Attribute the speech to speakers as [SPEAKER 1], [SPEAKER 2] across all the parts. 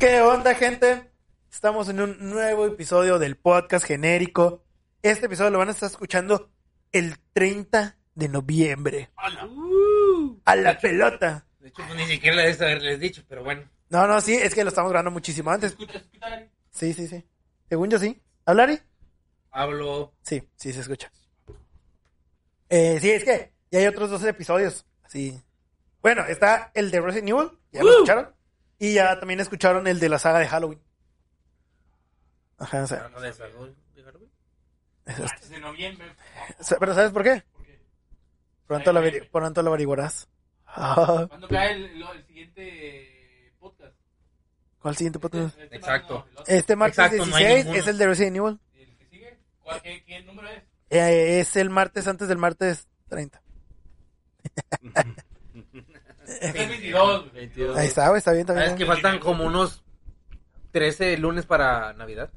[SPEAKER 1] ¿Qué onda, gente? Estamos en un nuevo episodio del podcast genérico. Este episodio lo van a estar escuchando el 30 de noviembre. A la pelota.
[SPEAKER 2] De hecho, pues ni siquiera la debes haberles dicho, pero bueno.
[SPEAKER 1] No, no, sí, es que lo estamos grabando muchísimo antes. Sí, sí, sí. Según yo, sí. ¿Hablaré?
[SPEAKER 2] Hablo.
[SPEAKER 1] Sí, sí, se escucha. Eh, sí, es que ya hay otros dos episodios. Sí. Bueno, está el de Resident Evil, ya lo
[SPEAKER 2] ¡Woo!
[SPEAKER 1] escucharon. Y ya también escucharon el de la saga de Halloween. Ajá, o sea,
[SPEAKER 2] Hablando de salud. dígalo.
[SPEAKER 1] eso es-
[SPEAKER 3] Antes de noviembre.
[SPEAKER 1] Sa- ¿Pero sabes por qué?
[SPEAKER 3] qué?
[SPEAKER 1] Pronto lo, averi- pronto lo averiguarás. Ah,
[SPEAKER 3] ¿Cuándo cae el, lo- el siguiente podcast?
[SPEAKER 1] ¿Cuál siguiente podcast?
[SPEAKER 3] Este
[SPEAKER 2] Exacto.
[SPEAKER 3] martes, no, el otro.
[SPEAKER 1] Este martes
[SPEAKER 2] Exacto, no hay
[SPEAKER 1] 16
[SPEAKER 2] ninguno.
[SPEAKER 1] es el de Resident Evil.
[SPEAKER 3] ¿El que sigue? ¿Cuál- qué, qué número es?
[SPEAKER 1] Eh, es el martes antes del martes 30.
[SPEAKER 3] Es el 22.
[SPEAKER 2] 22.
[SPEAKER 1] Ahí está, güey, está bien
[SPEAKER 2] ¿Sabes
[SPEAKER 1] también.
[SPEAKER 2] Ah, que faltan como unos 13 lunes para Navidad?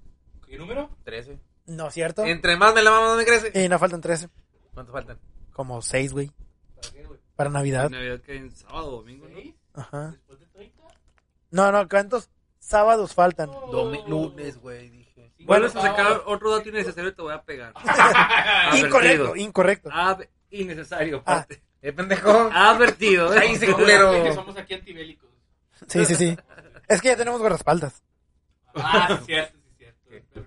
[SPEAKER 3] ¿Qué número?
[SPEAKER 2] 13.
[SPEAKER 1] No, ¿cierto?
[SPEAKER 2] Entre más me la mamo, más me crece.
[SPEAKER 1] Y no faltan 13.
[SPEAKER 2] ¿Cuántos faltan?
[SPEAKER 1] Como 6, güey.
[SPEAKER 3] ¿Para qué, güey?
[SPEAKER 1] Para Navidad.
[SPEAKER 4] Navidad cae en sábado, domingo, ¿no?
[SPEAKER 3] ¿Seis?
[SPEAKER 1] Ajá.
[SPEAKER 3] ¿Después de 30?
[SPEAKER 1] No, no, ¿cuántos sábados faltan?
[SPEAKER 3] Oh.
[SPEAKER 2] Domi- lunes, güey, dije.
[SPEAKER 3] Cinco
[SPEAKER 4] Vuelves a
[SPEAKER 3] sábados.
[SPEAKER 4] sacar otro dato innecesario y te voy a pegar.
[SPEAKER 2] Ah,
[SPEAKER 1] Incorrecto, incorrecto.
[SPEAKER 4] Ab- innecesario,
[SPEAKER 1] Ah.
[SPEAKER 4] aparte.
[SPEAKER 2] ¡Eh, pendejo!
[SPEAKER 4] Advertido.
[SPEAKER 2] Ahí se
[SPEAKER 3] Acuérdate que
[SPEAKER 2] culero.
[SPEAKER 3] somos aquí antibélicos.
[SPEAKER 1] Sí, sí, sí. Es que ya tenemos guardaespaldas.
[SPEAKER 3] Ah, sí, cierto, sí, cierto. Pero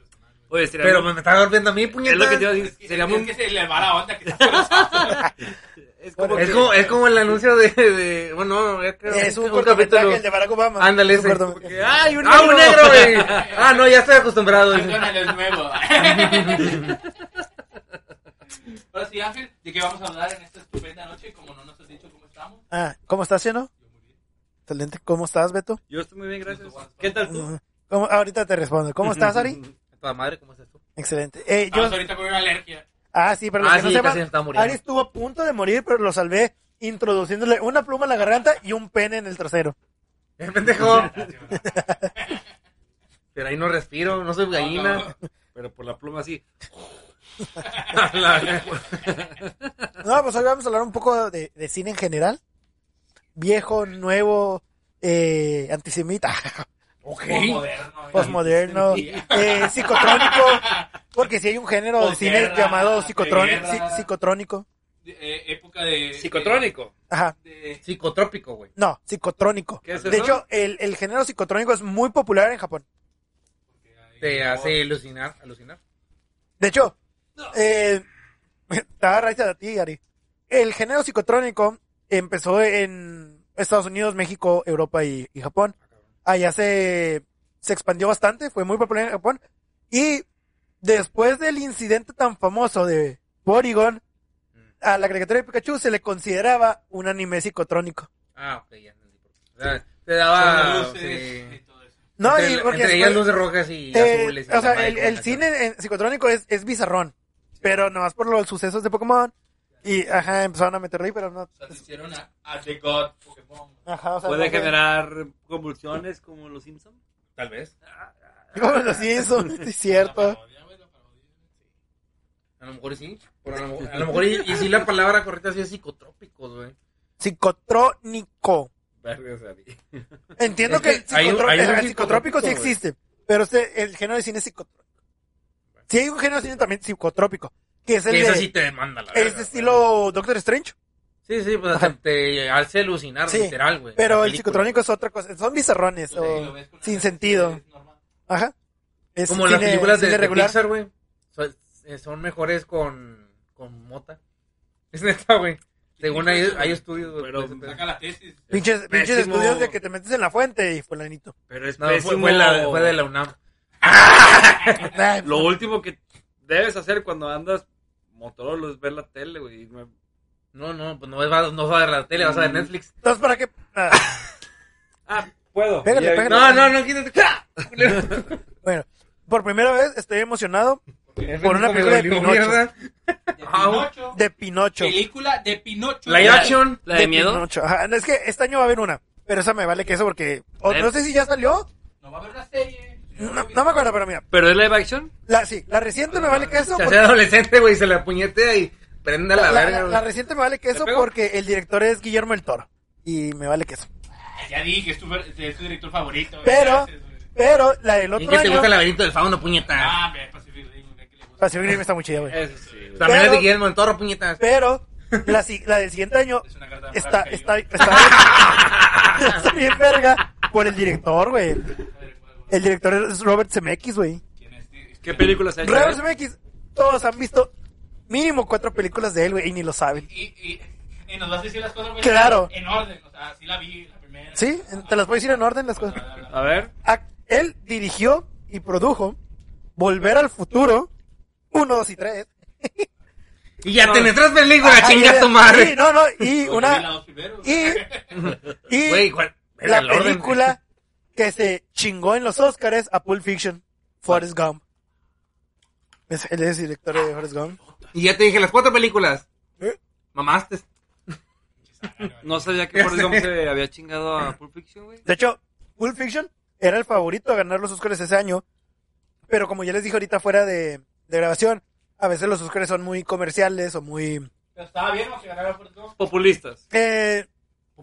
[SPEAKER 4] Oye, sería
[SPEAKER 2] Pero
[SPEAKER 4] algo-
[SPEAKER 2] me está golpeando a mí, puñeta.
[SPEAKER 4] es lo que te iba a
[SPEAKER 3] es
[SPEAKER 4] decir.
[SPEAKER 3] que,
[SPEAKER 4] Sería
[SPEAKER 3] es
[SPEAKER 4] muy-
[SPEAKER 3] que se le va la onda que está por
[SPEAKER 4] es
[SPEAKER 1] Bueno,
[SPEAKER 4] como
[SPEAKER 2] Es
[SPEAKER 4] que-
[SPEAKER 2] como, es como el anuncio de, de- bueno, no, ya creo-
[SPEAKER 1] Es un cortometraje, el de Barack Obama.
[SPEAKER 2] Ándale,
[SPEAKER 1] Es un
[SPEAKER 2] ese.
[SPEAKER 1] cortometraje.
[SPEAKER 4] que, ¡Ay, un
[SPEAKER 2] ¡Ah, un
[SPEAKER 4] negro!
[SPEAKER 2] negro, güey! Ah, no, ya estoy acostumbrado.
[SPEAKER 3] es nuevo. Ahora sí, Ángel, ¿de qué vamos a hablar en esta estupenda noche? Como no nos has dicho cómo estamos.
[SPEAKER 1] Ah, ¿cómo estás, Cheno? Excelente. ¿Cómo estás, Beto?
[SPEAKER 4] Yo estoy muy bien, gracias. ¿Qué tal tú?
[SPEAKER 1] ¿Cómo- Ahorita te respondo. ¿Cómo estás, Ari?
[SPEAKER 2] A tu madre, ¿cómo estás tú?
[SPEAKER 1] Excelente. Eh,
[SPEAKER 3] Yo...
[SPEAKER 1] yo,
[SPEAKER 3] ahorita con una alergia.
[SPEAKER 1] ah, sí, pero los
[SPEAKER 2] Ah,
[SPEAKER 1] que no
[SPEAKER 2] sí,
[SPEAKER 1] sepan,
[SPEAKER 2] casi me estaba muriendo.
[SPEAKER 1] Ari estuvo a punto de morir, pero lo salvé introduciéndole una pluma en la garganta y un pene en el trasero.
[SPEAKER 2] ¡Eh, pendejo! Pero ahí no respiro, no soy gallina.
[SPEAKER 3] No,
[SPEAKER 4] Pero por la pluma sí.
[SPEAKER 1] No, pues hoy vamos a hablar un poco de, de cine en general. Viejo, nuevo, eh, antisemita,
[SPEAKER 3] Postmoderno.
[SPEAKER 1] postmoderno, eh, psicotrónico, porque si hay un género de cine
[SPEAKER 3] Posguerra,
[SPEAKER 1] llamado psicotrón-
[SPEAKER 3] preguerra.
[SPEAKER 1] si- psicotrónico.
[SPEAKER 3] Eh, época de...
[SPEAKER 4] Psicotrónico.
[SPEAKER 1] Ajá.
[SPEAKER 3] de- de-
[SPEAKER 2] Psicotrópico, güey.
[SPEAKER 1] No, psicotrónico.
[SPEAKER 4] ¿Qué es
[SPEAKER 1] de
[SPEAKER 4] eso?
[SPEAKER 1] hecho, el, el género psicotrónico es muy popular en Japón.
[SPEAKER 2] Te hace alucinar, alucinar.
[SPEAKER 1] De hecho, eh, estaba raíz de ti, Ari. El género psicotrónico empezó en Estados Unidos, México, Europa y, y Japón. Allá se, se expandió bastante, fue muy popular en Japón. Y después del incidente tan famoso de Porygon, a la caricatura de Pikachu se le consideraba un anime psicotrónico.
[SPEAKER 2] Ah, ok, ya entendí. O sea, te
[SPEAKER 1] Ah,
[SPEAKER 3] Con
[SPEAKER 2] daba...
[SPEAKER 3] luces
[SPEAKER 2] sí.
[SPEAKER 3] y todo eso.
[SPEAKER 1] No,
[SPEAKER 2] entre,
[SPEAKER 1] y porque
[SPEAKER 2] entre ellas
[SPEAKER 1] después-
[SPEAKER 2] luces rojas y
[SPEAKER 1] Eh,
[SPEAKER 2] azules. y
[SPEAKER 1] o
[SPEAKER 2] la
[SPEAKER 1] sea,
[SPEAKER 2] madre
[SPEAKER 1] el,
[SPEAKER 2] con
[SPEAKER 1] el
[SPEAKER 2] la
[SPEAKER 1] cine
[SPEAKER 2] cara.
[SPEAKER 1] en, en psicotrónico es, es bizarrón, pero nomás por los sucesos de Pokémon. Y, ajá, empezaron a meter ahí, pero no.
[SPEAKER 3] O sea, te hicieron a, a The God Pokémon.
[SPEAKER 1] Ajá, o sea,
[SPEAKER 4] Puede
[SPEAKER 1] no sé.
[SPEAKER 4] generar convulsiones como los Simpsons.
[SPEAKER 2] Tal vez.
[SPEAKER 1] Como los Simpsons, sí, es cierto.
[SPEAKER 3] Parodia, güey, la parodia.
[SPEAKER 2] A lo mejor sí. Pero a lo mejor, a lo mejor y, y sí la palabra correcta sí es psicotrópicos, güey.
[SPEAKER 1] Psicotrónico.
[SPEAKER 2] Vergas, Ari.
[SPEAKER 1] Entiendo
[SPEAKER 2] Es
[SPEAKER 1] que,
[SPEAKER 2] que
[SPEAKER 1] el,
[SPEAKER 2] hay un-
[SPEAKER 1] psicotró-
[SPEAKER 2] hay
[SPEAKER 1] el
[SPEAKER 2] un psicotrópico,
[SPEAKER 1] psicotrópico sí
[SPEAKER 2] güey.
[SPEAKER 1] existe, pero este, el género de cine es psicotrópico. Sí hay un género de cine también psicotrópico, que es el
[SPEAKER 2] Que
[SPEAKER 1] de,
[SPEAKER 2] eso sí te demanda la
[SPEAKER 1] es
[SPEAKER 2] verga, güey.
[SPEAKER 1] estilo Doctor Strange,
[SPEAKER 2] Sí, sí, pues
[SPEAKER 1] Ajá.
[SPEAKER 2] te, te hace alucinar,
[SPEAKER 1] Sí,
[SPEAKER 2] literal, güey.
[SPEAKER 1] pero
[SPEAKER 2] la
[SPEAKER 1] el
[SPEAKER 2] película. Pues
[SPEAKER 1] psicotrónico es otra cosa. Son bizarrones
[SPEAKER 3] Entonces, ahí
[SPEAKER 1] o
[SPEAKER 3] lo ves con una
[SPEAKER 1] sin
[SPEAKER 3] nariz,
[SPEAKER 1] sentido.
[SPEAKER 3] es normal.
[SPEAKER 1] Ajá. Es
[SPEAKER 2] Como las
[SPEAKER 1] cine-
[SPEAKER 2] películas de,
[SPEAKER 1] cine
[SPEAKER 2] de
[SPEAKER 1] regular.
[SPEAKER 2] Pixar, güey. Son, eh, son mejores con, con mota. Es neta, güey. Según hay, hay estudios, güey.
[SPEAKER 4] Pero-
[SPEAKER 2] por ese pedo.
[SPEAKER 3] Saca la tesis.
[SPEAKER 1] Pinches, pinches
[SPEAKER 4] Pésimo.
[SPEAKER 1] estudios de que te metes en la fuente y fulanito.
[SPEAKER 4] Pero es
[SPEAKER 2] No, fue,
[SPEAKER 4] pésimo.
[SPEAKER 2] fue la- fue de la UNAM.
[SPEAKER 1] Ay,
[SPEAKER 4] Lo último que debes hacer cuando andas Motorola es ver la tele, güey. Y me-
[SPEAKER 2] No, no, pues no vas, no vas a ver la tele, vas a ver Netflix.
[SPEAKER 1] Entonces, ¿para qué? Ah,
[SPEAKER 4] Ah, puedo.
[SPEAKER 1] Pégale,
[SPEAKER 4] Y ahí-
[SPEAKER 1] pégale.
[SPEAKER 2] No, no, no, quítate.
[SPEAKER 1] bueno, por primera vez estoy emocionado Por una
[SPEAKER 2] Me
[SPEAKER 1] película de
[SPEAKER 2] dolió,
[SPEAKER 1] Pinocho.
[SPEAKER 2] mierda.
[SPEAKER 3] De Pinocho.
[SPEAKER 1] de Pinocho.
[SPEAKER 3] Película de Pinocho.
[SPEAKER 2] Live action.
[SPEAKER 5] ¿La de miedo?
[SPEAKER 1] Pinocho. Ajá, no, es que este año va a haber una, pero esa me vale que eso porque... o
[SPEAKER 5] Eh.
[SPEAKER 1] no sé si ya salió,
[SPEAKER 3] No va a haber una serie.
[SPEAKER 1] no, no me acuerdo, pero mira.
[SPEAKER 5] ¿Pero es live action?
[SPEAKER 1] La, sí, la reciente me vale que eso
[SPEAKER 2] Se hace
[SPEAKER 1] porque...
[SPEAKER 2] adolescente, güey, se la puñetea y prenda la,
[SPEAKER 1] La, la-
[SPEAKER 2] verga. güey.
[SPEAKER 1] la reciente me vale que eso
[SPEAKER 4] pego?
[SPEAKER 1] porque el director es Guillermo el Toro. Y me vale que eso.
[SPEAKER 3] Ah, Ya dije, es tu, es tu director favorito. güey.
[SPEAKER 1] Pero,
[SPEAKER 3] Gracias, güey.
[SPEAKER 1] pero la del
[SPEAKER 2] ¿Y
[SPEAKER 1] otro
[SPEAKER 2] qué te
[SPEAKER 1] año...
[SPEAKER 2] gusta el laberinto del fauno, puñetas?
[SPEAKER 3] Ah, me Pacific Rim, güey, que le gusta.
[SPEAKER 1] Pacific Rim está muy chida, güey.
[SPEAKER 4] Eso sí, güey.
[SPEAKER 2] También
[SPEAKER 1] pero-
[SPEAKER 2] es de Guillermo del Toro, puñetas.
[SPEAKER 1] Pero la, si- la del siguiente año
[SPEAKER 3] Es una carta de
[SPEAKER 1] está,
[SPEAKER 3] Maracaibo.
[SPEAKER 1] está, está- está bien verga por el director, güey. El director es Robert Zemeckis, güey.
[SPEAKER 3] ¿Quién es? Este-
[SPEAKER 4] ¿Qué películas hay?
[SPEAKER 1] Robert Zemeckis, todos han visto mínimo cuatro películas de él, güey, y ni lo saben.
[SPEAKER 3] Y, y, y nos vas a decir las cosas, güey,
[SPEAKER 1] Claro.
[SPEAKER 3] En orden, o sea, sí la vi, la primera.
[SPEAKER 1] ¿Sí? Te las voy a decir en orden las cosas.
[SPEAKER 4] A ver.
[SPEAKER 1] A- él dirigió y produjo Volver al Futuro 1, 2 y 3.
[SPEAKER 2] Y ya tenés tres películas, Ah, chinga tu
[SPEAKER 1] Sí,
[SPEAKER 2] madre.
[SPEAKER 1] no, no, y
[SPEAKER 3] Vi la
[SPEAKER 1] una...
[SPEAKER 3] dos primero.
[SPEAKER 1] Y... y
[SPEAKER 2] Güey, ¿cuál?
[SPEAKER 1] la
[SPEAKER 2] Verga, el orden.
[SPEAKER 1] película que se chingó en los Oscars a Pulp Fiction, Forrest Gump. Es, él es director de Forrest Gump.
[SPEAKER 2] Y ya te dije las cuatro películas.
[SPEAKER 1] ¿Eh?
[SPEAKER 2] Mamaste.
[SPEAKER 4] No sabía que Forrest Gump se había chingado a Pulp Fiction, güey.
[SPEAKER 1] De hecho, Pulp Fiction era el favorito a ganar los Oscars ese año, pero como ya les dije ahorita fuera de, de grabación, a veces los Oscars son muy comerciales o muy...
[SPEAKER 3] Pero estaba bien, o se ganaba por todo.
[SPEAKER 4] Populistas.
[SPEAKER 1] eh,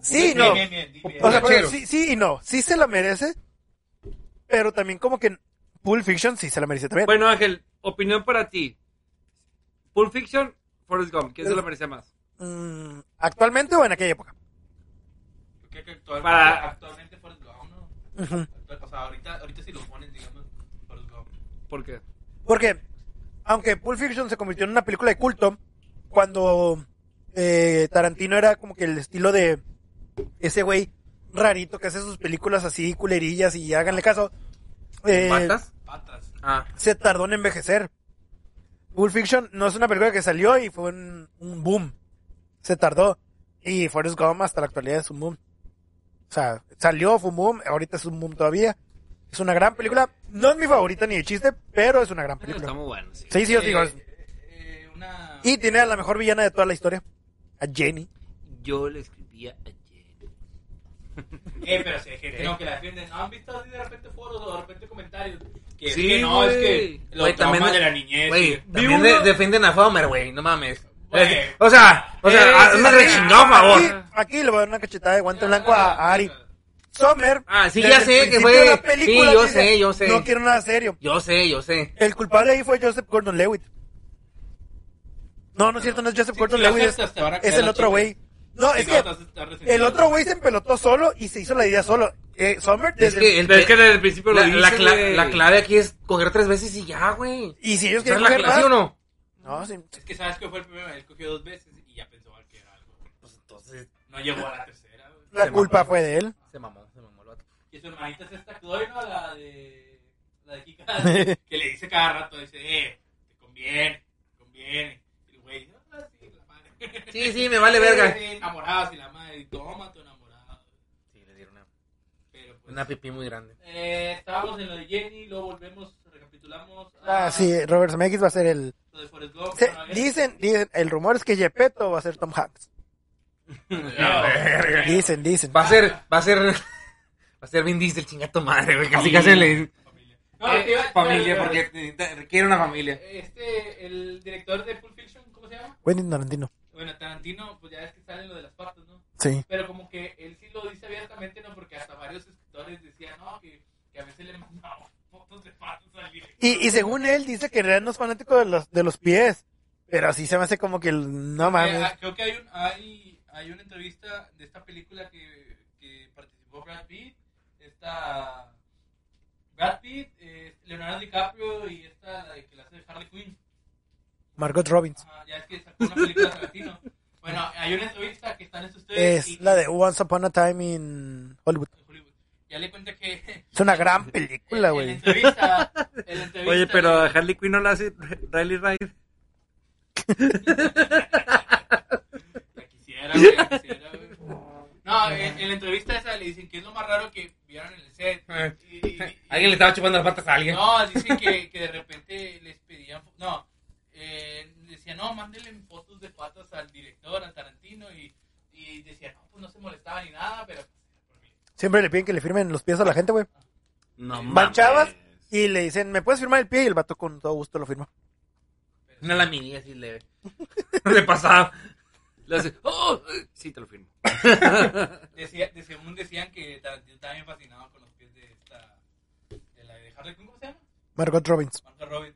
[SPEAKER 1] sí, no.
[SPEAKER 3] Bien, bien, bien, bien.
[SPEAKER 1] O sea, pero
[SPEAKER 2] Borracheros.
[SPEAKER 1] sí, sí y no. Sí se la merece, pero también como que Pulp Fiction sí se la merece también.
[SPEAKER 4] Bueno, Ángel, opinión para ti. Pulp Fiction, Forrest Gump. ¿Quién se lo merecía más?
[SPEAKER 1] Mm, ¿Actualmente o en aquella época?
[SPEAKER 3] Creo que actual-
[SPEAKER 4] Para-
[SPEAKER 3] actualmente Forrest Gump, ¿no?
[SPEAKER 1] Ujú.
[SPEAKER 3] O sea, ahorita, ahorita si lo pones, digamos, Forrest Gump.
[SPEAKER 4] ¿Por qué?
[SPEAKER 1] Porque, aunque Pulp Fiction se convirtió en una película de culto, cuando eh, Tarantino era como que el estilo de ese güey rarito que hace sus películas así, culerillas y háganle caso, eh,
[SPEAKER 2] ¿Patas?
[SPEAKER 3] Patas.
[SPEAKER 2] Ah.
[SPEAKER 1] se tardó en envejecer. Pulp Fiction no es una película que salió y fue un, un boom. Se tardó. Y Forrest Gump hasta la actualidad es un boom. O sea, salió, fue un boom, ahorita es un boom todavía. Es una gran película. No es mi favorita ni de chiste, pero es una gran película.
[SPEAKER 5] Está muy bueno, sí.
[SPEAKER 1] Sí, sí, yo digo.
[SPEAKER 3] Eh, eh, una...
[SPEAKER 1] Y tiene a la mejor villana de toda la historia. A Jenny.
[SPEAKER 5] Yo le escribía ayer.
[SPEAKER 3] Eh, pero si hay gente no, que la defienden. ¿No han visto así de repente foros o de repente comentarios? Que,
[SPEAKER 4] Sí,
[SPEAKER 3] que no, es
[SPEAKER 4] güey.
[SPEAKER 3] que los
[SPEAKER 2] Güey, también-
[SPEAKER 3] traumas de la niñez.
[SPEAKER 2] Güey,
[SPEAKER 3] que-
[SPEAKER 2] también
[SPEAKER 4] Vi
[SPEAKER 2] de-
[SPEAKER 4] uno-
[SPEAKER 2] defienden a Homer, güey, no mames.
[SPEAKER 3] Güey.
[SPEAKER 2] Eh, O sea, ah, o
[SPEAKER 4] Eh,
[SPEAKER 2] sea, hazme
[SPEAKER 4] sí,
[SPEAKER 2] de
[SPEAKER 4] sí,
[SPEAKER 2] chingado
[SPEAKER 1] Aquí,
[SPEAKER 2] favor.
[SPEAKER 1] aquí le voy a dar una cachetada de guante blanco a, a Ari. Sommer.
[SPEAKER 2] Ah, sí,
[SPEAKER 1] desde
[SPEAKER 2] ya
[SPEAKER 1] el
[SPEAKER 2] sé que
[SPEAKER 1] principio
[SPEAKER 2] fue-
[SPEAKER 1] de la película
[SPEAKER 2] sí, yo sé, yo sé.
[SPEAKER 1] No quiero nada serio.
[SPEAKER 2] Yo sé, yo sé.
[SPEAKER 1] El culpable ahí fue Joseph Gordon Lewitt. No, no es cierto, no es Joseph
[SPEAKER 3] Sí,
[SPEAKER 1] Gordon
[SPEAKER 3] si lo
[SPEAKER 1] Lewitt. Es,
[SPEAKER 3] aceptas, te van a
[SPEAKER 1] es
[SPEAKER 3] caer
[SPEAKER 1] el
[SPEAKER 3] la
[SPEAKER 1] otro güey. No, es
[SPEAKER 3] no,
[SPEAKER 1] que
[SPEAKER 3] estás- estás resentido.
[SPEAKER 1] el otro güey se empelotó solo y se hizo la idea solo. Eh, Sommer,
[SPEAKER 2] Es
[SPEAKER 1] desde-
[SPEAKER 2] que el-
[SPEAKER 4] Es que desde el principio
[SPEAKER 2] la,
[SPEAKER 4] lo
[SPEAKER 2] la
[SPEAKER 4] dice,
[SPEAKER 2] cla-
[SPEAKER 4] güey.
[SPEAKER 2] la clave aquí es coger tres veces y ya, güey.
[SPEAKER 1] Y si ellos
[SPEAKER 2] ¿Esa es
[SPEAKER 1] quieren
[SPEAKER 2] la
[SPEAKER 1] coger
[SPEAKER 2] clave
[SPEAKER 1] más.
[SPEAKER 2] o no?
[SPEAKER 1] No, sí,
[SPEAKER 3] Es que sabes que fue el primero, él cogió dos veces y ya pensó que era algo.
[SPEAKER 2] Pues entonces
[SPEAKER 3] No llegó a la tercera. güey.
[SPEAKER 1] la
[SPEAKER 2] Se
[SPEAKER 1] culpa
[SPEAKER 2] mamó.
[SPEAKER 1] fue de él.
[SPEAKER 2] se mamó, se mamó el vato.
[SPEAKER 3] Y su hermanita es esta Chloe, ¿no? La de. La de Kika. que le dice cada rato, dice, eh, te conviene, te conviene. Y el güey, no, no, sí, la madre.
[SPEAKER 2] Sí, sí, me vale verga.
[SPEAKER 3] Sí, Enamorados y la madre, y toma tu enamorado.
[SPEAKER 2] Sí, le dieron una,
[SPEAKER 3] Pero pues.
[SPEAKER 2] una pipí muy grande.
[SPEAKER 3] Eh, estábamos en lo de Jenny, luego volvemos, recapitulamos. a
[SPEAKER 1] Ah, sí, Robert Zemeckis va a ser el...
[SPEAKER 3] Lo de Forrest Gump.
[SPEAKER 1] Se-
[SPEAKER 3] bueno,
[SPEAKER 1] dicen, dicen, el rumor es que Gepetto va a ser Tom Hanks.
[SPEAKER 3] ya-
[SPEAKER 2] eh.
[SPEAKER 3] ya-
[SPEAKER 1] Dicen, dicen.
[SPEAKER 2] Va a ser, va a ser, va a ser Vin Diesel, chingato madre, güey. Casi, casi le
[SPEAKER 3] familia. No, lo que iba-
[SPEAKER 2] familia,
[SPEAKER 3] pero-
[SPEAKER 2] porque necesita- requiere una familia.
[SPEAKER 3] Este, el director de Pulp Fiction, ¿cómo se llama?
[SPEAKER 1] Quentin Tarantino.
[SPEAKER 3] Bueno, Tarantino, pues ya es que sale lo de las patas, ¿no?
[SPEAKER 1] Sí.
[SPEAKER 3] Pero como que él sí lo dice abiertamente, ¿no? Porque hasta varios escritores decían, no, que, que a veces le mandaban fotos de patas al director.
[SPEAKER 1] Y, y según él, dice que en realidad no es fanático de los, de los pies. Pero así se me hace como que el- no
[SPEAKER 3] Eh,
[SPEAKER 1] mames.
[SPEAKER 3] ah, creo que hay, un, hay, hay una entrevista de esta película que, que participó Brad Pitt, esta Brad Pitt, eh, Leonardo DiCaprio y esta la de que la hace de Harley Quinn.
[SPEAKER 1] Margot Robbins.
[SPEAKER 3] Ajá, ya es que sacó una película de Tarantino hay una entrevista que están en
[SPEAKER 1] Es
[SPEAKER 3] ustedes. y-
[SPEAKER 1] la de Once Upon a Time in Hollywood.
[SPEAKER 3] Hollywood. Ya le cuenta que.
[SPEAKER 1] Es una gran película,
[SPEAKER 3] en la
[SPEAKER 1] güey.
[SPEAKER 3] entrevista. en la entrevista-
[SPEAKER 4] Oye, pero a Harley Quinn no la hace Riley Ryder.
[SPEAKER 3] La quisiera, güey, la quisiera, güey. No, en, en la entrevista esa le dicen que es lo más raro que vieron en el set.
[SPEAKER 2] Eh.
[SPEAKER 3] Y- y- y-
[SPEAKER 2] Alguien le estaba chupando las patas a alguien.
[SPEAKER 3] No, dicen que, que de repente les pedían. fo- No, eh, decían, no, mándenle fotos de patas al director, al Tarantino. Y, y decían, no, pues no se molestaba ni nada, pero.
[SPEAKER 1] Siempre le piden que le firmen los pies a la gente, güey.
[SPEAKER 4] No
[SPEAKER 1] Van chavas y le dicen, ¿me puedes firmar el pie? Y el vato con todo gusto lo firma.
[SPEAKER 2] Una laminilla así leve. De pasada.
[SPEAKER 4] Le hace, "Oh, sí, te lo firmo.
[SPEAKER 3] Decía, de- según decían que Tarantino estaba bien fascinado con los pies de esta. de la de Harley Quinn, ¿cómo se llama?
[SPEAKER 1] Margot Robbins.
[SPEAKER 3] Margot Robbie.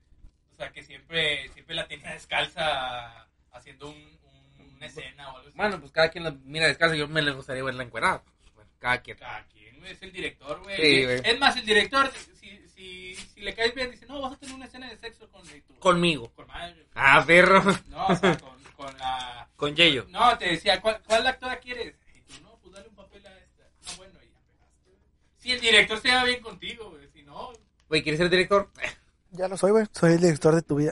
[SPEAKER 3] O sea, que siempre, siempre la tenía descalza haciendo un, un- una escena o algo así.
[SPEAKER 2] Bueno, pues cada quien la mira descansa. Yo me le gustaría verla encuerada. Pues, Bueno, cada quien.
[SPEAKER 3] Cada quien, güey, es el director, güey.
[SPEAKER 2] Sí, güey.
[SPEAKER 3] es más, el director, si, si, si le caes bien, dice, no, vas a tener una escena de sexo con tu-
[SPEAKER 2] Conmigo.
[SPEAKER 3] Con madre.
[SPEAKER 2] Ah, perro.
[SPEAKER 3] No, o sea, con, con la...
[SPEAKER 4] Con Yeyo.
[SPEAKER 3] No, te decía, ¿cuál, cuál actora quieres? Y tú, no, pues dale un papel a esta. Ah, bueno, y ya pegaste. Si el director se va bien contigo, güey. Si no,
[SPEAKER 2] Güey, ¿quieres ser director?
[SPEAKER 1] Ya lo soy, güey. Soy el director de tu vida.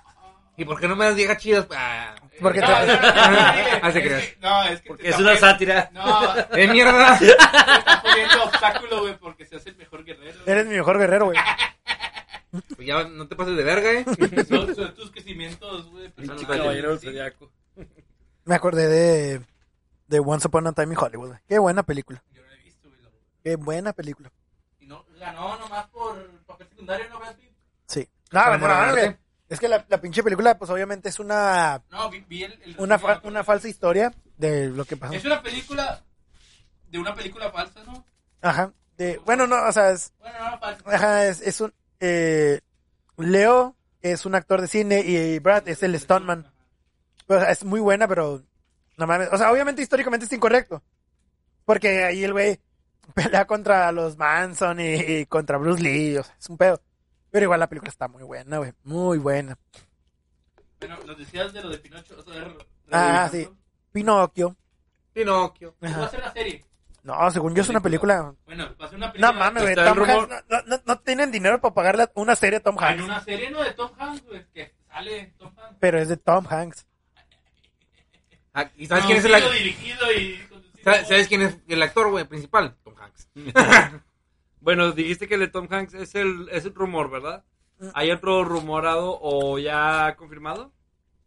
[SPEAKER 2] ¿Y por qué no me das viejas chidas? Ah,
[SPEAKER 1] Porque
[SPEAKER 3] no,
[SPEAKER 1] te-
[SPEAKER 3] no, no, no,
[SPEAKER 2] Ah, se
[SPEAKER 3] es
[SPEAKER 2] creas.
[SPEAKER 3] que- No, es que... te
[SPEAKER 4] Es
[SPEAKER 3] está
[SPEAKER 4] una
[SPEAKER 3] poniendo-
[SPEAKER 4] sátira.
[SPEAKER 3] No,
[SPEAKER 2] ¡Eh, mierda!
[SPEAKER 3] Te está poniendo obstáculo, güey, porque se hace el mejor guerrero. güey.
[SPEAKER 1] Eres mi mejor guerrero, güey.
[SPEAKER 2] Pues ya no te pases de verga, eh.
[SPEAKER 3] Son, son tus crecimientos, güey. personales.
[SPEAKER 4] caballero del
[SPEAKER 3] Sí.
[SPEAKER 4] zodiaco.
[SPEAKER 1] Me acordé de, de Once Upon a Time in Hollywood, güey. Qué buena película.
[SPEAKER 3] Yo no lo he visto, güey. la verdad.
[SPEAKER 1] Qué buena película.
[SPEAKER 3] Y no, ganó nomás por papel secundario, ¿no, Brad Pitt?
[SPEAKER 1] Sí. No,
[SPEAKER 2] Para
[SPEAKER 1] no, no, no,
[SPEAKER 2] enamorarte.
[SPEAKER 1] güey. Es que la, la pinche película, pues obviamente es una,
[SPEAKER 3] No, vi, vi el... el
[SPEAKER 1] una, fa-
[SPEAKER 3] resumen.
[SPEAKER 1] una falsa historia de lo que pasó.
[SPEAKER 3] Es una película... De una película falsa, ¿no?
[SPEAKER 1] Ajá. De, bueno, no, o sea, es,
[SPEAKER 3] Bueno, no, falsa.
[SPEAKER 1] ajá, es, es un... eh, Leo es un actor de cine y Brad es el stuntman. O sea, es muy buena, pero no mames. O sea, obviamente históricamente es incorrecto. Porque ahí el güey pelea contra los Manson y, y contra Bruce Lee. O sea, es un pedo. Pero igual la película está muy buena, güey. Muy buena.
[SPEAKER 3] Bueno, nos decías de lo de Pinocho. O sea, de re-
[SPEAKER 1] Ah,
[SPEAKER 3] revisando.
[SPEAKER 1] sí. Pinocchio.
[SPEAKER 4] Pinocchio.
[SPEAKER 3] Pues Va a ser una serie.
[SPEAKER 1] No, según yo es una película.
[SPEAKER 3] Bueno, va a ser una película...
[SPEAKER 1] No mames, güey.
[SPEAKER 4] Está el
[SPEAKER 1] Tom
[SPEAKER 4] rumor.
[SPEAKER 1] Hanks- no, no- no tienen dinero para pagarle una serie a Tom
[SPEAKER 3] Hay
[SPEAKER 1] Hanks.
[SPEAKER 3] una serie, ¿no? De Tom Hanks, güey. Que sale Tom Hanks.
[SPEAKER 1] Pero es de Tom Hanks.
[SPEAKER 2] Ah, ¿Y sabes quién es el
[SPEAKER 3] Producido,
[SPEAKER 2] actor?
[SPEAKER 3] dirigido y conducido por-
[SPEAKER 2] ¿Sabes quién es el actor, güey, principal? Tom Hanks.
[SPEAKER 4] Bueno, dijiste que el de Tom Hanks es el, es el rumor, ¿verdad? ¿Hay otro rumorado o ya confirmado?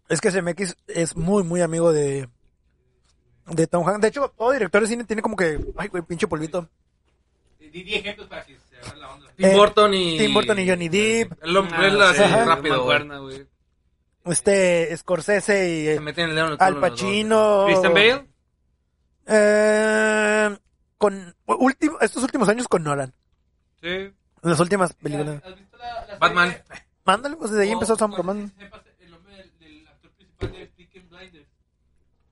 [SPEAKER 1] Es que CMX es muy, muy amigo de, de Tom Hanks. De hecho, todo director de cine tiene como que, ay, güey, pinche polvito.
[SPEAKER 3] Di 10 ejemplos para que se hagan la onda.
[SPEAKER 1] Eh,
[SPEAKER 2] Tim Burton y...
[SPEAKER 1] Tim Burton y Johnny Depp.
[SPEAKER 2] El
[SPEAKER 4] Ah,
[SPEAKER 2] hombre es así
[SPEAKER 1] Ajá.
[SPEAKER 2] rápido, güey.
[SPEAKER 4] Mancuerna, güey.
[SPEAKER 1] Este, Scorsese y
[SPEAKER 2] Se meten el dedo en el culo
[SPEAKER 1] Al
[SPEAKER 2] los dos.
[SPEAKER 1] Pacino.
[SPEAKER 4] Christian Bale.
[SPEAKER 1] Eh, con último, estos últimos años con Nolan.
[SPEAKER 4] Sí.
[SPEAKER 1] Las últimas películas.
[SPEAKER 3] ¿Has has visto la, la serie?
[SPEAKER 2] Batman.
[SPEAKER 1] Mándale, pues desde ahí
[SPEAKER 3] O-
[SPEAKER 1] empezó Sam
[SPEAKER 3] no sé
[SPEAKER 1] Command.
[SPEAKER 3] si sepas el nombre del, del actor principal de Peaky Blinders.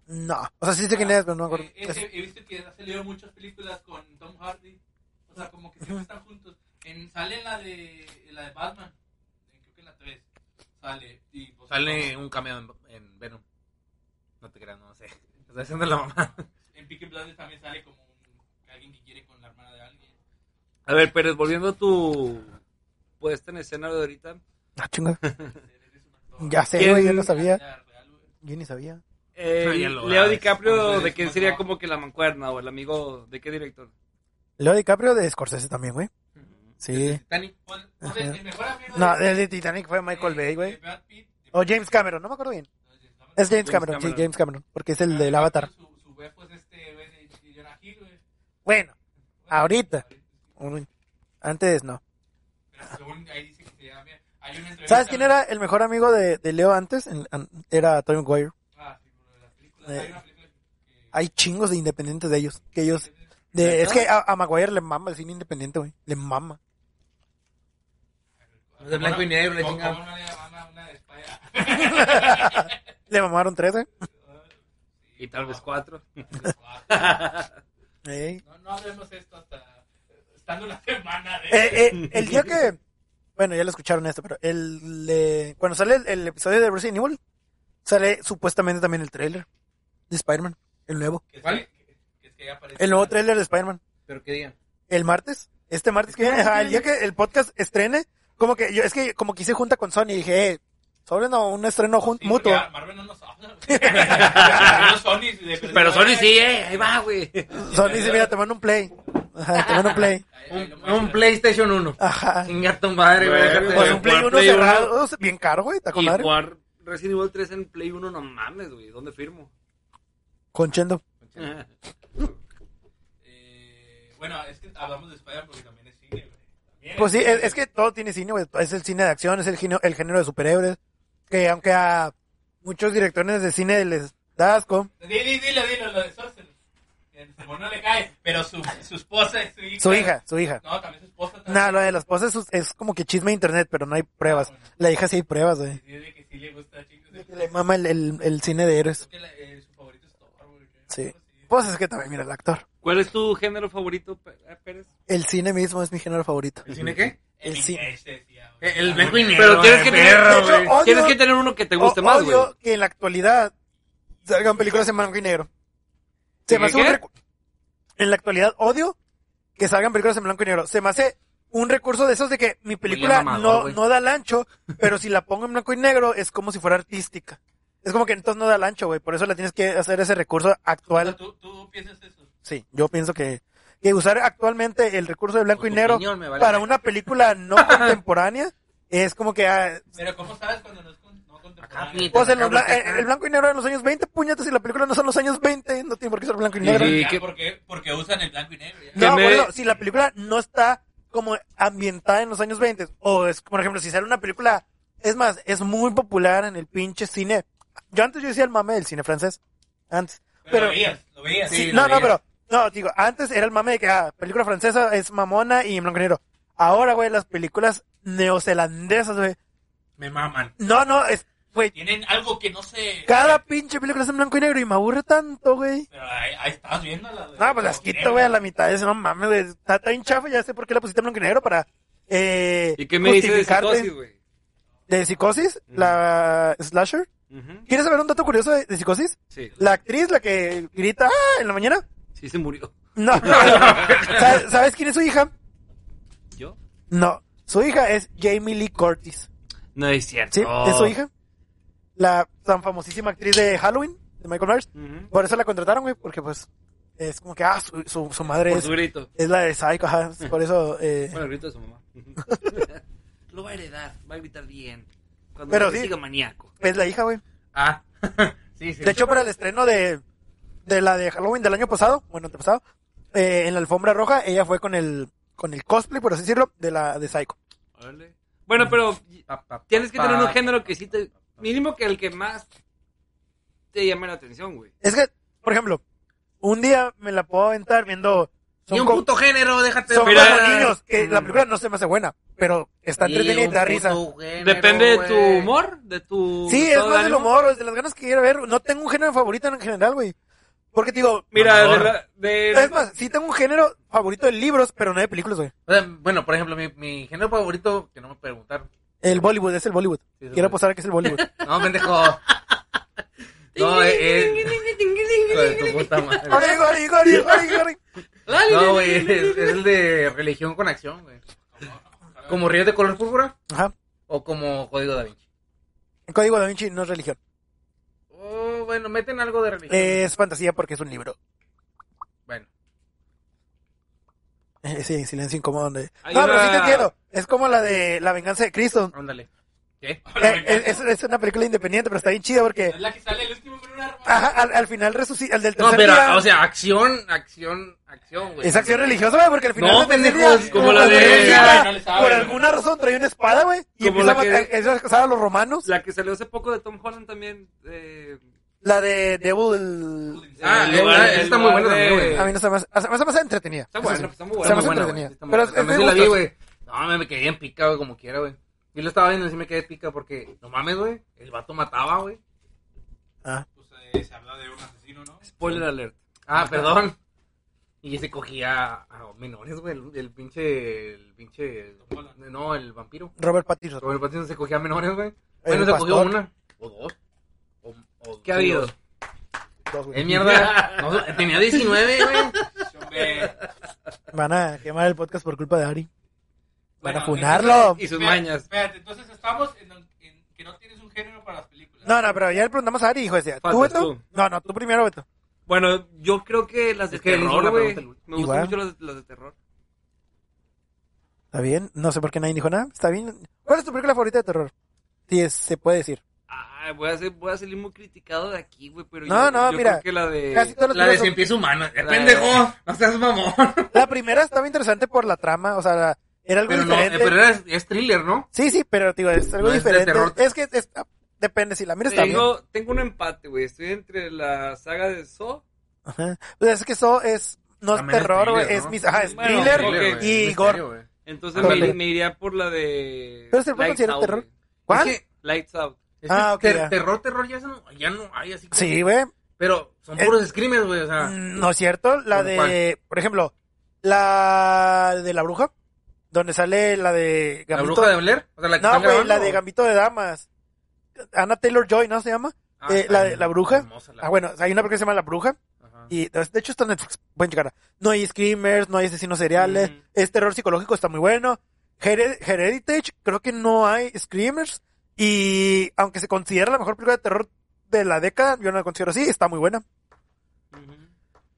[SPEAKER 1] No, o sea, sí sé quién es, pero no me acuerdo.
[SPEAKER 3] Eh, es- he visto que ha salido muchas películas con Tom Hardy. O sea, como que siempre están juntos. En, sale en la de, en la de Batman. en- creo que en la 3. Sale. Y, pues,
[SPEAKER 2] Sale un cameo en, en Venom. No te creas, no sé. Está haciendo la mamá.
[SPEAKER 3] En Peaky Blinders también sale como un- alguien que quiere con la hermana de alguien.
[SPEAKER 4] A ver, Pérez, volviendo a tu puesta en escena de ahorita.
[SPEAKER 1] Ah, chinga.
[SPEAKER 3] Eres un actor.
[SPEAKER 1] Ya sé,
[SPEAKER 4] ¿Quién?
[SPEAKER 1] güey, yo no sabía.
[SPEAKER 3] Ya, real, güey.
[SPEAKER 1] Yo ni sabía.
[SPEAKER 4] Eh,
[SPEAKER 2] Ah, ya lo
[SPEAKER 4] Leo
[SPEAKER 2] sabes.
[SPEAKER 4] DiCaprio,
[SPEAKER 3] Entonces,
[SPEAKER 4] ¿de quién
[SPEAKER 3] pues,
[SPEAKER 4] sería
[SPEAKER 3] no.
[SPEAKER 4] como que la mancuerna o el amigo de qué director?
[SPEAKER 1] Leo DiCaprio de Scorsese también, güey. Sí.
[SPEAKER 2] Titanic.
[SPEAKER 3] Pon- ponle,
[SPEAKER 1] Ajá.
[SPEAKER 3] el mejor amigo
[SPEAKER 1] No,
[SPEAKER 3] de-
[SPEAKER 1] el de Titanic fue Michael
[SPEAKER 3] eh,
[SPEAKER 1] Bay,
[SPEAKER 3] de
[SPEAKER 1] güey.
[SPEAKER 3] Brad Pitt.
[SPEAKER 1] O James Cameron, no me acuerdo bien. Es James Cameron, Ah, sí, James Cameron, porque es el del Avatar.
[SPEAKER 3] Su, su güey, pues, este, güey, de- de Jonah Hill, güey.
[SPEAKER 1] Bueno, ahorita. Antes no.
[SPEAKER 3] Pero según ahí dice que se llama bien. Hay una entrevista-
[SPEAKER 1] ¿Sabes quién era el mejor amigo de, de Leo antes? En- an- era Tony McGuire.
[SPEAKER 3] Ah, sí, bueno, de las películas.
[SPEAKER 1] Eh.
[SPEAKER 3] Hay una película que-
[SPEAKER 1] Hay chingos de independientes de ellos. Que ellos de, es que a, a Maguire le mama el cine independiente, güey. Le mama.
[SPEAKER 2] De blanco y negro, la
[SPEAKER 3] ¿Cómo-
[SPEAKER 2] chingada.
[SPEAKER 3] cómo no le llaman a una de España?
[SPEAKER 1] Le mamaron tres, eh. güey.
[SPEAKER 4] Y tal vez cuatro.
[SPEAKER 1] Ey.
[SPEAKER 3] ah, No, no hablemos esto hasta estando una semana de.
[SPEAKER 1] Eh, eh, el día que. Bueno, ya lo escucharon esto, pero el de- cuando sale el, el episodio de Resident Evil, sale supuestamente también el trailer. de Spider-Man, el nuevo.
[SPEAKER 3] Que es
[SPEAKER 2] ¿Cuál?
[SPEAKER 3] que- que es que ya aparece-
[SPEAKER 1] El nuevo tráiler de Spider-Man.
[SPEAKER 2] Pero qué día.
[SPEAKER 1] El martes, este martes que viene, ajá, el día que el podcast estrene, como que yo, es que como quise junta con Sony, dije, eh, sobre no, un estreno jun-
[SPEAKER 3] Sí,
[SPEAKER 1] mutuo.
[SPEAKER 3] porque ya Marvel no nos habla. güey. Pero Sony, de-
[SPEAKER 4] Pero Sony sí,
[SPEAKER 5] eh, ahí va, güey.
[SPEAKER 1] Sony dice, mira, te mando un play. Ajá, te mando un play.
[SPEAKER 3] Ahí- ahí
[SPEAKER 2] Un,
[SPEAKER 3] lo
[SPEAKER 2] un
[SPEAKER 3] muestra.
[SPEAKER 2] PlayStation 1.
[SPEAKER 1] Ajá.
[SPEAKER 2] Chinga tu madre, güey.
[SPEAKER 4] Bueno,
[SPEAKER 2] déjate de-
[SPEAKER 1] Pues un Play
[SPEAKER 4] jugar
[SPEAKER 1] 1
[SPEAKER 4] Play uno.
[SPEAKER 1] cerrado, bien caro, güey, está con
[SPEAKER 4] Y
[SPEAKER 1] madre.
[SPEAKER 4] jugar Resident Evil 3 en Play 1, no mames, güey. ¿Dónde firmo?
[SPEAKER 1] Con Chendo.
[SPEAKER 3] Eh, bueno, es que hablamos de Spider-Man porque también es cine, güey. También
[SPEAKER 1] Pues sí, es, es que todo tiene cine, güey. Es el cine de acción, es el, gino- el género de superhéroes. Que aunque a muchos directores de cine les da asco,
[SPEAKER 3] Dilo, dilo, dilo, lo de Sorcerer. El Simón no le cae, pero su, su esposa es su hija.
[SPEAKER 1] su hija, su hija.
[SPEAKER 3] No, también su esposa. también.
[SPEAKER 1] Nada, lo de las poses es, es como que chisme de internet, pero no hay pruebas. La hija sí hay pruebas, güey.
[SPEAKER 3] Sí, de que sí le gusta, chicos.
[SPEAKER 1] Ah, De que Le mama el, el- el cine de héroes.
[SPEAKER 3] Que la- eh, su favorito es Thor, güey. que-
[SPEAKER 1] Sí. Pues es que también, mira, el actor.
[SPEAKER 4] ¿Cuál es tu género favorito, P- eh, Pérez?
[SPEAKER 1] El cine mismo es mi género favorito.
[SPEAKER 2] ¿El cine qué?
[SPEAKER 1] El Eh,
[SPEAKER 3] Nick
[SPEAKER 1] cine.
[SPEAKER 3] Cage decía, güey.
[SPEAKER 2] El, Eh, el blanco y negro.
[SPEAKER 4] Ah, Pero tienes que
[SPEAKER 2] güey,
[SPEAKER 4] tener-
[SPEAKER 2] perro,
[SPEAKER 1] De hecho,
[SPEAKER 2] güey.
[SPEAKER 1] Odio-
[SPEAKER 4] Tienes que tener uno que te guste
[SPEAKER 1] O-
[SPEAKER 4] más, güey.
[SPEAKER 1] odio que en la actualidad salgan películas en blanco y negro. Se me hace un
[SPEAKER 4] ¿Qué?
[SPEAKER 1] recu- En la actualidad odio que salgan películas en blanco y negro. Se me hace un recurso de esos de que mi película
[SPEAKER 2] mamador,
[SPEAKER 1] no,
[SPEAKER 2] güey.
[SPEAKER 1] no da el ancho, pero si la pongo en blanco y negro es como si fuera artística. Es como que entonces no da el ancho, güey. Por eso la tienes que hacer ese recurso actual.
[SPEAKER 3] ¿Tú, tú piensas eso?
[SPEAKER 1] Sí, yo pienso que, que usar actualmente el recurso de blanco
[SPEAKER 2] Pues
[SPEAKER 1] y
[SPEAKER 2] tu
[SPEAKER 1] negro
[SPEAKER 2] opinión me vale
[SPEAKER 1] para
[SPEAKER 2] madre.
[SPEAKER 1] una película no contemporánea es como que ah,
[SPEAKER 3] Pero ¿cómo sabes cuando no es con, no
[SPEAKER 2] Acá,
[SPEAKER 3] contemporáneo?
[SPEAKER 2] puñetas,
[SPEAKER 1] pues en
[SPEAKER 2] acá,
[SPEAKER 1] los blan-
[SPEAKER 2] acá.
[SPEAKER 1] eh, el blanco y negro de los años 20, puñetas, si la película no son los años 20, no tiene por qué ser blanco y negro.
[SPEAKER 4] Sí,
[SPEAKER 3] Ya,
[SPEAKER 4] que-
[SPEAKER 3] porque, porque usan el blanco y negro. ya.
[SPEAKER 4] que
[SPEAKER 1] No,
[SPEAKER 4] me-
[SPEAKER 1] boludo, si la película no está como ambientada en los años 20, o es, por ejemplo, si sale una película, es más, es muy popular en el pinche cine. Yo antes yo decía el mame del cine francés, antes.
[SPEAKER 3] Pero,
[SPEAKER 1] Pero,
[SPEAKER 3] lo veías, lo veías.
[SPEAKER 1] sí,
[SPEAKER 2] sí,
[SPEAKER 1] no,
[SPEAKER 2] lo
[SPEAKER 1] no,
[SPEAKER 2] veías.
[SPEAKER 1] pero, no, digo, antes era el mame de que, ah, película francesa es mamona y en blanco y negro. Ahora, güey, las películas neozelandesas, güey.
[SPEAKER 2] Me maman.
[SPEAKER 1] No, no, es, güey,
[SPEAKER 3] Tienen algo que no se...
[SPEAKER 1] cada pinche película es en blanco y negro y me aburre tanto, güey.
[SPEAKER 3] Pero ahí, ahí estabas viéndola. güey.
[SPEAKER 1] No, pues las quito, güey, a la mitad. Ese, no mames, güey. Está está bien chafa, ya sé por qué la pusiste en blanco y negro para. Eh,
[SPEAKER 4] ¿Y qué me dices de
[SPEAKER 1] justificarte.
[SPEAKER 4] psicosis, güey? Mm.
[SPEAKER 1] ¿De psicosis? La slasher.
[SPEAKER 4] Ujú.
[SPEAKER 1] ¿Quieres saber un dato curioso de, de psicosis?
[SPEAKER 4] Sí,
[SPEAKER 1] La actriz, la que grita "Ah", en la mañana.
[SPEAKER 4] sí se murió.
[SPEAKER 1] No. ¿Sabes, sabes quién es su hija?
[SPEAKER 4] ¿Yo?
[SPEAKER 1] No. Su hija es Jamie Lee Curtis.
[SPEAKER 4] No es cierto.
[SPEAKER 1] ¿Sí? ¿Es su hija? La tan famosísima actriz de Halloween, de Michael Myers.
[SPEAKER 4] Ujú.
[SPEAKER 1] Por eso la contrataron, güey, porque pues. Es como que, ah, su, su, su madre
[SPEAKER 4] Por
[SPEAKER 1] es,
[SPEAKER 4] Pues su grito.
[SPEAKER 1] es la de Psycho, ajá. Por eso. Eh,
[SPEAKER 4] Bueno, el grito de su mamá.
[SPEAKER 5] Lo va a heredar, va a gritar bien. Cuando
[SPEAKER 1] Pero
[SPEAKER 5] se
[SPEAKER 1] sí.
[SPEAKER 5] siga maníaco.
[SPEAKER 1] es la hija, güey.
[SPEAKER 2] Ah. sí, sí.
[SPEAKER 1] De hecho, para el estreno de, de la de Halloween del año pasado, bueno, antepasado, eh, en la alfombra roja, ella fue con el con el cosplay, por así decirlo, de la de Psycho.
[SPEAKER 4] Órale. Bueno, pero
[SPEAKER 2] Pa, pa, pa,
[SPEAKER 4] tienes que tener un
[SPEAKER 2] pa.
[SPEAKER 4] género que sí te... Mínimo que el que más te llame la atención, güey.
[SPEAKER 1] Es que, por ejemplo, un día me la puedo aventar viendo...
[SPEAKER 2] Y
[SPEAKER 1] Son,
[SPEAKER 2] un
[SPEAKER 1] co-
[SPEAKER 2] puto género, déjate.
[SPEAKER 1] son
[SPEAKER 4] Mira,
[SPEAKER 1] como niños, que
[SPEAKER 4] mm.
[SPEAKER 1] la película no se me hace buena, pero está
[SPEAKER 2] Sí,
[SPEAKER 1] entretenida y
[SPEAKER 2] un
[SPEAKER 1] te da
[SPEAKER 2] puto
[SPEAKER 1] risa.
[SPEAKER 2] género,
[SPEAKER 4] Depende de tu
[SPEAKER 2] güey.
[SPEAKER 4] humor, de tu...
[SPEAKER 1] Sí, es
[SPEAKER 4] estado de
[SPEAKER 1] más del
[SPEAKER 4] ánimo.
[SPEAKER 1] humor, o es de las ganas que quiero ver. No tengo un género favorito en general, güey. Porque te digo...
[SPEAKER 4] Mira, de
[SPEAKER 2] Mamador.
[SPEAKER 4] la- de-
[SPEAKER 1] Es más, sí tengo un género favorito de libros, pero no de películas, güey.
[SPEAKER 2] O sea, bueno, por ejemplo, mi, mi género favorito, que no me preguntaron.
[SPEAKER 1] El Bollywood, es el Bollywood.
[SPEAKER 2] Sí, sí,
[SPEAKER 1] Quiero
[SPEAKER 2] sí.
[SPEAKER 1] apostar a que es el Bollywood.
[SPEAKER 2] No, pendejo. No, es. Hijo de tu puta madre.
[SPEAKER 1] Corre, corre, corre, corre, corre.
[SPEAKER 2] No, güey, es, es el de religión con acción, güey. ¿Como Ríos de color púrpura
[SPEAKER 1] Ajá.
[SPEAKER 2] o como Código da Vinci?
[SPEAKER 1] El código da Vinci no es religión.
[SPEAKER 2] Oh, bueno, meten algo de religión.
[SPEAKER 1] Es fantasía porque es un libro.
[SPEAKER 2] Bueno,
[SPEAKER 1] Eh, sí, silencio incómodo. Donde...
[SPEAKER 4] Hay
[SPEAKER 1] No, pero sí te
[SPEAKER 4] una-
[SPEAKER 1] entiendo. Es como la de La venganza de Cristo.
[SPEAKER 2] ándale. ¿Qué?
[SPEAKER 1] Eh, es, es- es una película independiente, pero está bien chida porque
[SPEAKER 3] Es la que sale el último con un arma.
[SPEAKER 1] ajá, al, al final resucita. El del
[SPEAKER 2] No,
[SPEAKER 1] tercer
[SPEAKER 2] pero,
[SPEAKER 1] día
[SPEAKER 2] o sea, acción, acción, acción, güey.
[SPEAKER 1] es acción religiosa, güey, porque al final.
[SPEAKER 2] No,
[SPEAKER 1] del tercer
[SPEAKER 2] pendejos,
[SPEAKER 1] día,
[SPEAKER 4] como la
[SPEAKER 1] cuando
[SPEAKER 4] de-
[SPEAKER 1] resucita,
[SPEAKER 3] No le sabe,
[SPEAKER 1] Por
[SPEAKER 3] güey.
[SPEAKER 1] alguna razón trae una espada, güey. Y
[SPEAKER 4] Como
[SPEAKER 1] empieza a
[SPEAKER 4] la que-
[SPEAKER 1] matar empieza a cazar a los romanos.
[SPEAKER 4] La que salió hace poco de Tom Holland también. eh,
[SPEAKER 1] La de Devil.
[SPEAKER 2] Ah,
[SPEAKER 4] el
[SPEAKER 2] eh,
[SPEAKER 4] lugar-
[SPEAKER 2] ah, esa
[SPEAKER 4] el
[SPEAKER 2] está muy
[SPEAKER 4] lugar
[SPEAKER 2] buena también,
[SPEAKER 4] de-
[SPEAKER 2] güey.
[SPEAKER 1] A mí no se me hace, se me hace más entretenida.
[SPEAKER 4] Está
[SPEAKER 1] Eso
[SPEAKER 4] buena,
[SPEAKER 1] sí.
[SPEAKER 4] está muy buena.
[SPEAKER 1] Se me
[SPEAKER 4] Está
[SPEAKER 1] hace
[SPEAKER 4] muy
[SPEAKER 2] buena, güey.
[SPEAKER 1] entretenida.
[SPEAKER 2] Está muy
[SPEAKER 1] Pero
[SPEAKER 2] buena.
[SPEAKER 1] es-
[SPEAKER 2] También sí
[SPEAKER 1] es
[SPEAKER 2] la vi,
[SPEAKER 1] gustosa.
[SPEAKER 2] güey. No, me, me quedé en pica, güey, como quiera, güey. Yo lo estaba viendo y sí me quedé en pica porque, no mames, güey, el vato mataba, güey.
[SPEAKER 1] Ah.
[SPEAKER 3] Pues eh, se habla de un asesino, ¿no?
[SPEAKER 4] Spoiler alert.
[SPEAKER 2] Ah, perdón. Y se cogía a menores, güey, el, el pinche, el pinche, no, el vampiro.
[SPEAKER 1] Robert Pattinson.
[SPEAKER 2] Robert Pattinson se cogía a menores, güey.
[SPEAKER 1] El
[SPEAKER 2] Bueno, se cogió
[SPEAKER 1] pastor.
[SPEAKER 2] una, o dos, o, o
[SPEAKER 4] ¿Qué ha habido?
[SPEAKER 2] dos.
[SPEAKER 1] dos, güey.
[SPEAKER 2] Es mierda. No, tenía 19, güey.
[SPEAKER 3] Hombre,
[SPEAKER 1] Van a quemar el podcast por culpa de Ari. Van a
[SPEAKER 3] Bueno,
[SPEAKER 1] funarlo.
[SPEAKER 4] Y sus
[SPEAKER 3] espérate,
[SPEAKER 4] mañas.
[SPEAKER 3] Espérate, entonces estamos en, en que no tienes un género para las películas.
[SPEAKER 1] No, no, pero ya le preguntamos a Ari, hijo. Decía, ¿tú,
[SPEAKER 4] Faltas
[SPEAKER 1] Beto?
[SPEAKER 4] tú.
[SPEAKER 1] No, no, tú primero, Beto.
[SPEAKER 4] Bueno, yo creo que las de
[SPEAKER 2] Es que él hizo
[SPEAKER 4] terror,
[SPEAKER 2] la
[SPEAKER 4] güey.
[SPEAKER 2] pregunta, güey.
[SPEAKER 4] Me gustan
[SPEAKER 1] Igual.
[SPEAKER 4] mucho las de, las de terror.
[SPEAKER 1] Está bien. No sé por qué nadie dijo nada. Está bien. ¿Cuál es tu película favorita de terror? Sí, es- se puede decir.
[SPEAKER 4] Ay, voy a, ser- voy a salir muy criticado de aquí, güey, pero
[SPEAKER 1] No,
[SPEAKER 4] yo,
[SPEAKER 1] no,
[SPEAKER 4] yo
[SPEAKER 1] mira,
[SPEAKER 4] creo que la de...
[SPEAKER 1] Casi todas las
[SPEAKER 2] Eh, La de
[SPEAKER 1] películas son-
[SPEAKER 2] cien pies humanos. Eh,
[SPEAKER 4] La-
[SPEAKER 2] Pendejo, no seas mamón.
[SPEAKER 1] La primera estaba interesante por la trama, o sea, la- era algo
[SPEAKER 2] Pero no, eh,
[SPEAKER 1] diferente.
[SPEAKER 2] pero era- es thriller, ¿no?
[SPEAKER 1] Sí, sí, pero digo, es algo
[SPEAKER 2] No es de
[SPEAKER 1] diferente.
[SPEAKER 2] terror.
[SPEAKER 1] Es que es- ah, depende si la miras también.
[SPEAKER 4] Tengo, tengo un empate, güey. Estoy entre la saga de Saw.
[SPEAKER 1] Ajá. Pues es que eso es no es
[SPEAKER 2] También es
[SPEAKER 1] terror, güey,
[SPEAKER 2] thriller,
[SPEAKER 1] es
[SPEAKER 2] ¿no?
[SPEAKER 1] mis, ajá, es
[SPEAKER 4] Bueno,
[SPEAKER 1] thriller.
[SPEAKER 4] thriller.
[SPEAKER 2] güey,
[SPEAKER 1] y
[SPEAKER 2] misterio,
[SPEAKER 1] gore.
[SPEAKER 2] güey.
[SPEAKER 4] Entonces
[SPEAKER 1] Ándale.
[SPEAKER 4] me, me iría por la de...
[SPEAKER 1] Pero se le puede
[SPEAKER 4] Lights
[SPEAKER 1] considerar
[SPEAKER 4] Out,
[SPEAKER 1] terror.
[SPEAKER 4] güey.
[SPEAKER 1] ¿Cuál?
[SPEAKER 2] Es que-
[SPEAKER 4] Lights Out.
[SPEAKER 2] es
[SPEAKER 1] Ah,
[SPEAKER 2] que
[SPEAKER 1] ok,
[SPEAKER 2] ter-
[SPEAKER 1] ya.
[SPEAKER 2] terror, terror ya, se no, ya no hay así. como-
[SPEAKER 1] Sí, güey.
[SPEAKER 2] Pero son
[SPEAKER 1] Eh,
[SPEAKER 2] puros screamers, güey, o sea.
[SPEAKER 1] Mm, No es cierto, la
[SPEAKER 2] ¿Cómo
[SPEAKER 1] de,
[SPEAKER 2] Ah. cuál?
[SPEAKER 1] por ejemplo, la de la bruja, donde sale la de
[SPEAKER 2] ¿La
[SPEAKER 1] Gambito.
[SPEAKER 2] bruja de Blair? O sea, la que
[SPEAKER 1] no,
[SPEAKER 2] están
[SPEAKER 1] güey,
[SPEAKER 2] grabando,
[SPEAKER 1] la de
[SPEAKER 2] ¿o?
[SPEAKER 1] Gambito de damas. Ana Taylor Joy, ¿no se llama?
[SPEAKER 2] Ah,
[SPEAKER 1] eh,
[SPEAKER 2] está
[SPEAKER 1] la de-
[SPEAKER 2] bien,
[SPEAKER 1] la bruja.
[SPEAKER 2] hermosa la- Ah.
[SPEAKER 1] Ah, bueno, hay una película que se llama La Bruja.
[SPEAKER 2] Ajá.
[SPEAKER 1] Y de hecho está en Netflix, pueden checarla. No hay screamers, no hay asesinos seriales,
[SPEAKER 2] Mm.
[SPEAKER 4] Ujú.
[SPEAKER 1] es terror psicológico, está muy bueno. Hered- Heritage, creo que no hay screamers. Y aunque se considera la mejor película de terror de la década, yo no la considero así, está muy buena.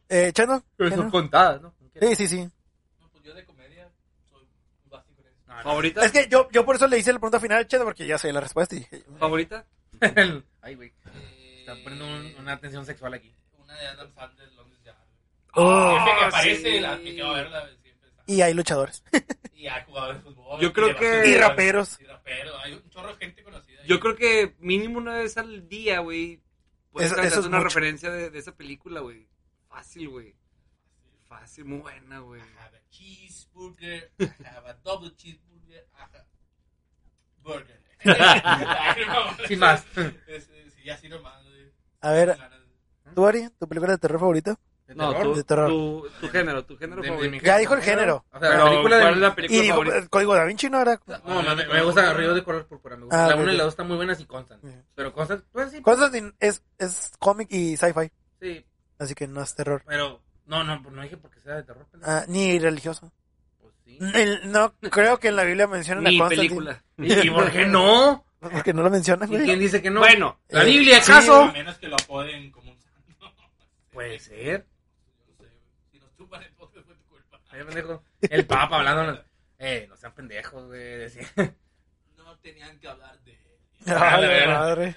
[SPEAKER 1] Eh, Chano,
[SPEAKER 2] Pero
[SPEAKER 1] Chano.
[SPEAKER 2] son contadas, ¿no?
[SPEAKER 1] Sí, sí, sí.
[SPEAKER 3] No, pues yo de comedia soy básico en eso.
[SPEAKER 2] No, no.
[SPEAKER 4] ¿Favorita?
[SPEAKER 1] Es que yo, yo por eso le hice la pregunta final a Chano, porque ya sé la respuesta. Y dije,
[SPEAKER 4] ¿Favorita?
[SPEAKER 2] Ay, güey. Está
[SPEAKER 3] Eh,
[SPEAKER 2] poniendo un- una tensión sexual aquí.
[SPEAKER 3] Una de Adam Sandler, Longest Yard.
[SPEAKER 1] oh,
[SPEAKER 3] Siempre
[SPEAKER 4] Ah,
[SPEAKER 3] que aparece, la que quiero verla, güey, siempre está.
[SPEAKER 1] y hay luchadores.
[SPEAKER 3] Y hay jugadores de fútbol.
[SPEAKER 4] Yo creo
[SPEAKER 3] de
[SPEAKER 4] que-
[SPEAKER 3] basquetbol,
[SPEAKER 1] Y raperos.
[SPEAKER 3] Y raperos. Hay un chorro de gente conocida.
[SPEAKER 4] Yo creo que mínimo una vez al día, güey. Puedes
[SPEAKER 1] Eso-
[SPEAKER 4] hacer
[SPEAKER 1] eso es
[SPEAKER 4] una
[SPEAKER 1] mucho.
[SPEAKER 4] referencia de, de esa película, güey. Fácil, güey. Fácil, muy buena, güey.
[SPEAKER 3] I have a cheeseburger. I have a double cheeseburger. I have burger. Ay, no,
[SPEAKER 2] Sin más.
[SPEAKER 3] Es- es- Sí, así nomás. güey.
[SPEAKER 1] A ver,
[SPEAKER 3] De
[SPEAKER 1] ¿tú, Ari, tu película de terror favorita?
[SPEAKER 2] ¿De
[SPEAKER 4] No,
[SPEAKER 2] terror?
[SPEAKER 4] tu,
[SPEAKER 1] De terror.
[SPEAKER 4] Tu, tu género, tu género
[SPEAKER 2] De- de mi
[SPEAKER 4] favorito.
[SPEAKER 1] Ya dijo el género.
[SPEAKER 2] O sea,
[SPEAKER 4] Pero,
[SPEAKER 2] la película de...
[SPEAKER 4] ¿cuál es la
[SPEAKER 1] Y
[SPEAKER 4] película
[SPEAKER 1] dijo,
[SPEAKER 4] favorita?
[SPEAKER 1] el código da Vinci no era.
[SPEAKER 2] No, me, me- me gusta Río de Color Púrpura. Me gusta.
[SPEAKER 1] Ah,
[SPEAKER 2] la
[SPEAKER 1] ok,
[SPEAKER 2] 1 y
[SPEAKER 1] ok.
[SPEAKER 2] la 2 están muy buenas y constan.
[SPEAKER 1] Bien.
[SPEAKER 2] Pero constan, pues sí.
[SPEAKER 1] Constantine es, es cómic y sci-fi,
[SPEAKER 2] Sí,
[SPEAKER 1] así que no es terror.
[SPEAKER 2] pero... No, no, pues no dije porque sea de terror, pendejo.
[SPEAKER 1] Ah, ni religioso.
[SPEAKER 2] Pues sí.
[SPEAKER 1] El- no creo que en la Biblia mencionen a
[SPEAKER 4] Mi
[SPEAKER 1] Constantine.
[SPEAKER 4] película.
[SPEAKER 2] ¿Y, y por qué no?
[SPEAKER 1] Porque no lo mencionan,
[SPEAKER 2] ¿Y
[SPEAKER 1] güey.
[SPEAKER 2] quién dice que no?
[SPEAKER 4] Bueno,
[SPEAKER 2] ¿La
[SPEAKER 1] eh,
[SPEAKER 2] Biblia,
[SPEAKER 1] sí,
[SPEAKER 2] acaso?
[SPEAKER 3] A menos que lo apoden como un santo.
[SPEAKER 2] Puede ser.
[SPEAKER 3] No sé, güey. Si nos tumban entonces fue tu culpa.
[SPEAKER 2] Ay, pendejo. El Papa hablando. Eh, no sean pendejos, güey. decía.
[SPEAKER 3] No tenían que hablar de él.
[SPEAKER 1] Ah, la
[SPEAKER 2] verga.
[SPEAKER 1] madre.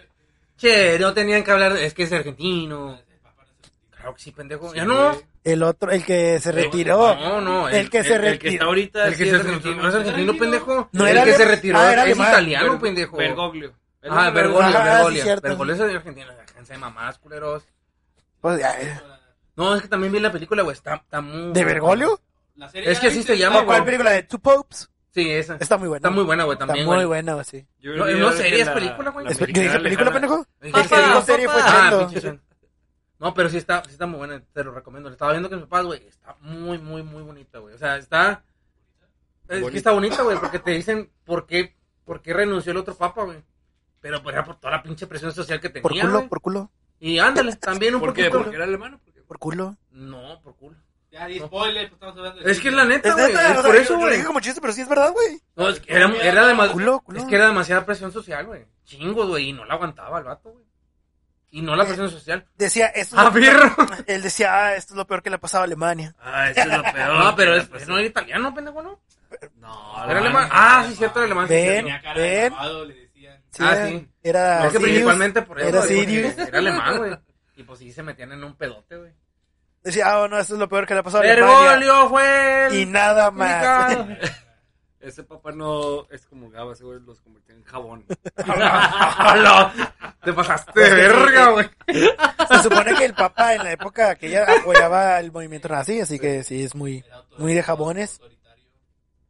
[SPEAKER 2] Che, no tenían que hablar. Es que es argentino.
[SPEAKER 3] El papá no se lo dijo.
[SPEAKER 2] Claro que sí, pendejo. ya no.
[SPEAKER 4] güey.
[SPEAKER 1] El otro, el que se retiró.
[SPEAKER 2] No, no.
[SPEAKER 1] El que se
[SPEAKER 4] El que
[SPEAKER 1] retiró.
[SPEAKER 4] está ahorita.
[SPEAKER 2] El que
[SPEAKER 4] sí
[SPEAKER 2] se
[SPEAKER 4] es
[SPEAKER 2] retiró.
[SPEAKER 4] argentino.
[SPEAKER 2] No es argentino,
[SPEAKER 3] Ay,
[SPEAKER 2] pendejo.
[SPEAKER 1] No,
[SPEAKER 2] el
[SPEAKER 1] era
[SPEAKER 2] que se
[SPEAKER 1] ale-
[SPEAKER 2] retiró
[SPEAKER 1] ah, era
[SPEAKER 2] es
[SPEAKER 1] alemán.
[SPEAKER 2] italiano,
[SPEAKER 4] Ver-
[SPEAKER 2] pendejo.
[SPEAKER 4] Bergoglio.
[SPEAKER 2] Ah,
[SPEAKER 1] Ajá,
[SPEAKER 2] Bergoglio,
[SPEAKER 1] sí,
[SPEAKER 2] Bergoglio.
[SPEAKER 1] cierto.
[SPEAKER 2] Bergoglio es de Argentina. Déjense de mamás, culeros.
[SPEAKER 1] Pues, ay,
[SPEAKER 2] No, es que también vi la película, güey. Está, está muy.
[SPEAKER 1] ¿De Bergoglio?
[SPEAKER 3] La serie
[SPEAKER 2] Es que así se llama,
[SPEAKER 1] ¿O cuál
[SPEAKER 2] güey.
[SPEAKER 1] película de Two Popes?
[SPEAKER 2] Sí, esa.
[SPEAKER 1] Está muy buena.
[SPEAKER 2] Está muy buena, güey.
[SPEAKER 1] Está
[SPEAKER 2] También,
[SPEAKER 1] muy
[SPEAKER 2] güey.
[SPEAKER 1] buena, güey, sí.
[SPEAKER 4] Yo
[SPEAKER 2] No,
[SPEAKER 4] diría
[SPEAKER 2] no,
[SPEAKER 4] que
[SPEAKER 2] serie es
[SPEAKER 4] la-
[SPEAKER 2] película, güey.
[SPEAKER 4] la
[SPEAKER 2] Es-
[SPEAKER 1] Espe- Yo dije
[SPEAKER 4] original
[SPEAKER 1] película,
[SPEAKER 4] Alejandra-
[SPEAKER 1] pendejo.
[SPEAKER 2] Dije,
[SPEAKER 1] Es que digo
[SPEAKER 2] "Papá,
[SPEAKER 1] serie, fue
[SPEAKER 2] papá".
[SPEAKER 1] chendo.
[SPEAKER 2] Ah, pinche chendo. No, pero sí está, sí está muy buena, te lo recomiendo. La estaba viendo con mis papás, güey. Está muy, muy, muy bonita, güey. O sea, está. Es que
[SPEAKER 4] Bonita.
[SPEAKER 2] está bonita, güey, porque te dicen por qué, por qué renunció el otro papa, güey. Pero pues era por toda la pinche presión social que tenía.
[SPEAKER 1] Por culo,
[SPEAKER 2] güey.
[SPEAKER 1] por culo,
[SPEAKER 2] Y ándale, también un
[SPEAKER 4] ¿Por qué?
[SPEAKER 2] poquito.
[SPEAKER 4] ¿Porque era alemana? ¿Por qué?
[SPEAKER 1] por culo.
[SPEAKER 2] No, por culo.
[SPEAKER 3] Ya, di spoiler, pues estamos hablando de
[SPEAKER 2] Es que es la neta,
[SPEAKER 1] Es
[SPEAKER 2] güey.
[SPEAKER 1] neta,
[SPEAKER 2] Es
[SPEAKER 1] o
[SPEAKER 2] por
[SPEAKER 1] sea, yo-
[SPEAKER 2] eso,
[SPEAKER 1] yo lo
[SPEAKER 2] güey.
[SPEAKER 1] dije como chiste, pero sí es verdad, güey.
[SPEAKER 2] No, es que era, era demasiado.
[SPEAKER 1] Culo, culo.
[SPEAKER 2] Es que era demasiada presión social, güey. Chingos, güey. Y no la aguantaba el vato, güey. Y no la presión social.
[SPEAKER 1] Decía, esto es
[SPEAKER 2] ¡A
[SPEAKER 1] lo peor-
[SPEAKER 2] perro!
[SPEAKER 1] Él decía, ah, esto es lo peor que le ha pasado a Alemania.
[SPEAKER 4] Ah, eso es lo peor. Pues
[SPEAKER 2] No, pero es, no era italiano, pendejo, ¿no?
[SPEAKER 4] No,
[SPEAKER 2] Era alemán. Ah, sí, cierto, era alemán. sí,
[SPEAKER 1] Ven.
[SPEAKER 2] cierto.
[SPEAKER 3] Tenía cara de
[SPEAKER 1] Ven.
[SPEAKER 3] mamado, le decían.
[SPEAKER 1] Sí,
[SPEAKER 2] Ah,
[SPEAKER 1] era-
[SPEAKER 2] sí.
[SPEAKER 1] Era
[SPEAKER 2] Es que
[SPEAKER 1] Sirius.
[SPEAKER 2] principalmente por eso.
[SPEAKER 1] Era
[SPEAKER 2] güey, porque
[SPEAKER 1] Sirius.
[SPEAKER 2] Era alemán, güey. Y pues sí, se metían en un pedote, güey.
[SPEAKER 1] Decía, ah, no, esto es lo peor que le ha pasado a Alemania.
[SPEAKER 2] Bergoglio fue el...
[SPEAKER 1] Y nada más.
[SPEAKER 2] indicado.
[SPEAKER 4] Ese papá no es como Gaba, ese güey los convirtió en jabón.
[SPEAKER 2] Te pasaste de verga, güey.
[SPEAKER 1] Se supone que el papá en la época que ella apoyaba el movimiento nazi, así que sí, es muy,
[SPEAKER 3] Era autoritario,
[SPEAKER 1] muy de jabones.
[SPEAKER 3] Autoritario.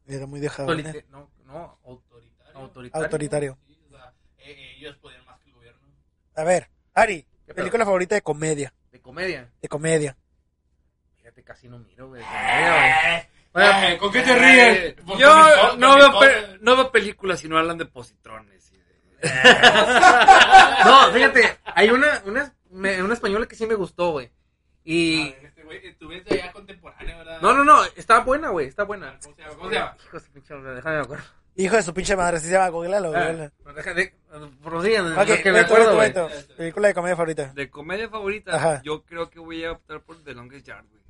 [SPEAKER 1] Era muy de jabones.
[SPEAKER 2] Autorite- No, no, autoritario. Autoritario.
[SPEAKER 1] Autoritario.
[SPEAKER 3] Sí, o sea, eh, ellos podían más que el gobierno.
[SPEAKER 1] A ver, Ari,
[SPEAKER 2] ¿Qué pedo?
[SPEAKER 1] película favorita de comedia.
[SPEAKER 2] De comedia.
[SPEAKER 1] De comedia.
[SPEAKER 2] Fíjate, casi no miro, güey. de
[SPEAKER 4] Eh,
[SPEAKER 2] comedia, güey.
[SPEAKER 3] Ay, Eh, ¿Con qué te ríes? Por- por
[SPEAKER 4] Yo
[SPEAKER 3] mi
[SPEAKER 4] no
[SPEAKER 3] po-
[SPEAKER 4] veo,
[SPEAKER 3] por mi
[SPEAKER 4] pe- no veo películas si no hablan de positrones. y de-
[SPEAKER 2] No, fíjate, hay una, unas, me- una española que sí me gustó, güey.
[SPEAKER 3] A
[SPEAKER 2] Y.
[SPEAKER 3] ver, este güey, eh, tú ves de allá contemporáneo, ¿verdad?
[SPEAKER 2] No, no, no, está buena, güey, está buena.
[SPEAKER 3] ¿Cómo se llama? ¿Cómo se llama?
[SPEAKER 2] Hijo de su pinche madre, déjame me acuerdo.
[SPEAKER 1] Hijo de su pinche madre, si se llama googlealo, googlealo.
[SPEAKER 2] Ah, deja de- prosigan,
[SPEAKER 1] Ok,
[SPEAKER 2] lo que me
[SPEAKER 1] momento,
[SPEAKER 2] acuerdo, güey.
[SPEAKER 1] momento, momento. Película de comedia favorita.
[SPEAKER 4] De comedia favorita,
[SPEAKER 1] Ajá.
[SPEAKER 4] yo creo que voy a optar por The Longest Yard, güey.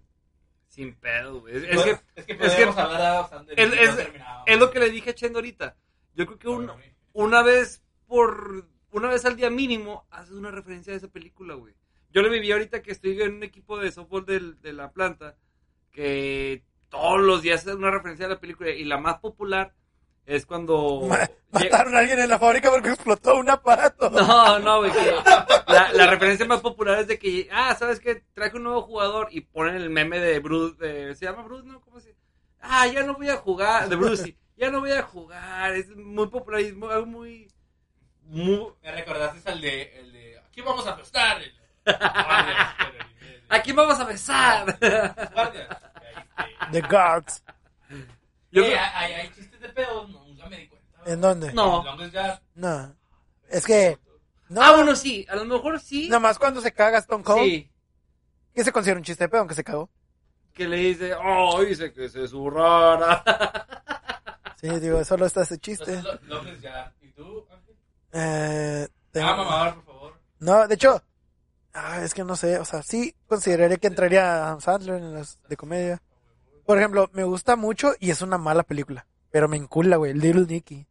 [SPEAKER 4] Sin pedo, güey. Es, es que
[SPEAKER 3] Es que
[SPEAKER 4] es
[SPEAKER 3] podemos
[SPEAKER 4] que-
[SPEAKER 3] hablar a bastante.
[SPEAKER 4] es, es-
[SPEAKER 3] terminado,
[SPEAKER 4] es lo
[SPEAKER 3] güey.
[SPEAKER 4] que le dije a Chendo ahorita. Yo creo que un- una vez por una vez al día mínimo haces una referencia de esa película, güey. Yo lo viví ahorita que estoy en un equipo de softball del- de la planta que todos los días haces una referencia de la película y la más popular es cuando
[SPEAKER 1] Ma-
[SPEAKER 4] llega-
[SPEAKER 1] Mataron a alguien en la fábrica porque explotó un aparato.
[SPEAKER 4] No, no, güey. que La, la referencia más popular es de que, ah, ¿sabes qué? Traje un nuevo jugador y ponen el meme de Bruce. de- ¿Se llama Bruce? ¿No? ¿Cómo se Ah, ya no voy a jugar. De Bruce, sí. Ya no voy a jugar. Es muy popular y es muy. algo muy- muy-
[SPEAKER 3] Me recordaste al de, el de. Aquí vamos a apostar. El...
[SPEAKER 4] Aquí vamos a besar.
[SPEAKER 3] Guardias. Ahí,
[SPEAKER 1] The Guards.
[SPEAKER 4] Yo
[SPEAKER 3] eh,
[SPEAKER 4] creo-
[SPEAKER 3] ahí hay chistes de pedos, no, nunca me di cuenta.
[SPEAKER 1] ¿En dónde?
[SPEAKER 4] No.
[SPEAKER 3] Longest Yard.
[SPEAKER 1] No. Es que. No,
[SPEAKER 4] Ah, bueno, sí. A lo mejor sí.
[SPEAKER 1] nomás cuando se caga Stone Cold.
[SPEAKER 4] Sí.
[SPEAKER 1] ¿Qué se considera un chiste de pedo aunque se cagó?
[SPEAKER 4] Que le dice, oh, dice que se zurrara.
[SPEAKER 1] Sí, digo, solo está ese chiste.
[SPEAKER 3] Entonces, Lo- Longest Yard. ¿Y tú, Ángel?
[SPEAKER 1] Eh, tengo-
[SPEAKER 3] Ah, mamador, por favor.
[SPEAKER 1] No, de hecho, ah, es que no sé, o sea, sí consideraría que entraría Adam Sandler en las de comedia. Por ejemplo, me gusta mucho y es una mala película, pero me encula, güey, Little Nicky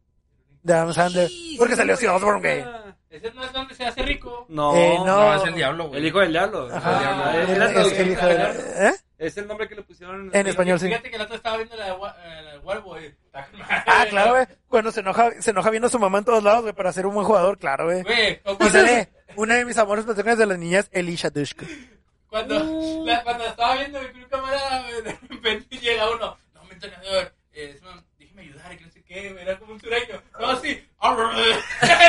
[SPEAKER 1] de Adam Sandler,
[SPEAKER 4] Sí,
[SPEAKER 1] porque
[SPEAKER 4] sí,
[SPEAKER 1] salió
[SPEAKER 4] güey.
[SPEAKER 1] Ozzy Osbourne, güey.
[SPEAKER 3] Ese no es donde se hace rico.
[SPEAKER 4] No.
[SPEAKER 1] Eh, no.
[SPEAKER 2] No, es el diablo, güey.
[SPEAKER 4] El hijo del diablo.
[SPEAKER 1] Ajá.
[SPEAKER 4] El
[SPEAKER 1] Es,
[SPEAKER 4] diablo. Es,
[SPEAKER 1] es que el hijo de la- ¿eh?
[SPEAKER 4] es el nombre que le pusieron
[SPEAKER 1] En español, sí.
[SPEAKER 3] Fíjate que el otro estaba viendo la de Wa- eh, la de Warboy. Está con madre,
[SPEAKER 1] Ah, claro, güey. Cuando se enoja, se enoja viendo a su mamá en todos lados, güey, para ser un buen jugador, claro, güey.
[SPEAKER 3] Güey, o
[SPEAKER 1] Y
[SPEAKER 3] cuando,
[SPEAKER 1] sale Pues una de mis amores platónicos de las niñas, Elisha Dushku. E,
[SPEAKER 3] cuando, la, cuando estaba viendo mi club camarada, güey, de repente llega uno. No, mi entrenador, eh, es una- déjeme ayudar, que no sé qué, güey, era como un sureño. No, así,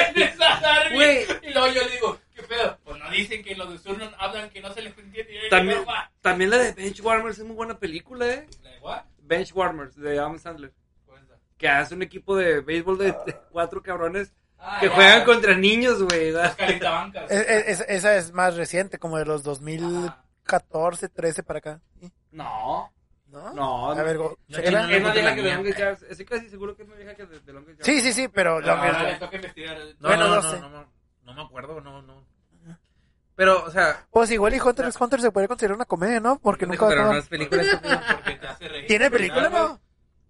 [SPEAKER 3] empieza a dar,
[SPEAKER 4] Güey.
[SPEAKER 3] güey. Y luego yo le digo, ¿qué pedo? Pues no dicen que los de sur no hablan, que no se les entiende. Y yo
[SPEAKER 4] También,
[SPEAKER 3] digo, "Guau".
[SPEAKER 4] también la de Bench Warmers es muy buena película, ¿eh?
[SPEAKER 3] La de Warboy,
[SPEAKER 4] Bench Warmers de Adam Sandler.
[SPEAKER 3] pues,
[SPEAKER 4] Que hace un equipo de béisbol de, de cuatro cabrones
[SPEAKER 3] ah,
[SPEAKER 4] que
[SPEAKER 3] ya,
[SPEAKER 4] juegan contra niños, güey.
[SPEAKER 3] Los
[SPEAKER 4] da-
[SPEAKER 3] calentabancas.
[SPEAKER 1] Es- e, es- es- esa es más reciente, como de los 2014, 13 para acá. ¿Sí?
[SPEAKER 4] No,
[SPEAKER 1] ¿No?
[SPEAKER 4] no.
[SPEAKER 1] A ver, go-
[SPEAKER 4] Es
[SPEAKER 1] chécala.
[SPEAKER 4] es más vieja que de Longest Yard. Estoy casi seguro que es más vieja que de, de Longest Yard.
[SPEAKER 1] Sí, sí, sí, pero
[SPEAKER 3] No,
[SPEAKER 1] lo
[SPEAKER 3] ahora
[SPEAKER 1] que-
[SPEAKER 3] le toca investigar.
[SPEAKER 2] No,
[SPEAKER 1] Bueno,
[SPEAKER 2] no,
[SPEAKER 1] no
[SPEAKER 2] no,
[SPEAKER 1] sé.
[SPEAKER 2] no, me- no me acuerdo, no, no. Pero, o sea,
[SPEAKER 1] Pues igual y Hunter x Hunter se puede considerar una comedia, ¿no? Porque nunca va a
[SPEAKER 2] pero no
[SPEAKER 1] acabar.
[SPEAKER 2] es película. es película.
[SPEAKER 3] Porque te hace reír.
[SPEAKER 1] ¿Tiene película, no?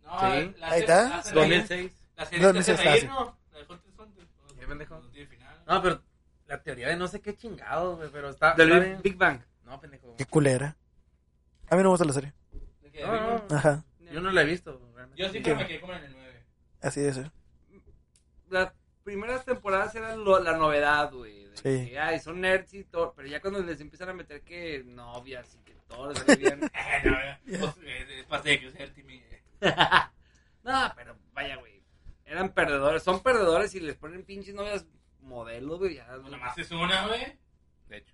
[SPEAKER 3] No,
[SPEAKER 2] Sí.
[SPEAKER 3] la
[SPEAKER 1] Ahí
[SPEAKER 3] serie-
[SPEAKER 1] está.
[SPEAKER 3] la serie-
[SPEAKER 4] 2006.
[SPEAKER 3] La serie te
[SPEAKER 1] ¿Dónde
[SPEAKER 3] hace
[SPEAKER 1] se
[SPEAKER 3] reír,
[SPEAKER 1] hace?
[SPEAKER 3] ¿no? La de Hunter x Hunter.
[SPEAKER 2] ¿Qué pendejo?
[SPEAKER 3] No tiene final.
[SPEAKER 2] No, pero la teoría de no sé qué chingado, güey, pero está.
[SPEAKER 4] Del
[SPEAKER 2] está
[SPEAKER 4] Big-
[SPEAKER 2] bien.
[SPEAKER 4] Big Bang.
[SPEAKER 2] No, pendejo.
[SPEAKER 1] Qué culera. A mí no me gusta la serie.
[SPEAKER 3] ¿De qué?
[SPEAKER 2] No, no, no,
[SPEAKER 1] Ajá,
[SPEAKER 2] yo no la he visto. realmente.
[SPEAKER 3] Yo siempre me quedé como en el 9.
[SPEAKER 1] así de ser.
[SPEAKER 4] Las primeras temporadas eran lo- la novedad, güey. de
[SPEAKER 1] Sí.
[SPEAKER 4] que, Ay, son nerds y todo. Pero ya cuando les empiezan a meter que novias y que todos se vivían.
[SPEAKER 3] Ah, Pues, Es parte de que yo sea el team. eh.
[SPEAKER 4] No, pero vaya, güey. Eran perdedores, son perdedores y les ponen pinches novias modelos, güey. ya.
[SPEAKER 3] Pues Nomás es una, güey.
[SPEAKER 2] De hecho.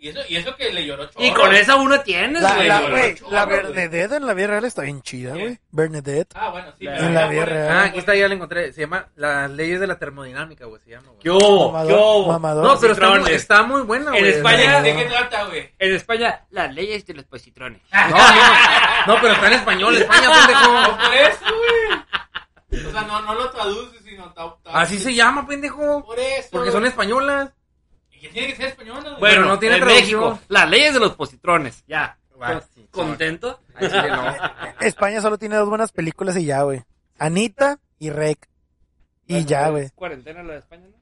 [SPEAKER 3] Y eso, y eso que le lloró chorro.
[SPEAKER 4] Y con esa una tienes,
[SPEAKER 1] La,
[SPEAKER 4] güey.
[SPEAKER 1] la,
[SPEAKER 3] güey,
[SPEAKER 1] güey,
[SPEAKER 3] chorro,
[SPEAKER 1] la
[SPEAKER 3] güey.
[SPEAKER 1] Bernadette en la vida real está bien chida,
[SPEAKER 3] ¿Qué?
[SPEAKER 1] güey. Bernadette.
[SPEAKER 3] Ah, bueno, sí.
[SPEAKER 4] En
[SPEAKER 3] pero
[SPEAKER 1] la
[SPEAKER 3] ya
[SPEAKER 1] vida
[SPEAKER 3] por-
[SPEAKER 1] real.
[SPEAKER 2] Ah, aquí está, ya la encontré. Se llama Las leyes de la termodinámica, güey. Se llama, güey.
[SPEAKER 4] ¿Qué hubo?
[SPEAKER 1] Mamador,
[SPEAKER 4] ¿Qué hubo?
[SPEAKER 1] mamador.
[SPEAKER 2] No, pero está muy,
[SPEAKER 4] Citrones.
[SPEAKER 2] está muy buena,
[SPEAKER 4] En
[SPEAKER 2] güey.
[SPEAKER 4] España-
[SPEAKER 3] pues, ¿De qué trata, güey?
[SPEAKER 4] En España, las leyes de los positrones.
[SPEAKER 2] No, no, no, pero está en español, España, pendejo.
[SPEAKER 3] Pues, Por eso, güey. O sea, no, no lo traduces, sino. ta- ta-
[SPEAKER 2] Así se llama, pendejo.
[SPEAKER 3] Por eso.
[SPEAKER 2] Ah, Porque son españolas.
[SPEAKER 3] Y que tiene que ser español, ¿no?
[SPEAKER 4] Bueno,
[SPEAKER 2] no tiene
[SPEAKER 4] en
[SPEAKER 2] traducción.
[SPEAKER 4] México, las leyes de los positrones. Ya.
[SPEAKER 2] Ah, sí, sí.
[SPEAKER 4] ¿Contento?
[SPEAKER 2] Ahí sí que no.
[SPEAKER 1] España solo tiene dos buenas películas y ya, güey. Anita y Rec. Y ya, güey.
[SPEAKER 4] Cuarentena la de España, ¿no?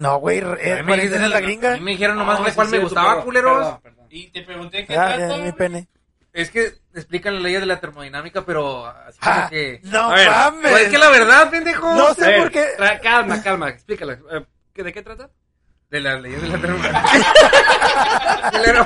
[SPEAKER 1] No, güey, Rec-
[SPEAKER 2] A mí me
[SPEAKER 1] ¿cuál es
[SPEAKER 2] dijeron
[SPEAKER 1] la
[SPEAKER 2] la- A
[SPEAKER 1] gringa?
[SPEAKER 2] mí me dijeron
[SPEAKER 4] No,
[SPEAKER 2] nomás
[SPEAKER 4] sí,
[SPEAKER 2] güey, cuál
[SPEAKER 4] sí,
[SPEAKER 2] me
[SPEAKER 4] tú,
[SPEAKER 2] gustaba,
[SPEAKER 4] perdón,
[SPEAKER 2] culeros.
[SPEAKER 4] perdón, perdón.
[SPEAKER 3] Y te pregunté qué
[SPEAKER 1] Ah,
[SPEAKER 3] trata.
[SPEAKER 1] ya, mi
[SPEAKER 3] güey.
[SPEAKER 1] pene.
[SPEAKER 2] Es que explican las leyes de la termodinámica, pero así
[SPEAKER 1] Ja,
[SPEAKER 2] como Ah, que.
[SPEAKER 1] no
[SPEAKER 4] A ver,
[SPEAKER 1] mames.
[SPEAKER 2] Pues es que la verdad, pendejo.
[SPEAKER 1] No
[SPEAKER 4] A
[SPEAKER 1] sé
[SPEAKER 4] ver,
[SPEAKER 1] por qué.
[SPEAKER 4] tra- Calma, calma, explícala. Eh, ¿que ¿De qué trata?
[SPEAKER 2] De las leyes de la termodinámica. Culero.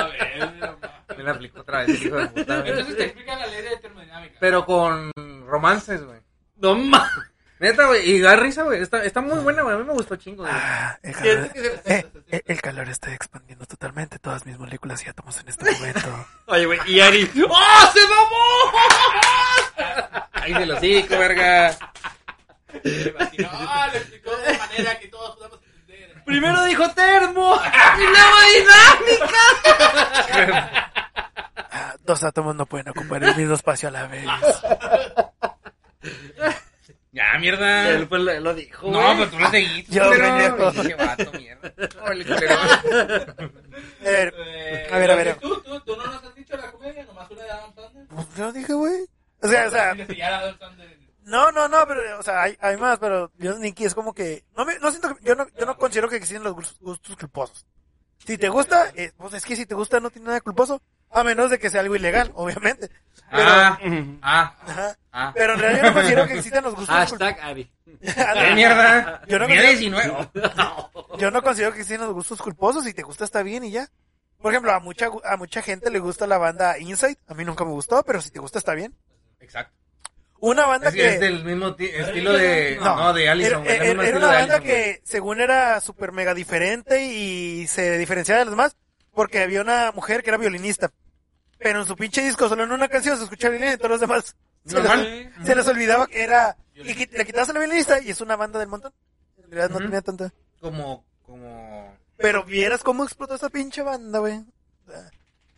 [SPEAKER 3] Otra vez, güey, no mames.
[SPEAKER 2] Me la aplicó otra vez, hijo de puta. güey.
[SPEAKER 3] Entonces te explica la ley de termodinámica.
[SPEAKER 2] Pero con romances, güey.
[SPEAKER 4] No mames.
[SPEAKER 2] Neta, güey. Y da risa, güey. Está, está
[SPEAKER 4] Ah.
[SPEAKER 2] muy buena, güey. A mí me gustó chingo, güey.
[SPEAKER 1] Ah, el calor, eh, eh, el calor está expandiendo totalmente todas mis moléculas y átomos en este momento.
[SPEAKER 4] Oye, güey, y Ari. ¡Oh, se mamó!
[SPEAKER 2] Ay, de los hijos, verga.
[SPEAKER 3] ah, No, lo explicó de manera que todos podamos entender.
[SPEAKER 4] Primero dijo termo y luego dinámica.
[SPEAKER 1] Ah, Dos átomos no pueden ocupar el mismo espacio a la vez.
[SPEAKER 2] Ah,
[SPEAKER 3] Ya, mierda.
[SPEAKER 4] Él pues, lo, lo dijo.
[SPEAKER 3] No,
[SPEAKER 4] güey.
[SPEAKER 3] pero tú no seguiste.
[SPEAKER 1] Yo,
[SPEAKER 3] pero...
[SPEAKER 1] pendejo.
[SPEAKER 3] Qué vato, mierda. Órale, culero.
[SPEAKER 1] A ver,
[SPEAKER 3] Eh,
[SPEAKER 1] A ver, a ver.
[SPEAKER 3] Tú, tú, tú no nos has dicho la comedia, nomás una de Adam Sandler.
[SPEAKER 1] pues, yo dije, güey. O sea, o sea,
[SPEAKER 3] Sí, ya la Adam Sandler.
[SPEAKER 1] no, no, no, pero, o sea, hay, hay más, pero yo, Nicky, es como que, no me, no siento que, yo no, yo no considero que existen los gustos, gustos culposos. Si te gusta, eh, pues es que si te gusta no tiene nada culposo, a menos de que sea algo ilegal, obviamente. Pero,
[SPEAKER 3] Ah, ah,
[SPEAKER 1] ajá.
[SPEAKER 3] ah.
[SPEAKER 1] Pero en realidad yo no considero que existan los gustos culposos.
[SPEAKER 4] Hashtag Ari.
[SPEAKER 3] ¡Qué mierda!
[SPEAKER 1] Yo no
[SPEAKER 3] Mira,
[SPEAKER 1] creo-
[SPEAKER 3] 19.
[SPEAKER 1] Yo no considero que existen los gustos culposos. Si te gusta, está bien y ya. Por ejemplo, a mucha, a mucha gente le gusta la banda Inside. A mí nunca me gustó, pero si te gusta, está bien.
[SPEAKER 3] Exacto.
[SPEAKER 1] Una banda
[SPEAKER 2] Es,
[SPEAKER 1] que.
[SPEAKER 2] que es del mismo ti- estilo de. No, de Allison.
[SPEAKER 1] Era,
[SPEAKER 2] güey, es el
[SPEAKER 1] era-
[SPEAKER 2] mismo
[SPEAKER 1] era
[SPEAKER 2] estilo
[SPEAKER 1] una
[SPEAKER 2] de
[SPEAKER 1] banda
[SPEAKER 2] Allison, güey.
[SPEAKER 1] que, según era súper mega diferente y se diferenciaba de las demás, porque había una mujer que era violinista. Pero en su pinche disco, solo en una canción se escuchaba violín y todos los demás. Se les,
[SPEAKER 3] Normal.
[SPEAKER 1] se les olvidaba que era. Y qui- le quitabas a la violinista y es una banda del montón. En realidad no
[SPEAKER 3] Ujú.
[SPEAKER 1] tenía tanta.
[SPEAKER 3] Como. Como.
[SPEAKER 1] Pero vieras cómo explotó esa pinche banda, güey. O sea,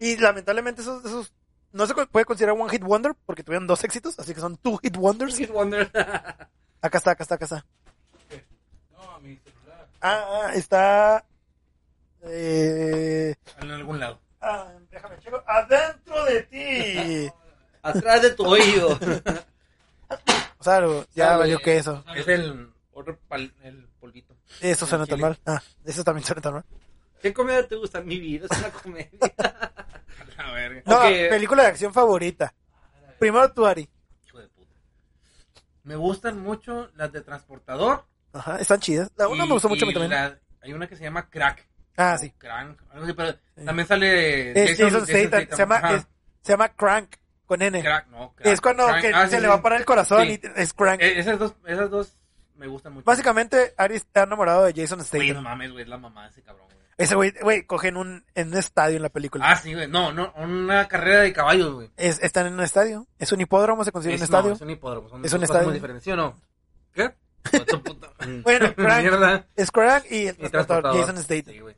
[SPEAKER 1] Y lamentablemente esos, esos no se co- puede considerar One Hit Wonder porque tuvieron dos éxitos, así que son Two Hit Wonders. Acá está, acá está, acá está.
[SPEAKER 3] No, mi celular.
[SPEAKER 1] Ah, ah, está... Eh...
[SPEAKER 3] En algún lado.
[SPEAKER 1] Ah, déjame checo. Adentro de ti.
[SPEAKER 4] Atrás de tu oído.
[SPEAKER 1] O sea, lo- ya
[SPEAKER 3] Sale.
[SPEAKER 1] valió que eso.
[SPEAKER 4] Ah,
[SPEAKER 3] Es el. Otro pal- el polvito.
[SPEAKER 1] Eso suena tan mal. Ah, eso también suena tan mal.
[SPEAKER 4] ¿Qué comedia te gusta? Mi vida es una comedia.
[SPEAKER 3] A ver,
[SPEAKER 1] No,
[SPEAKER 4] Ok.
[SPEAKER 1] película de acción favorita. Primero tú, Ari.
[SPEAKER 3] hijo de puta. Me gustan mucho las de transportador.
[SPEAKER 1] Ajá, están chidas. La una
[SPEAKER 3] y-
[SPEAKER 1] me gustó mucho a mí
[SPEAKER 3] y
[SPEAKER 1] también.
[SPEAKER 3] la- hay una que se llama Crack.
[SPEAKER 1] Ah, sí.
[SPEAKER 3] Crank. algo así, pero También sale.
[SPEAKER 1] Es Jason Statham, se llama-
[SPEAKER 3] Ajá.
[SPEAKER 1] es- Se llama Crank, con N.
[SPEAKER 3] Crack, no, crack.
[SPEAKER 1] Es cuando
[SPEAKER 3] Crank.
[SPEAKER 1] que
[SPEAKER 3] Ah,
[SPEAKER 1] se
[SPEAKER 3] sí,
[SPEAKER 1] le
[SPEAKER 3] sí.
[SPEAKER 1] va a parar el corazón
[SPEAKER 3] Sí.
[SPEAKER 1] y te- es crank.
[SPEAKER 3] Eh, esas, dos, esas dos me gustan mucho.
[SPEAKER 1] Básicamente, Ari está enamorado de Jason
[SPEAKER 3] Güey,
[SPEAKER 1] Statham.
[SPEAKER 3] no mames, güey, es la mamá de ese cabrón, güey.
[SPEAKER 1] Ese güey, güey, coge en un, en un estadio en la película.
[SPEAKER 3] Ah, sí, güey. No, no, una carrera de caballos, güey.
[SPEAKER 1] Es- están en un estadio. Es un hipódromo, se considera un
[SPEAKER 3] no,
[SPEAKER 1] estadio.
[SPEAKER 3] es un hipódromo. Son
[SPEAKER 1] Es
[SPEAKER 3] dos
[SPEAKER 1] un
[SPEAKER 3] cosas
[SPEAKER 1] estadio.
[SPEAKER 3] muy diferentes, ¿sí o no?
[SPEAKER 4] ¿Qué?
[SPEAKER 3] Hijo de tu puta.
[SPEAKER 1] Bueno, crank,
[SPEAKER 3] Mierda.
[SPEAKER 1] es crank y el
[SPEAKER 3] Y
[SPEAKER 1] transportador
[SPEAKER 3] transportador.
[SPEAKER 1] Jason Statham.
[SPEAKER 3] Sí, güey.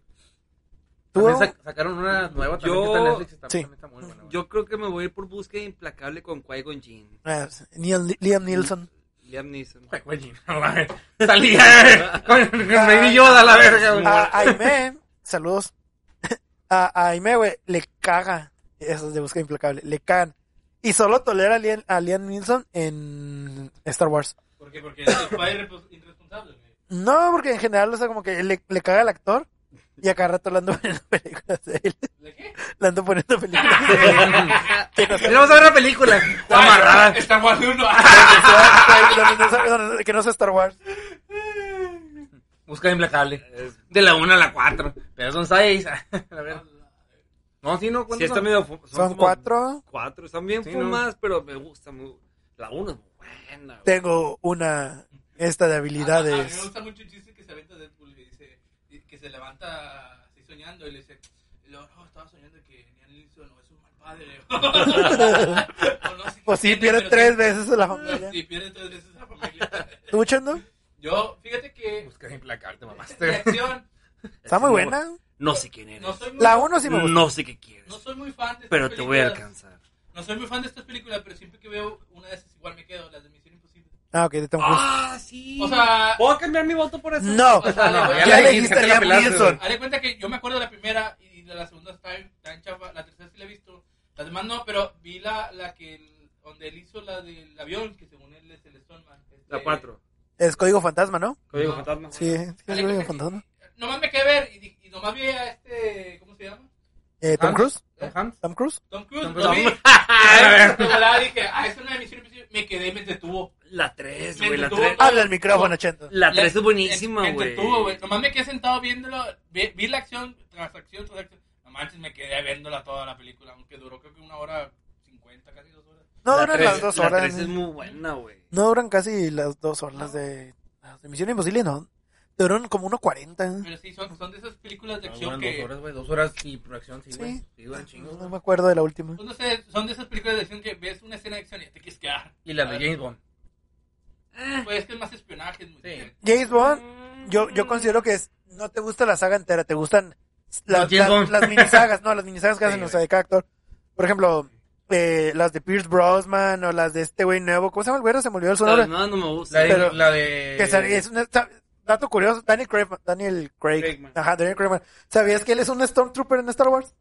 [SPEAKER 1] ¿Tú,
[SPEAKER 3] También
[SPEAKER 1] Hugo?
[SPEAKER 3] sac- sacaron una nueva también
[SPEAKER 4] Yo-
[SPEAKER 3] que está en Netflix. Está,
[SPEAKER 1] sí.
[SPEAKER 3] también está muy buena, güey.
[SPEAKER 4] Yo creo que me voy a ir por búsqueda implacable con Qui-Gon Jinn.
[SPEAKER 1] Ah, Liam, Liam Nielsen.
[SPEAKER 4] Liam Neeson.
[SPEAKER 3] Ay, güey, no mames. Salía eh, con, con
[SPEAKER 1] Ah.
[SPEAKER 3] Baby Yoda a la verga, güey.
[SPEAKER 1] A Ah, Aime, saludos. Ah, A Aime, güey, le caga. Eso es de búsqueda implacable. Le cagan. Y solo tolera a Liam, a Liam Neeson en Star Wars.
[SPEAKER 3] ¿Por qué? Porque es padre irresponsable.
[SPEAKER 1] No, porque en general, o sea, como que le, le caga al actor y acá rato le ando poniendo películas de él.
[SPEAKER 3] ¿De qué?
[SPEAKER 1] Le ando poniendo películas de él.
[SPEAKER 4] Vamos a ver una película.
[SPEAKER 3] Ah, Amarrada.
[SPEAKER 5] Star Wars 1.
[SPEAKER 1] Que sea- donde no sea- donde no- Que no sea Star Wars.
[SPEAKER 3] Busca implacable. De la 1 a la 4. Pero son 6. No, sí, no. ¿cuántos
[SPEAKER 4] Sí, está
[SPEAKER 3] son?
[SPEAKER 4] medio fu- son
[SPEAKER 1] Son
[SPEAKER 4] como
[SPEAKER 1] cuatro.
[SPEAKER 4] Cuatro. Están bien
[SPEAKER 3] Sí,
[SPEAKER 4] fumadas, pero me gusta. Muy... La una es buena. güey.
[SPEAKER 1] Tengo una. Esta de
[SPEAKER 3] A mí me
[SPEAKER 1] habilidades.
[SPEAKER 3] gusta mucho el chiste que se aventa Deadpool y dice que se levanta así soñando y le dice, "Lo- no, estaba soñando que Liam Neeson no es un mal padre. O no sé qué
[SPEAKER 1] Pues sí,
[SPEAKER 3] tiene,
[SPEAKER 1] pierde
[SPEAKER 3] pero
[SPEAKER 1] tres
[SPEAKER 3] sí-
[SPEAKER 1] veces a la familia.
[SPEAKER 3] Sí, pierde tres veces a la familia.
[SPEAKER 1] ¿Tú, Chendo?
[SPEAKER 3] Yo, fíjate que
[SPEAKER 4] Pues
[SPEAKER 2] Busca implacarte, mamás.
[SPEAKER 3] de acción
[SPEAKER 1] Está muy buena.
[SPEAKER 4] No sé quién eres.
[SPEAKER 3] no soy muy,
[SPEAKER 1] La uno sí me gusta.
[SPEAKER 4] No sé qué quieres.
[SPEAKER 3] no soy muy fan de estas
[SPEAKER 4] pero te voy a
[SPEAKER 3] películas.
[SPEAKER 4] alcanzar.
[SPEAKER 3] No soy muy fan de estas películas, pero siempre que veo una de esas igual me quedo, las de Misión Imposible.
[SPEAKER 1] Ah, ok, de Tom Cruise.
[SPEAKER 4] Ah, sí.
[SPEAKER 3] O sea,
[SPEAKER 4] ¿Puedo cambiar mi voto por eso?
[SPEAKER 1] No,
[SPEAKER 3] o sea,
[SPEAKER 2] no,
[SPEAKER 1] ya le dijiste a
[SPEAKER 2] te la
[SPEAKER 1] Liam
[SPEAKER 2] pelaste,
[SPEAKER 1] Neeson.
[SPEAKER 3] Haz de cuenta que yo me acuerdo de la primera y de la segunda está en, está en chafa, la tercera sí la he visto, las demás no, pero vi la, la que el- donde él hizo la del avión, que según él es el Stoneman. este,
[SPEAKER 4] La cuatro.
[SPEAKER 1] Es código fantasma, ¿no?
[SPEAKER 4] Código
[SPEAKER 3] no.
[SPEAKER 4] fantasma.
[SPEAKER 1] Sí, sí, es código fantasma.
[SPEAKER 3] Nomás me quedé ver y, di- y nomás vi a este, ¿cómo se llama?
[SPEAKER 1] Eh, Tom Cruise.
[SPEAKER 2] Hans.
[SPEAKER 1] Tom Cruise.
[SPEAKER 3] Tom Cruise.
[SPEAKER 4] Tom
[SPEAKER 3] lo vi.
[SPEAKER 4] Cruise.
[SPEAKER 3] Ah, de volada dije, ah, es una de Misión Imposible. Me quedé, me detuvo.
[SPEAKER 4] La tres,
[SPEAKER 3] Me
[SPEAKER 4] güey. La
[SPEAKER 3] detuvo.
[SPEAKER 4] tres.
[SPEAKER 1] Habla el micrófono, Chendo.
[SPEAKER 4] La
[SPEAKER 3] La-
[SPEAKER 4] 3 es buenísima,
[SPEAKER 3] me- me
[SPEAKER 4] güey.
[SPEAKER 3] entretuvo, güey. Nomás me quedé sentado viéndolo. Vi, vi la acción, transacción, transacción. No manches, me quedé viéndola toda la película, aunque duró creo que una hora cincuenta, casi dos horas.
[SPEAKER 1] No duran
[SPEAKER 4] tres-
[SPEAKER 1] las dos
[SPEAKER 4] La
[SPEAKER 1] horas.
[SPEAKER 4] 3 es muy buena, güey.
[SPEAKER 1] No duran casi las dos horas las de, las de Misión Imposible, no. Duran como 1.40.
[SPEAKER 3] Pero sí, son, son de esas películas de
[SPEAKER 2] No,
[SPEAKER 3] acción
[SPEAKER 2] duran
[SPEAKER 3] que...
[SPEAKER 2] dos horas, güey. Dos horas y proyección, sí,
[SPEAKER 1] Sí.
[SPEAKER 2] güey. Sí, duran chingos.
[SPEAKER 1] No me acuerdo de la última.
[SPEAKER 3] pues no sé, son de esas películas de acción que ves una escena de acción y ya te quieres quedar.
[SPEAKER 2] Y las de James Bond.
[SPEAKER 3] Pues es que es más espionaje, es muy
[SPEAKER 2] Sí.
[SPEAKER 3] bien.
[SPEAKER 1] James Bond, yo, yo considero que es no te gusta la saga entera, te gustan la-
[SPEAKER 2] Los diez
[SPEAKER 1] la-
[SPEAKER 2] bon.
[SPEAKER 1] las minisagas, no, las minisagas que hacen, o sea, de cada actor. Por ejemplo, eh, las de Pierce Brosman o las de este güey nuevo, ¿cómo se llama el güero? Se me olvidó el
[SPEAKER 4] Las
[SPEAKER 1] sonoro.
[SPEAKER 4] nuevas no me gusta.
[SPEAKER 2] La de,
[SPEAKER 1] Pero-
[SPEAKER 2] la de...
[SPEAKER 1] Que sal- es una- sa- dato curioso, Daniel Craig, Daniel Craig,
[SPEAKER 4] Craigman.
[SPEAKER 1] ajá, Daniel Craigman. ¿Sabías que él es un Stormtrooper en Star Wars?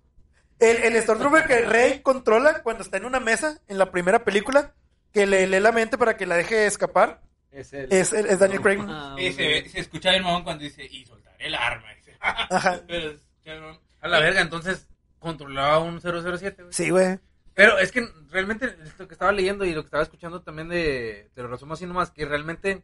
[SPEAKER 1] El, el Stormtrooper que Rey controla cuando está en una mesa en la primera película, que le lee la mente para que la deje escapar,
[SPEAKER 4] Es el...
[SPEAKER 1] es, es Daniel Craigman.
[SPEAKER 4] Ah,
[SPEAKER 3] Y se, ve- se escucha bien mamón cuando dice, y soltaré el arma. y dice,
[SPEAKER 1] Ajá.
[SPEAKER 3] Pero se escucha bien mamón.
[SPEAKER 2] A la verga, entonces controlaba un 007, güey.
[SPEAKER 1] Sí, güey.
[SPEAKER 2] Pero es que realmente lo que estaba leyendo y lo que estaba escuchando también de... Te lo resumo así nomás, que realmente...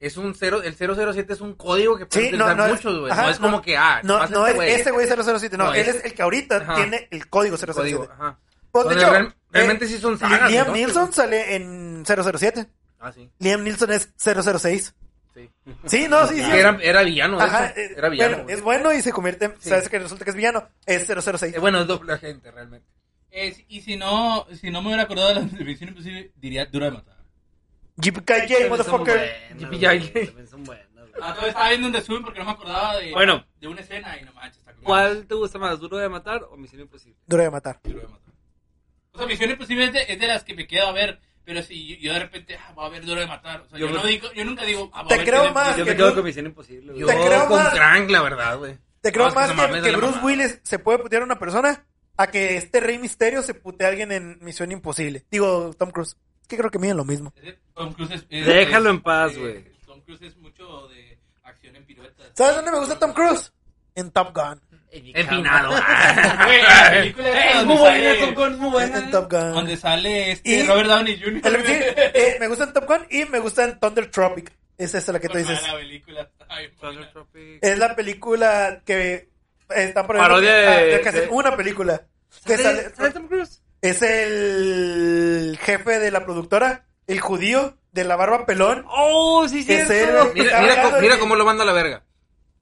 [SPEAKER 2] Es un cero, el 007 es un código que pueden
[SPEAKER 1] Sí, no,
[SPEAKER 2] utilizar
[SPEAKER 1] no es-
[SPEAKER 2] muchos, güey.
[SPEAKER 1] ajá,
[SPEAKER 2] No es
[SPEAKER 1] no-
[SPEAKER 2] como que, ah,
[SPEAKER 1] No,
[SPEAKER 2] nomás
[SPEAKER 1] no
[SPEAKER 2] este
[SPEAKER 1] es este güey 007, no,
[SPEAKER 2] No,
[SPEAKER 1] él
[SPEAKER 2] es-
[SPEAKER 1] es el que ahorita
[SPEAKER 2] Ajá.
[SPEAKER 1] tiene el código 007.
[SPEAKER 2] Código, ajá.
[SPEAKER 1] Pues, de
[SPEAKER 2] Entonces,
[SPEAKER 1] hecho,
[SPEAKER 2] real- realmente
[SPEAKER 1] eh,
[SPEAKER 2] sí son sagas.
[SPEAKER 1] Liam
[SPEAKER 2] entonces,
[SPEAKER 1] Neeson
[SPEAKER 2] güey.
[SPEAKER 1] sale en 007.
[SPEAKER 2] Ah, sí.
[SPEAKER 1] Liam Neeson es 006.
[SPEAKER 2] Sí.
[SPEAKER 1] Sí, no, sí, sí.
[SPEAKER 2] Que Era, era villano, de
[SPEAKER 1] Ajá,
[SPEAKER 2] hecho.
[SPEAKER 1] eh,
[SPEAKER 2] Era villano.
[SPEAKER 1] bueno,
[SPEAKER 2] güey.
[SPEAKER 1] es bueno y se convierte en,
[SPEAKER 2] Sí.
[SPEAKER 1] sabes que resulta que es villano, es 006.
[SPEAKER 2] Eh, bueno, es doble agente, realmente.
[SPEAKER 3] Es- y si no, si no me hubiera acordado de la televisión imposible, diría dura de matar.
[SPEAKER 2] eh,
[SPEAKER 1] JPKJ, motherfucker.
[SPEAKER 2] JPJ.
[SPEAKER 5] Son buenos, güey.
[SPEAKER 3] Ah, todavía estaba viendo un resumen porque no me acordaba de,
[SPEAKER 4] Bueno.
[SPEAKER 3] de una escena y no manches, está con
[SPEAKER 4] ¿Cuál te gusta más, Duro de Matar o Misión Imposible?
[SPEAKER 1] Duro de matar.
[SPEAKER 2] eh,
[SPEAKER 3] Duro de matar. O sea, Misión Imposible es de, es de las que me quedo a ver, pero si yo, yo de repente, ah, voy a ver Duro de matar. O sea,
[SPEAKER 4] Yo
[SPEAKER 3] yo,
[SPEAKER 4] me-
[SPEAKER 3] no digo, yo nunca digo, ah, voy
[SPEAKER 1] Te
[SPEAKER 3] a ver
[SPEAKER 1] creo
[SPEAKER 3] Misión
[SPEAKER 1] más
[SPEAKER 4] Yo
[SPEAKER 3] Imposible.
[SPEAKER 4] me
[SPEAKER 1] que
[SPEAKER 4] quedo
[SPEAKER 1] tú-
[SPEAKER 4] con Misión Imposible, güey.
[SPEAKER 2] Yo
[SPEAKER 1] Te creo
[SPEAKER 2] con
[SPEAKER 1] más-
[SPEAKER 2] Crank, la verdad, güey.
[SPEAKER 1] Te creo
[SPEAKER 2] No, es que
[SPEAKER 1] más
[SPEAKER 2] no
[SPEAKER 1] que,
[SPEAKER 2] mames,
[SPEAKER 1] que
[SPEAKER 2] la
[SPEAKER 1] Bruce
[SPEAKER 2] mamada.
[SPEAKER 1] Willis se puede putear a una persona a que este Rey Misterio se putee a alguien en Misión Imposible. Digo, Tom Cruise. Es que creo que miden lo mismo.
[SPEAKER 3] Es de- Tom Cruise es- es-
[SPEAKER 4] Déjalo
[SPEAKER 3] es-
[SPEAKER 4] en paz,
[SPEAKER 3] eh,
[SPEAKER 4] güey.
[SPEAKER 3] Tom Cruise es mucho de acción en piruetas.
[SPEAKER 1] ¿Sabes dónde me gusta Tom Cruise? En Top Gun.
[SPEAKER 2] Empinado.
[SPEAKER 3] Güey, la película esa
[SPEAKER 4] Es
[SPEAKER 3] donde
[SPEAKER 4] muy buena,
[SPEAKER 3] sale-
[SPEAKER 4] Tom Cruise, muy
[SPEAKER 1] En
[SPEAKER 4] buena. ¿eh?
[SPEAKER 1] Top Gun.
[SPEAKER 3] Donde sale este
[SPEAKER 1] Y-
[SPEAKER 3] Robert Downey Jr.
[SPEAKER 1] Es lo que te digo, eh, me gusta en Top Gun y me gusta en Thunder Tropic. Es esa la que tú
[SPEAKER 4] Pues
[SPEAKER 3] Muy
[SPEAKER 1] dices.
[SPEAKER 3] mala Ah, película. está bien buena.
[SPEAKER 4] Tropic.
[SPEAKER 1] Es la película que está por
[SPEAKER 4] Parodia de-
[SPEAKER 1] que hacen
[SPEAKER 4] de-
[SPEAKER 1] una película. Que
[SPEAKER 4] ¿Sale
[SPEAKER 1] sale-
[SPEAKER 4] sale Tom Cruise?
[SPEAKER 1] es el jefe de la productora, el judío de la barba pelón.
[SPEAKER 4] ¡Oh, sí,
[SPEAKER 1] Que
[SPEAKER 4] cierto!
[SPEAKER 1] se ve-
[SPEAKER 2] Mira, mira, cómo- mira cómo lo manda a la verga.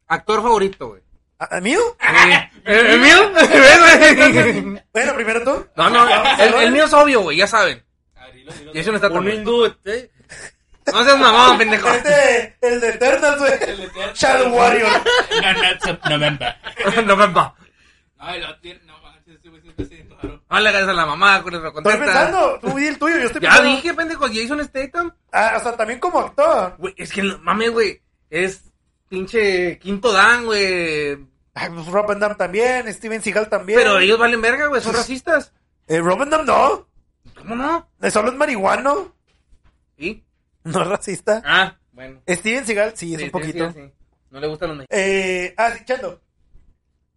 [SPEAKER 2] Actor favorito, güey.
[SPEAKER 1] ¿A, a mí?
[SPEAKER 2] ¿El, el mío? ¿Ves, güey?
[SPEAKER 1] Bueno, primero tú.
[SPEAKER 2] no, no, el, el mío es obvio, güey, ya saben.
[SPEAKER 3] Ah, dilo, dilo.
[SPEAKER 2] Y eso no está tan
[SPEAKER 4] Un
[SPEAKER 2] bueno.
[SPEAKER 4] hindú, ¿eh?
[SPEAKER 2] No seas mamón, pendejo.
[SPEAKER 1] Este, el de Eternals, güey.
[SPEAKER 3] El Eternal.
[SPEAKER 1] Shadow Warrior.
[SPEAKER 3] No, no, it's November.
[SPEAKER 2] no me va.
[SPEAKER 3] No, el otro- no manches, ese güey se está haciendo raro.
[SPEAKER 2] No le hagas a la mamá, con el
[SPEAKER 1] Estoy pensando, tú di el tuyo, yo estoy
[SPEAKER 2] Ya
[SPEAKER 1] pensando.
[SPEAKER 2] dije, pendejo, Jason Statham.
[SPEAKER 1] Ah, o sea, también como actor.
[SPEAKER 2] Güey, es que, no- mames, güey, es pinche quinto dan, güey.
[SPEAKER 1] Ay, pues Rob Van Damme también, Steven Seagal también.
[SPEAKER 2] Pero ellos valen verga, güey, son racistas.
[SPEAKER 1] Eh, Rob Van Damme no.
[SPEAKER 2] ¿Cómo no?
[SPEAKER 1] Solo es marihuano.
[SPEAKER 2] ¿Sí?
[SPEAKER 1] No es racista.
[SPEAKER 2] Ah, bueno.
[SPEAKER 1] Steven Seagal, sí, es
[SPEAKER 2] Sí,
[SPEAKER 1] un
[SPEAKER 2] sí,
[SPEAKER 1] poquito.
[SPEAKER 2] sí, sí. No le gustan los mexicanos.
[SPEAKER 1] Eh, ah, sí, Chando.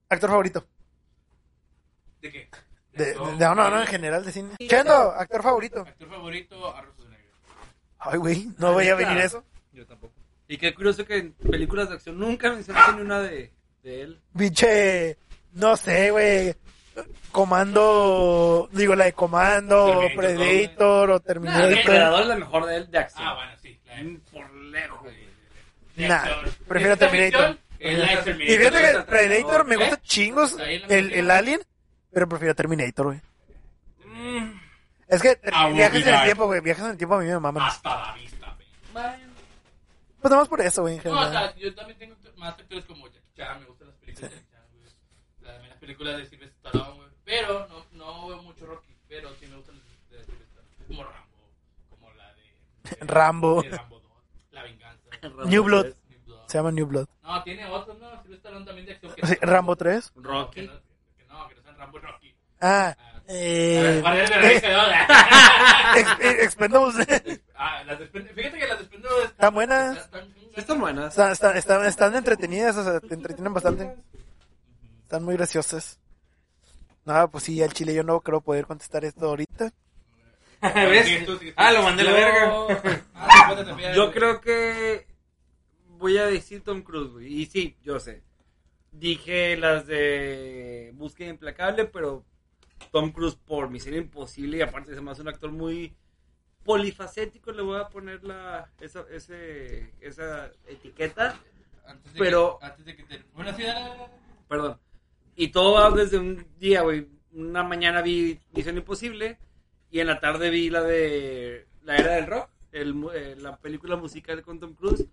[SPEAKER 1] Actor favorito.
[SPEAKER 3] ¿De qué?
[SPEAKER 1] De, de-
[SPEAKER 3] todo.
[SPEAKER 1] no, no, no, en general de cine. Chando, actor favorito.
[SPEAKER 3] Actor favorito, Arroz Negro.
[SPEAKER 1] Ay, güey, no voy a venir eso.
[SPEAKER 4] Yo tampoco. Y qué curioso que en películas de acción nunca mencionaste ni una de, de él.
[SPEAKER 1] Biche, no sé, güey. Comando, digo, la de Comando,
[SPEAKER 3] Terminator,
[SPEAKER 1] Predator o
[SPEAKER 4] La de
[SPEAKER 1] Terminator.
[SPEAKER 4] Predador es la mejor de él de acción.
[SPEAKER 3] Ah, bueno, sí. La de
[SPEAKER 4] Por lejos.
[SPEAKER 3] de
[SPEAKER 1] Nah,
[SPEAKER 3] actor.
[SPEAKER 1] prefiero
[SPEAKER 3] Esta
[SPEAKER 1] Terminator.
[SPEAKER 3] ficción es la de
[SPEAKER 1] Y fíjate
[SPEAKER 3] Terminator.
[SPEAKER 1] que Predator me gusta chingos, el, el Alien, pero prefiero Terminator, güey. Es que ter-
[SPEAKER 3] I will
[SPEAKER 1] viajes
[SPEAKER 3] be
[SPEAKER 1] en el
[SPEAKER 3] back.
[SPEAKER 1] tiempo, güey. Viajes en el tiempo a mí me maman.
[SPEAKER 3] Hasta la vista, güey.
[SPEAKER 1] Pues nada más por eso, güey, en
[SPEAKER 3] No, o
[SPEAKER 1] general.
[SPEAKER 3] sea, yo también tengo más actores como Jackie Chan, me gustan las películas de Jackie Chan, güey. También las películas de Sylvester Stallone, güey. Pero no, no veo mucho Rocky, pero sí me gustan las de Sylvester Stallone. Como Rambo, como la de...
[SPEAKER 1] Rambo.
[SPEAKER 3] de Rambo 2, La Venganza.
[SPEAKER 1] New Blood.
[SPEAKER 3] New Blood.
[SPEAKER 1] Se llama New Blood.
[SPEAKER 3] No, tiene otros, ¿no? Sylvester Stallone también de acción. que-
[SPEAKER 1] Sí, Rambo 3.
[SPEAKER 3] Rocky. No, que no, que no sean Rambo y Rocky.
[SPEAKER 1] Ah,
[SPEAKER 3] Ah.
[SPEAKER 1] eh,
[SPEAKER 3] Guardián de la Galaxia,
[SPEAKER 1] Ex- eh, Expendables.
[SPEAKER 3] ¿no? Ah, las de Spend- Fíjate que las de Spendero
[SPEAKER 1] Están buenas.
[SPEAKER 3] Están
[SPEAKER 4] Sí Están buenas.
[SPEAKER 1] Están, están- están- están entretenidas, o sea, te entretienen bastante. Están muy graciosas. Nada, pues sí, al chile yo no creo poder contestar esto ahorita.
[SPEAKER 3] Sigues tú, sigues
[SPEAKER 4] ¿Ves?
[SPEAKER 3] tú.
[SPEAKER 4] Ah, lo mandé a la
[SPEAKER 3] Yo-
[SPEAKER 4] verga.
[SPEAKER 3] Ah, ponte también,
[SPEAKER 4] Yo
[SPEAKER 3] güey.
[SPEAKER 4] creo que voy a decir Tom Cruise, güey. Y sí, yo sé. Dije las de Búsqueda Implacable, pero Tom Cruise por Misión Imposible y aparte se me hace un actor muy polifacético, le voy a poner la, esa, ese, esa etiqueta.
[SPEAKER 3] Antes de
[SPEAKER 4] Pero-
[SPEAKER 3] que- antes de que te- Bueno, sí, dale, dale, dale.
[SPEAKER 4] perdón. Y todo va desde un día, güey. Una mañana vi Misión Imposible y en la tarde vi la de La Era del Rock, el mu- eh, la película musical con Tom Cruise.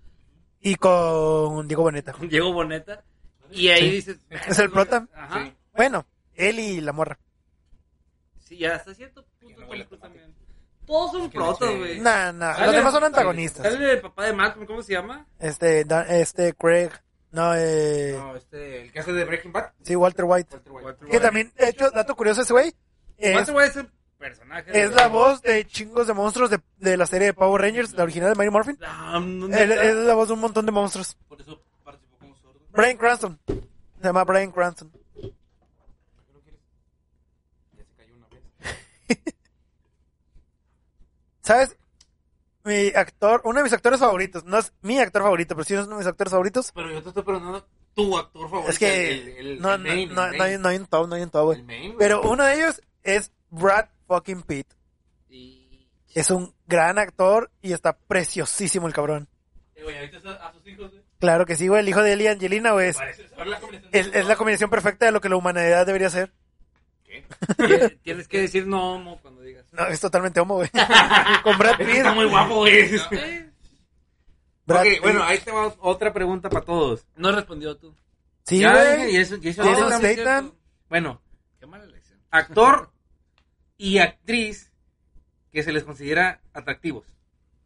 [SPEAKER 1] y con Diego Boneta.
[SPEAKER 4] con Diego Boneta. Y ahí
[SPEAKER 1] Sí.
[SPEAKER 4] dices.
[SPEAKER 1] Es el prota.
[SPEAKER 4] Ajá.
[SPEAKER 3] Sí.
[SPEAKER 1] Bueno, él y la morra.
[SPEAKER 4] Sí, ya hasta cierto
[SPEAKER 3] no
[SPEAKER 4] punto
[SPEAKER 3] huele a
[SPEAKER 4] película
[SPEAKER 3] tomate.
[SPEAKER 4] también. Todos son
[SPEAKER 3] que no
[SPEAKER 4] protas,
[SPEAKER 3] sé.
[SPEAKER 4] güey.
[SPEAKER 1] Nah, nah.
[SPEAKER 4] Sale-
[SPEAKER 1] Los demás son
[SPEAKER 4] sale-
[SPEAKER 1] antagonistas.
[SPEAKER 4] Sale el papá de Malcolm, ¿cómo se llama?
[SPEAKER 1] Este, Dan- este, Craig. No, eh,
[SPEAKER 2] No, este, el que hace de Breaking Bad.
[SPEAKER 1] sí, Walter White.
[SPEAKER 2] Walter White.
[SPEAKER 4] Walter
[SPEAKER 1] Que también, de hecho, dato curioso ese güey. eh, Es,
[SPEAKER 4] Walter White es el personaje.
[SPEAKER 1] es la voz de chingos de monstruos de, de la serie de Power Rangers, la original de Mary Morphin.
[SPEAKER 4] Ah, no,
[SPEAKER 1] Él-
[SPEAKER 4] neta.
[SPEAKER 1] él es la voz de un montón de monstruos.
[SPEAKER 3] Por eso participó como sordo.
[SPEAKER 1] Brian Cranston. Se llama Brian Cranston.
[SPEAKER 3] Ya se cayó una vez.
[SPEAKER 1] ¿Sabes? Mi actor, uno de mis actores favoritos, no es mi actor favorito, pero sí es uno de mis actores favoritos.
[SPEAKER 2] Pero yo te estoy preguntando tu actor favorito.
[SPEAKER 1] Es que
[SPEAKER 2] el- el-
[SPEAKER 1] no,
[SPEAKER 2] el
[SPEAKER 1] no,
[SPEAKER 2] main, el
[SPEAKER 1] no,
[SPEAKER 2] main.
[SPEAKER 1] no hay, no hay un top, no hay un top, güey.
[SPEAKER 2] El main, güey.
[SPEAKER 1] Pero uno de ellos es Brad fucking Pitt.
[SPEAKER 4] Y-
[SPEAKER 1] Es un gran actor y está preciosísimo el cabrón.
[SPEAKER 3] Eh, güey, ahorita está- a sus hijos, güey.
[SPEAKER 1] Claro que sí, güey, el hijo de él y Angelina, güey. Es,
[SPEAKER 3] Parece saber la combinación.
[SPEAKER 1] es- es la combinación perfecta de lo que la humanidad debería ser.
[SPEAKER 4] Tie- Tienes que decir no, homo cuando digas.
[SPEAKER 1] No, es totalmente homo, güey. Con Brad Pitt.
[SPEAKER 4] Está muy guapo, güey.
[SPEAKER 1] Brad
[SPEAKER 2] Ok,
[SPEAKER 1] Pitt.
[SPEAKER 2] bueno, ahí te va otra pregunta para todos.
[SPEAKER 4] No respondió tú.
[SPEAKER 1] Sí,
[SPEAKER 2] ya
[SPEAKER 1] güey.
[SPEAKER 2] dije Jason, Jason
[SPEAKER 1] Jason
[SPEAKER 2] Statham.
[SPEAKER 1] Statham. Statham.
[SPEAKER 2] Bueno,
[SPEAKER 4] Qué mala elección.
[SPEAKER 2] actor y actriz que se les considera atractivos,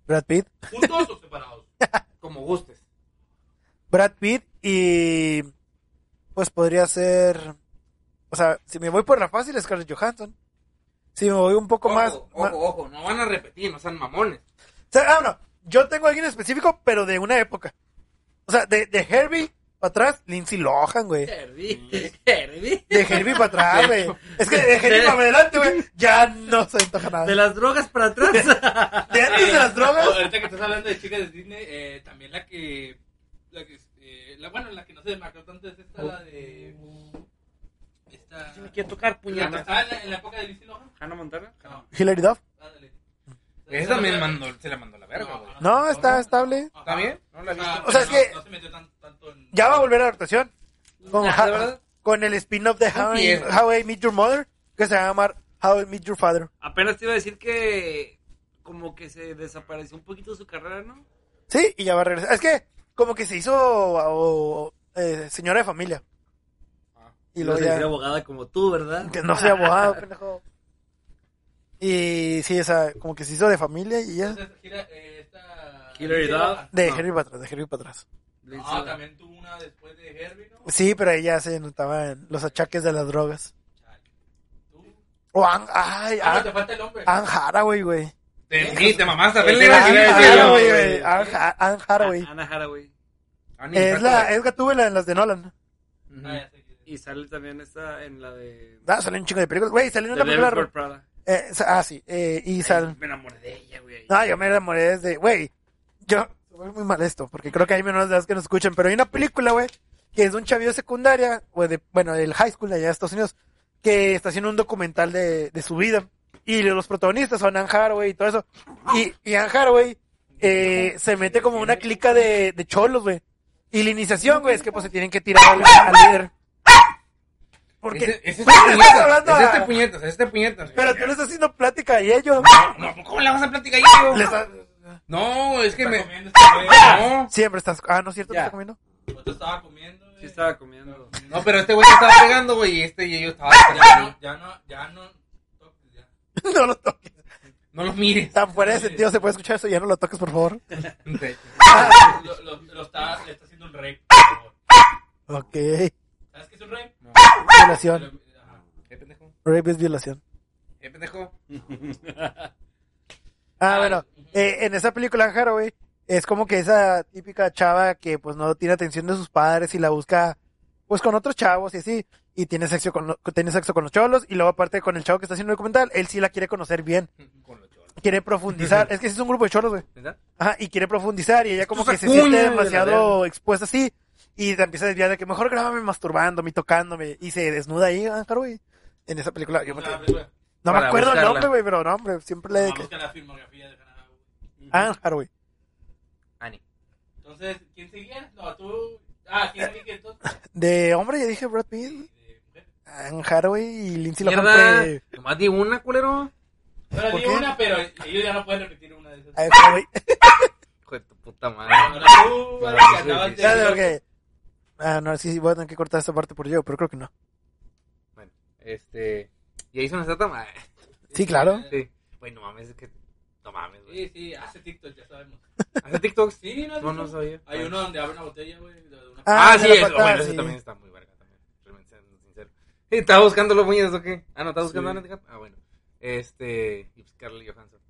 [SPEAKER 1] Brad Pitt.
[SPEAKER 3] ¿Juntos o separados?
[SPEAKER 2] como gustes.
[SPEAKER 1] Brad Pitt y pues podría ser o sea si me voy por la fácil es Scarlett Johansson si me voy un poco
[SPEAKER 2] Ojo,
[SPEAKER 1] más,
[SPEAKER 2] ojo,
[SPEAKER 1] ma-
[SPEAKER 2] ojo, no van a repetir, no sean mamones.
[SPEAKER 1] o sea, ah, no, yo tengo a alguien específico pero de una época o sea de, de Herbie para atrás Lindsay Lohan güey
[SPEAKER 4] Herbie.
[SPEAKER 2] Mm.
[SPEAKER 4] Herbie.
[SPEAKER 1] de Herbie para atrás güey es que de Herbie para adelante güey ya no se antoja nada
[SPEAKER 4] De las drogas para atrás.
[SPEAKER 1] de antes de las drogas
[SPEAKER 3] Ahorita que estás hablando de chicas de Disney, eh, también la que. La que eh, la, bueno, la que no se demarcó tanto es esta, la de. Esta.
[SPEAKER 4] Me quiero tocar
[SPEAKER 3] La que
[SPEAKER 4] puñalas.
[SPEAKER 3] estaba en la, en la época de Lindsay Lohan.
[SPEAKER 4] ¿Hannah Montana?
[SPEAKER 3] No,
[SPEAKER 1] Hilary Duff
[SPEAKER 3] ándale.
[SPEAKER 2] Esa también mandó, se la mandó a la verga, güey.
[SPEAKER 3] No,
[SPEAKER 1] no está estable
[SPEAKER 3] Ajá.
[SPEAKER 2] ¿Está bien? No la he
[SPEAKER 3] Ah,
[SPEAKER 2] visto.
[SPEAKER 1] O sea, es
[SPEAKER 3] no-
[SPEAKER 1] que-
[SPEAKER 3] No se metió tan- tanto en.
[SPEAKER 1] ya va a volver a la rotación con,
[SPEAKER 4] Nah,
[SPEAKER 1] Ha-
[SPEAKER 4] Ah, de verdad.
[SPEAKER 1] con el spin-off de How, I-
[SPEAKER 2] pierdes.
[SPEAKER 1] How I Meet Your Mother que se va a llamar How I Meet Your Father
[SPEAKER 4] Apenas te iba a decir que como que se desapareció un poquito su carrera, ¿no?
[SPEAKER 1] Sí, y ya va a regresar. Es que como que se hizo o- eh, señora de familia. Y
[SPEAKER 4] Ah. no
[SPEAKER 1] luego
[SPEAKER 4] sé si era
[SPEAKER 1] ya...
[SPEAKER 4] abogada como tú, ¿verdad?
[SPEAKER 1] Que no sea abogado, pendejo. Y sí, o sea, como que se hizo de familia y ya...
[SPEAKER 3] Entonces, gira, eh, esta.
[SPEAKER 4] Hilary
[SPEAKER 3] Lindsay
[SPEAKER 4] Duff.
[SPEAKER 3] Lohan.
[SPEAKER 1] De
[SPEAKER 2] Ah.
[SPEAKER 4] No.
[SPEAKER 1] Herbie para atrás, de Herbie para atrás.
[SPEAKER 3] Ah, también tuvo una después de Herbie, ¿no?
[SPEAKER 1] Sí, pero ahí ya se notaban los achaques de las drogas.
[SPEAKER 3] Chale. Tú.
[SPEAKER 1] O An... Ay,
[SPEAKER 3] Ah,
[SPEAKER 1] An,
[SPEAKER 3] te falta el hombre.
[SPEAKER 1] Anne Haraway, güey.
[SPEAKER 2] Te, sí, te mamaste. a ver,
[SPEAKER 1] Anne
[SPEAKER 2] le iba a decir, iba a decir yo,
[SPEAKER 1] Haraway,
[SPEAKER 2] güey.
[SPEAKER 1] güey. Anne Ha- Anne Haraway.
[SPEAKER 4] Ana Haraway.
[SPEAKER 2] Ah, ni
[SPEAKER 1] Es
[SPEAKER 2] tanto,
[SPEAKER 1] la...
[SPEAKER 2] güey.
[SPEAKER 1] Es Gatúbela en las de Nolan.
[SPEAKER 2] Ujú.
[SPEAKER 3] Ah, ya sé quién es.
[SPEAKER 4] Y sale también esta en la de...
[SPEAKER 1] Ah, salió un chico de películas. Güey, salió en
[SPEAKER 4] The
[SPEAKER 1] una
[SPEAKER 4] Devil
[SPEAKER 1] película...
[SPEAKER 4] Wears Prada.
[SPEAKER 1] eh, sa- ah, sí. eh, y sal...
[SPEAKER 4] Me enamoré de ella, güey.
[SPEAKER 1] No, yo me enamoré desde, güey, yo, es muy mal esto, porque creo que hay menos de las que nos escuchan, pero hay una película, güey, que es de un chavillo de secundaria, o de, bueno, del high school de allá de Estados Unidos, que está haciendo un documental de, de su vida, y los protagonistas son Anne Haraway y todo eso, y, y Anne Haraway eh, se mete como una clica de, de cholos, güey, y la iniciación, güey, es que pues se tienen que tirar al, al líder. Porque,
[SPEAKER 2] Ese- ese es
[SPEAKER 1] Güey,
[SPEAKER 2] este
[SPEAKER 1] estás
[SPEAKER 2] puñetas,
[SPEAKER 1] hablando
[SPEAKER 2] es
[SPEAKER 1] a-
[SPEAKER 2] este puñetas, es este puñetas.
[SPEAKER 1] pero tú le estás haciendo plática a ellos.
[SPEAKER 2] No, no, ¿cómo le vas a platicar yo?
[SPEAKER 1] Le estás-
[SPEAKER 2] No, es que
[SPEAKER 3] Está
[SPEAKER 2] me...
[SPEAKER 3] comiendo este güey.
[SPEAKER 2] No,
[SPEAKER 1] Siempre estás, ah, no es cierto,
[SPEAKER 2] Ya.
[SPEAKER 1] te está comiendo.
[SPEAKER 3] Otro estaba comiendo, güey.
[SPEAKER 4] Sí estaba comiendo.
[SPEAKER 2] no, pero este güey se estaba pegando, güey, y este y yo estaba...
[SPEAKER 3] Ya no, ya no, ya no. toques, ya.
[SPEAKER 1] No lo toques.
[SPEAKER 2] No los mires.
[SPEAKER 1] Tan fuera de sentido se puede escuchar eso, ya no lo toques, por favor.
[SPEAKER 2] De hecho.
[SPEAKER 3] Lo, lo- lo está, le está haciendo un rey. por favor.
[SPEAKER 1] Ok.
[SPEAKER 3] ¿Sabes qué es un rey?
[SPEAKER 2] No.
[SPEAKER 1] Violación.
[SPEAKER 3] Pero, ajá.
[SPEAKER 2] Eh, pendejo.
[SPEAKER 1] Rape es violación.
[SPEAKER 2] Eh, pendejo.
[SPEAKER 1] Ah, bueno. eh, en esa película, Anne Haraway, es como que esa típica chava que pues no tiene atención de sus padres y la busca pues con otros chavos y así. Y tiene sexo con, lo- tiene sexo con los cholos y luego aparte con el chavo que está haciendo el documental, él sí la quiere conocer bien.
[SPEAKER 2] Con los cholos.
[SPEAKER 1] Quiere profundizar. es que sí es un grupo de cholos, güey.
[SPEAKER 2] ¿Verdad?
[SPEAKER 1] Ajá, y quiere profundizar y ella como
[SPEAKER 2] Esto
[SPEAKER 1] que
[SPEAKER 2] es
[SPEAKER 1] se siente
[SPEAKER 2] acuña, de la
[SPEAKER 1] demasiado expuesta así y te empieza a desviar de que mejor grábame masturbándome, tocándome y se desnuda ahí, Anne Haraway, en esa película. Yo me quedé-
[SPEAKER 3] Una película.
[SPEAKER 1] No me
[SPEAKER 2] Para
[SPEAKER 1] acuerdo el
[SPEAKER 2] buscarla.
[SPEAKER 1] nombre, güey, pero no, hombre, siempre le...
[SPEAKER 3] Vamos a la filmografía de Hannah Gabriel.
[SPEAKER 1] Ah, Haraway.
[SPEAKER 2] Ani.
[SPEAKER 3] Entonces, ¿quién seguía? No, tú. Ah, ¿quién seguía entonces?
[SPEAKER 1] De hombre, ya dije Brad Pitt,
[SPEAKER 3] De mujer.
[SPEAKER 1] Anne Haraway y Lindsay Lohan.
[SPEAKER 2] Mierda.
[SPEAKER 1] que-
[SPEAKER 2] Nomás di una, culero.
[SPEAKER 3] Bueno,
[SPEAKER 1] ¿Por
[SPEAKER 3] di
[SPEAKER 1] qué?
[SPEAKER 3] una, pero ellos ya no pueden repetir una de esas.
[SPEAKER 1] Ay, Haraway.
[SPEAKER 2] Hijo de tu puta Puta madre.
[SPEAKER 3] Ahora tú,
[SPEAKER 2] Para
[SPEAKER 3] ahora que
[SPEAKER 2] eso
[SPEAKER 3] acabas
[SPEAKER 2] difícil.
[SPEAKER 1] Ya
[SPEAKER 3] de-
[SPEAKER 1] de que- Ah, no, sí, sí, voy a tener que cortar esta parte por yo, pero creo que no.
[SPEAKER 2] Bueno, este. Y ahí se nos está madre.
[SPEAKER 1] Sí, claro.
[SPEAKER 2] Sí. Güey, no mames, es que. No mames, güey.
[SPEAKER 3] Sí, sí, hace TikTok, ya sabemos.
[SPEAKER 2] ¿Hace TikToks?
[SPEAKER 3] Sí, no,
[SPEAKER 2] No, no sabía.
[SPEAKER 3] Hay
[SPEAKER 2] Bueno.
[SPEAKER 3] uno donde abre una botella, güey. de una-
[SPEAKER 2] Ah,
[SPEAKER 1] de
[SPEAKER 2] sí,
[SPEAKER 1] la
[SPEAKER 2] eso,
[SPEAKER 1] patada,
[SPEAKER 2] bueno, ese
[SPEAKER 1] sí.
[SPEAKER 2] también está muy verga también. Realmente, siendo sincero. Sí, ¿Estaba buscando los muñecos o qué? Ah, no, ¿estaba buscando
[SPEAKER 3] Sí.
[SPEAKER 2] a Handicap? Ah, bueno. Este. Y pues Carly Johansson.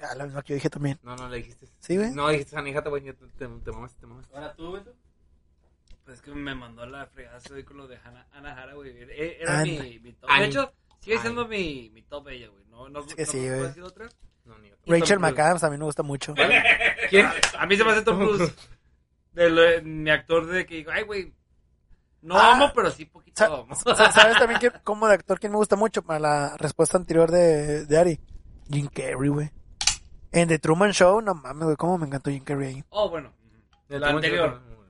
[SPEAKER 1] Ah, la misma que yo dije también.
[SPEAKER 2] No, no le dijiste.
[SPEAKER 1] Sí, güey.
[SPEAKER 2] No, dijiste Sandy Hata, güey. ya Te, te, te mamaste, te mamaste.
[SPEAKER 3] Ahora tú, Beto.
[SPEAKER 4] Pues es que me mandó la fregada ese güey con lo de Hannah, Ana Jara, güey. E- Era
[SPEAKER 1] Ana.
[SPEAKER 4] mi, mi top.
[SPEAKER 2] Ana.
[SPEAKER 4] De hecho, sigue
[SPEAKER 2] Ana.
[SPEAKER 4] siendo mi, mi top ella, güey. No, no,
[SPEAKER 1] Es que
[SPEAKER 4] no
[SPEAKER 1] sí,
[SPEAKER 4] puedo
[SPEAKER 1] güey.
[SPEAKER 4] decir otra.
[SPEAKER 2] No, ni yo. tampoco.
[SPEAKER 1] Rachel
[SPEAKER 4] Tom Cruise.
[SPEAKER 1] McAdams a mí me gusta mucho.
[SPEAKER 4] ¿Quién? A mí se me hace Tom Cruise. De lo- mi actor de que digo, ay, güey. No
[SPEAKER 1] Ah.
[SPEAKER 4] amo, pero sí poquito
[SPEAKER 1] Sa-
[SPEAKER 4] amo.
[SPEAKER 1] sa- ¿Sabes también quién- cómo de actor quién me gusta mucho? Para la respuesta anterior de, de Ari. Jim Carrey, güey. En The Truman Show, no mames, güey, cómo me encantó Jim Carrey ahí.
[SPEAKER 4] Oh, bueno.
[SPEAKER 2] El
[SPEAKER 4] La
[SPEAKER 2] Timon
[SPEAKER 4] anterior.
[SPEAKER 2] Chalamet, güey.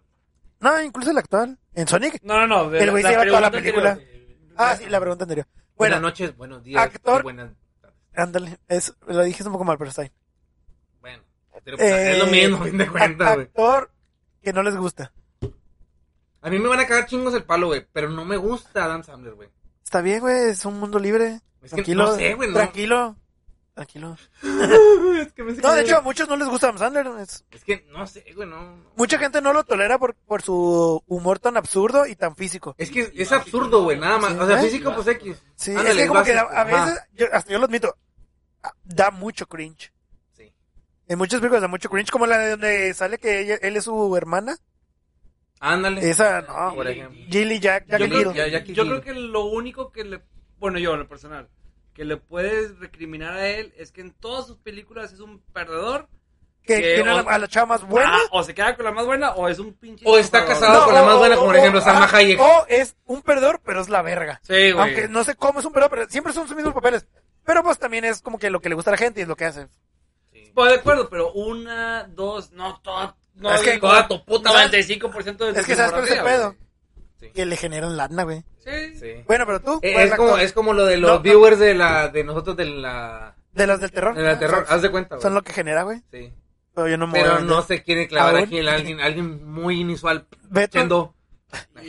[SPEAKER 1] No, incluso el actual. En Sonic.
[SPEAKER 4] No, no, no. de
[SPEAKER 1] El
[SPEAKER 4] la-
[SPEAKER 1] güey
[SPEAKER 4] la
[SPEAKER 1] se lleva toda la
[SPEAKER 4] pregunta eh,
[SPEAKER 1] película.
[SPEAKER 4] anterior.
[SPEAKER 1] Ah, sí, la pregunta anterior.
[SPEAKER 2] Buenas
[SPEAKER 1] Bueno,
[SPEAKER 2] noches, buenos días.
[SPEAKER 1] actor-
[SPEAKER 2] y Buenas tardes.
[SPEAKER 1] ándale, es, lo dijiste un poco mal, pero está ahí.
[SPEAKER 2] Bueno. pero, pues, es lo
[SPEAKER 1] Eh,
[SPEAKER 2] mismo, a fin de cuentas, güey.
[SPEAKER 1] Actor que no les gusta.
[SPEAKER 2] A mí me van a cagar chingos el palo, güey. Pero no me gusta Adam Sandler, güey.
[SPEAKER 1] Está bien, güey, es un mundo libre.
[SPEAKER 2] Es que
[SPEAKER 1] Tranquilo.
[SPEAKER 2] no sé, güey, no.
[SPEAKER 1] Tranquilo. Tranquilo.
[SPEAKER 2] Es que me hace
[SPEAKER 1] No, de
[SPEAKER 2] que-
[SPEAKER 1] hecho, a muchos no les gusta Adam Sandler. es-
[SPEAKER 2] Es que no sé, güey, no. no.
[SPEAKER 1] mucha gente no lo tolera por, por su humor tan absurdo y tan físico.
[SPEAKER 2] Es que es absurdo, güey, nada más.
[SPEAKER 1] Sí,
[SPEAKER 2] o sea,
[SPEAKER 1] ¿eh?
[SPEAKER 2] físico, pues X.
[SPEAKER 1] Sí,
[SPEAKER 2] Ándale,
[SPEAKER 1] es que como que da-
[SPEAKER 2] básico.
[SPEAKER 1] a veces,
[SPEAKER 2] Ajá.
[SPEAKER 1] yo, hasta yo lo admito, a- da mucho cringe.
[SPEAKER 2] Sí.
[SPEAKER 1] En muchas películas da mucho cringe, como la de donde sale que ella- él es su hermana.
[SPEAKER 2] Ándale.
[SPEAKER 1] Esa, no,
[SPEAKER 2] Por
[SPEAKER 1] güey.
[SPEAKER 2] ejemplo.
[SPEAKER 1] Gilly Jack, Jack
[SPEAKER 4] yo, creo,
[SPEAKER 1] Hill.
[SPEAKER 2] Ya- ya
[SPEAKER 4] que, yo
[SPEAKER 2] quisiera.
[SPEAKER 4] creo que lo único que le. Bueno, yo, en lo personal. Que le puedes recriminar a él es que en todas sus películas es un perdedor.
[SPEAKER 1] Que
[SPEAKER 4] que-
[SPEAKER 1] tiene a la, a la chava más buena.
[SPEAKER 4] Ah, o se queda con la más buena o es un pinche.
[SPEAKER 2] O está
[SPEAKER 4] perdedor.
[SPEAKER 2] casado. con la más buena, como por ejemplo, Salma
[SPEAKER 1] ajá,
[SPEAKER 2] Hayek.
[SPEAKER 1] O es un perdedor, pero es la verga.
[SPEAKER 4] Sí, güey.
[SPEAKER 1] Aunque no sé cómo es un perdedor, pero siempre son sus mismos papeles. Pero pues también es como que lo que le gusta a la gente y es lo que hace.
[SPEAKER 4] Pues, de acuerdo, pero una, dos, no, toda. No,
[SPEAKER 1] Es que-
[SPEAKER 4] toda tu puta
[SPEAKER 1] no,
[SPEAKER 4] 95% de tu
[SPEAKER 1] Es que sabes cuál es el
[SPEAKER 4] filmografía,
[SPEAKER 1] pedo. Que le generan lana, güey.
[SPEAKER 4] güey. Sí.
[SPEAKER 2] Sí.
[SPEAKER 1] Bueno, pero tú,
[SPEAKER 2] Eh,
[SPEAKER 1] ¿cuál
[SPEAKER 2] es,
[SPEAKER 1] el
[SPEAKER 2] como,
[SPEAKER 1] actor?
[SPEAKER 2] es como lo de los
[SPEAKER 1] No, no.
[SPEAKER 2] viewers de la de nosotros de la,
[SPEAKER 1] de las del terror.
[SPEAKER 2] de la terror.
[SPEAKER 1] Son-
[SPEAKER 2] Haz de cuenta, güey.
[SPEAKER 1] Son lo que genera, güey.
[SPEAKER 2] Sí.
[SPEAKER 1] Pero yo no me voy
[SPEAKER 2] Pero
[SPEAKER 1] a
[SPEAKER 2] no
[SPEAKER 1] vender.
[SPEAKER 2] se quiere clavar
[SPEAKER 1] Aún.
[SPEAKER 2] aquí el alguien, alguien muy inusual.
[SPEAKER 1] Beto,
[SPEAKER 2] Siendo.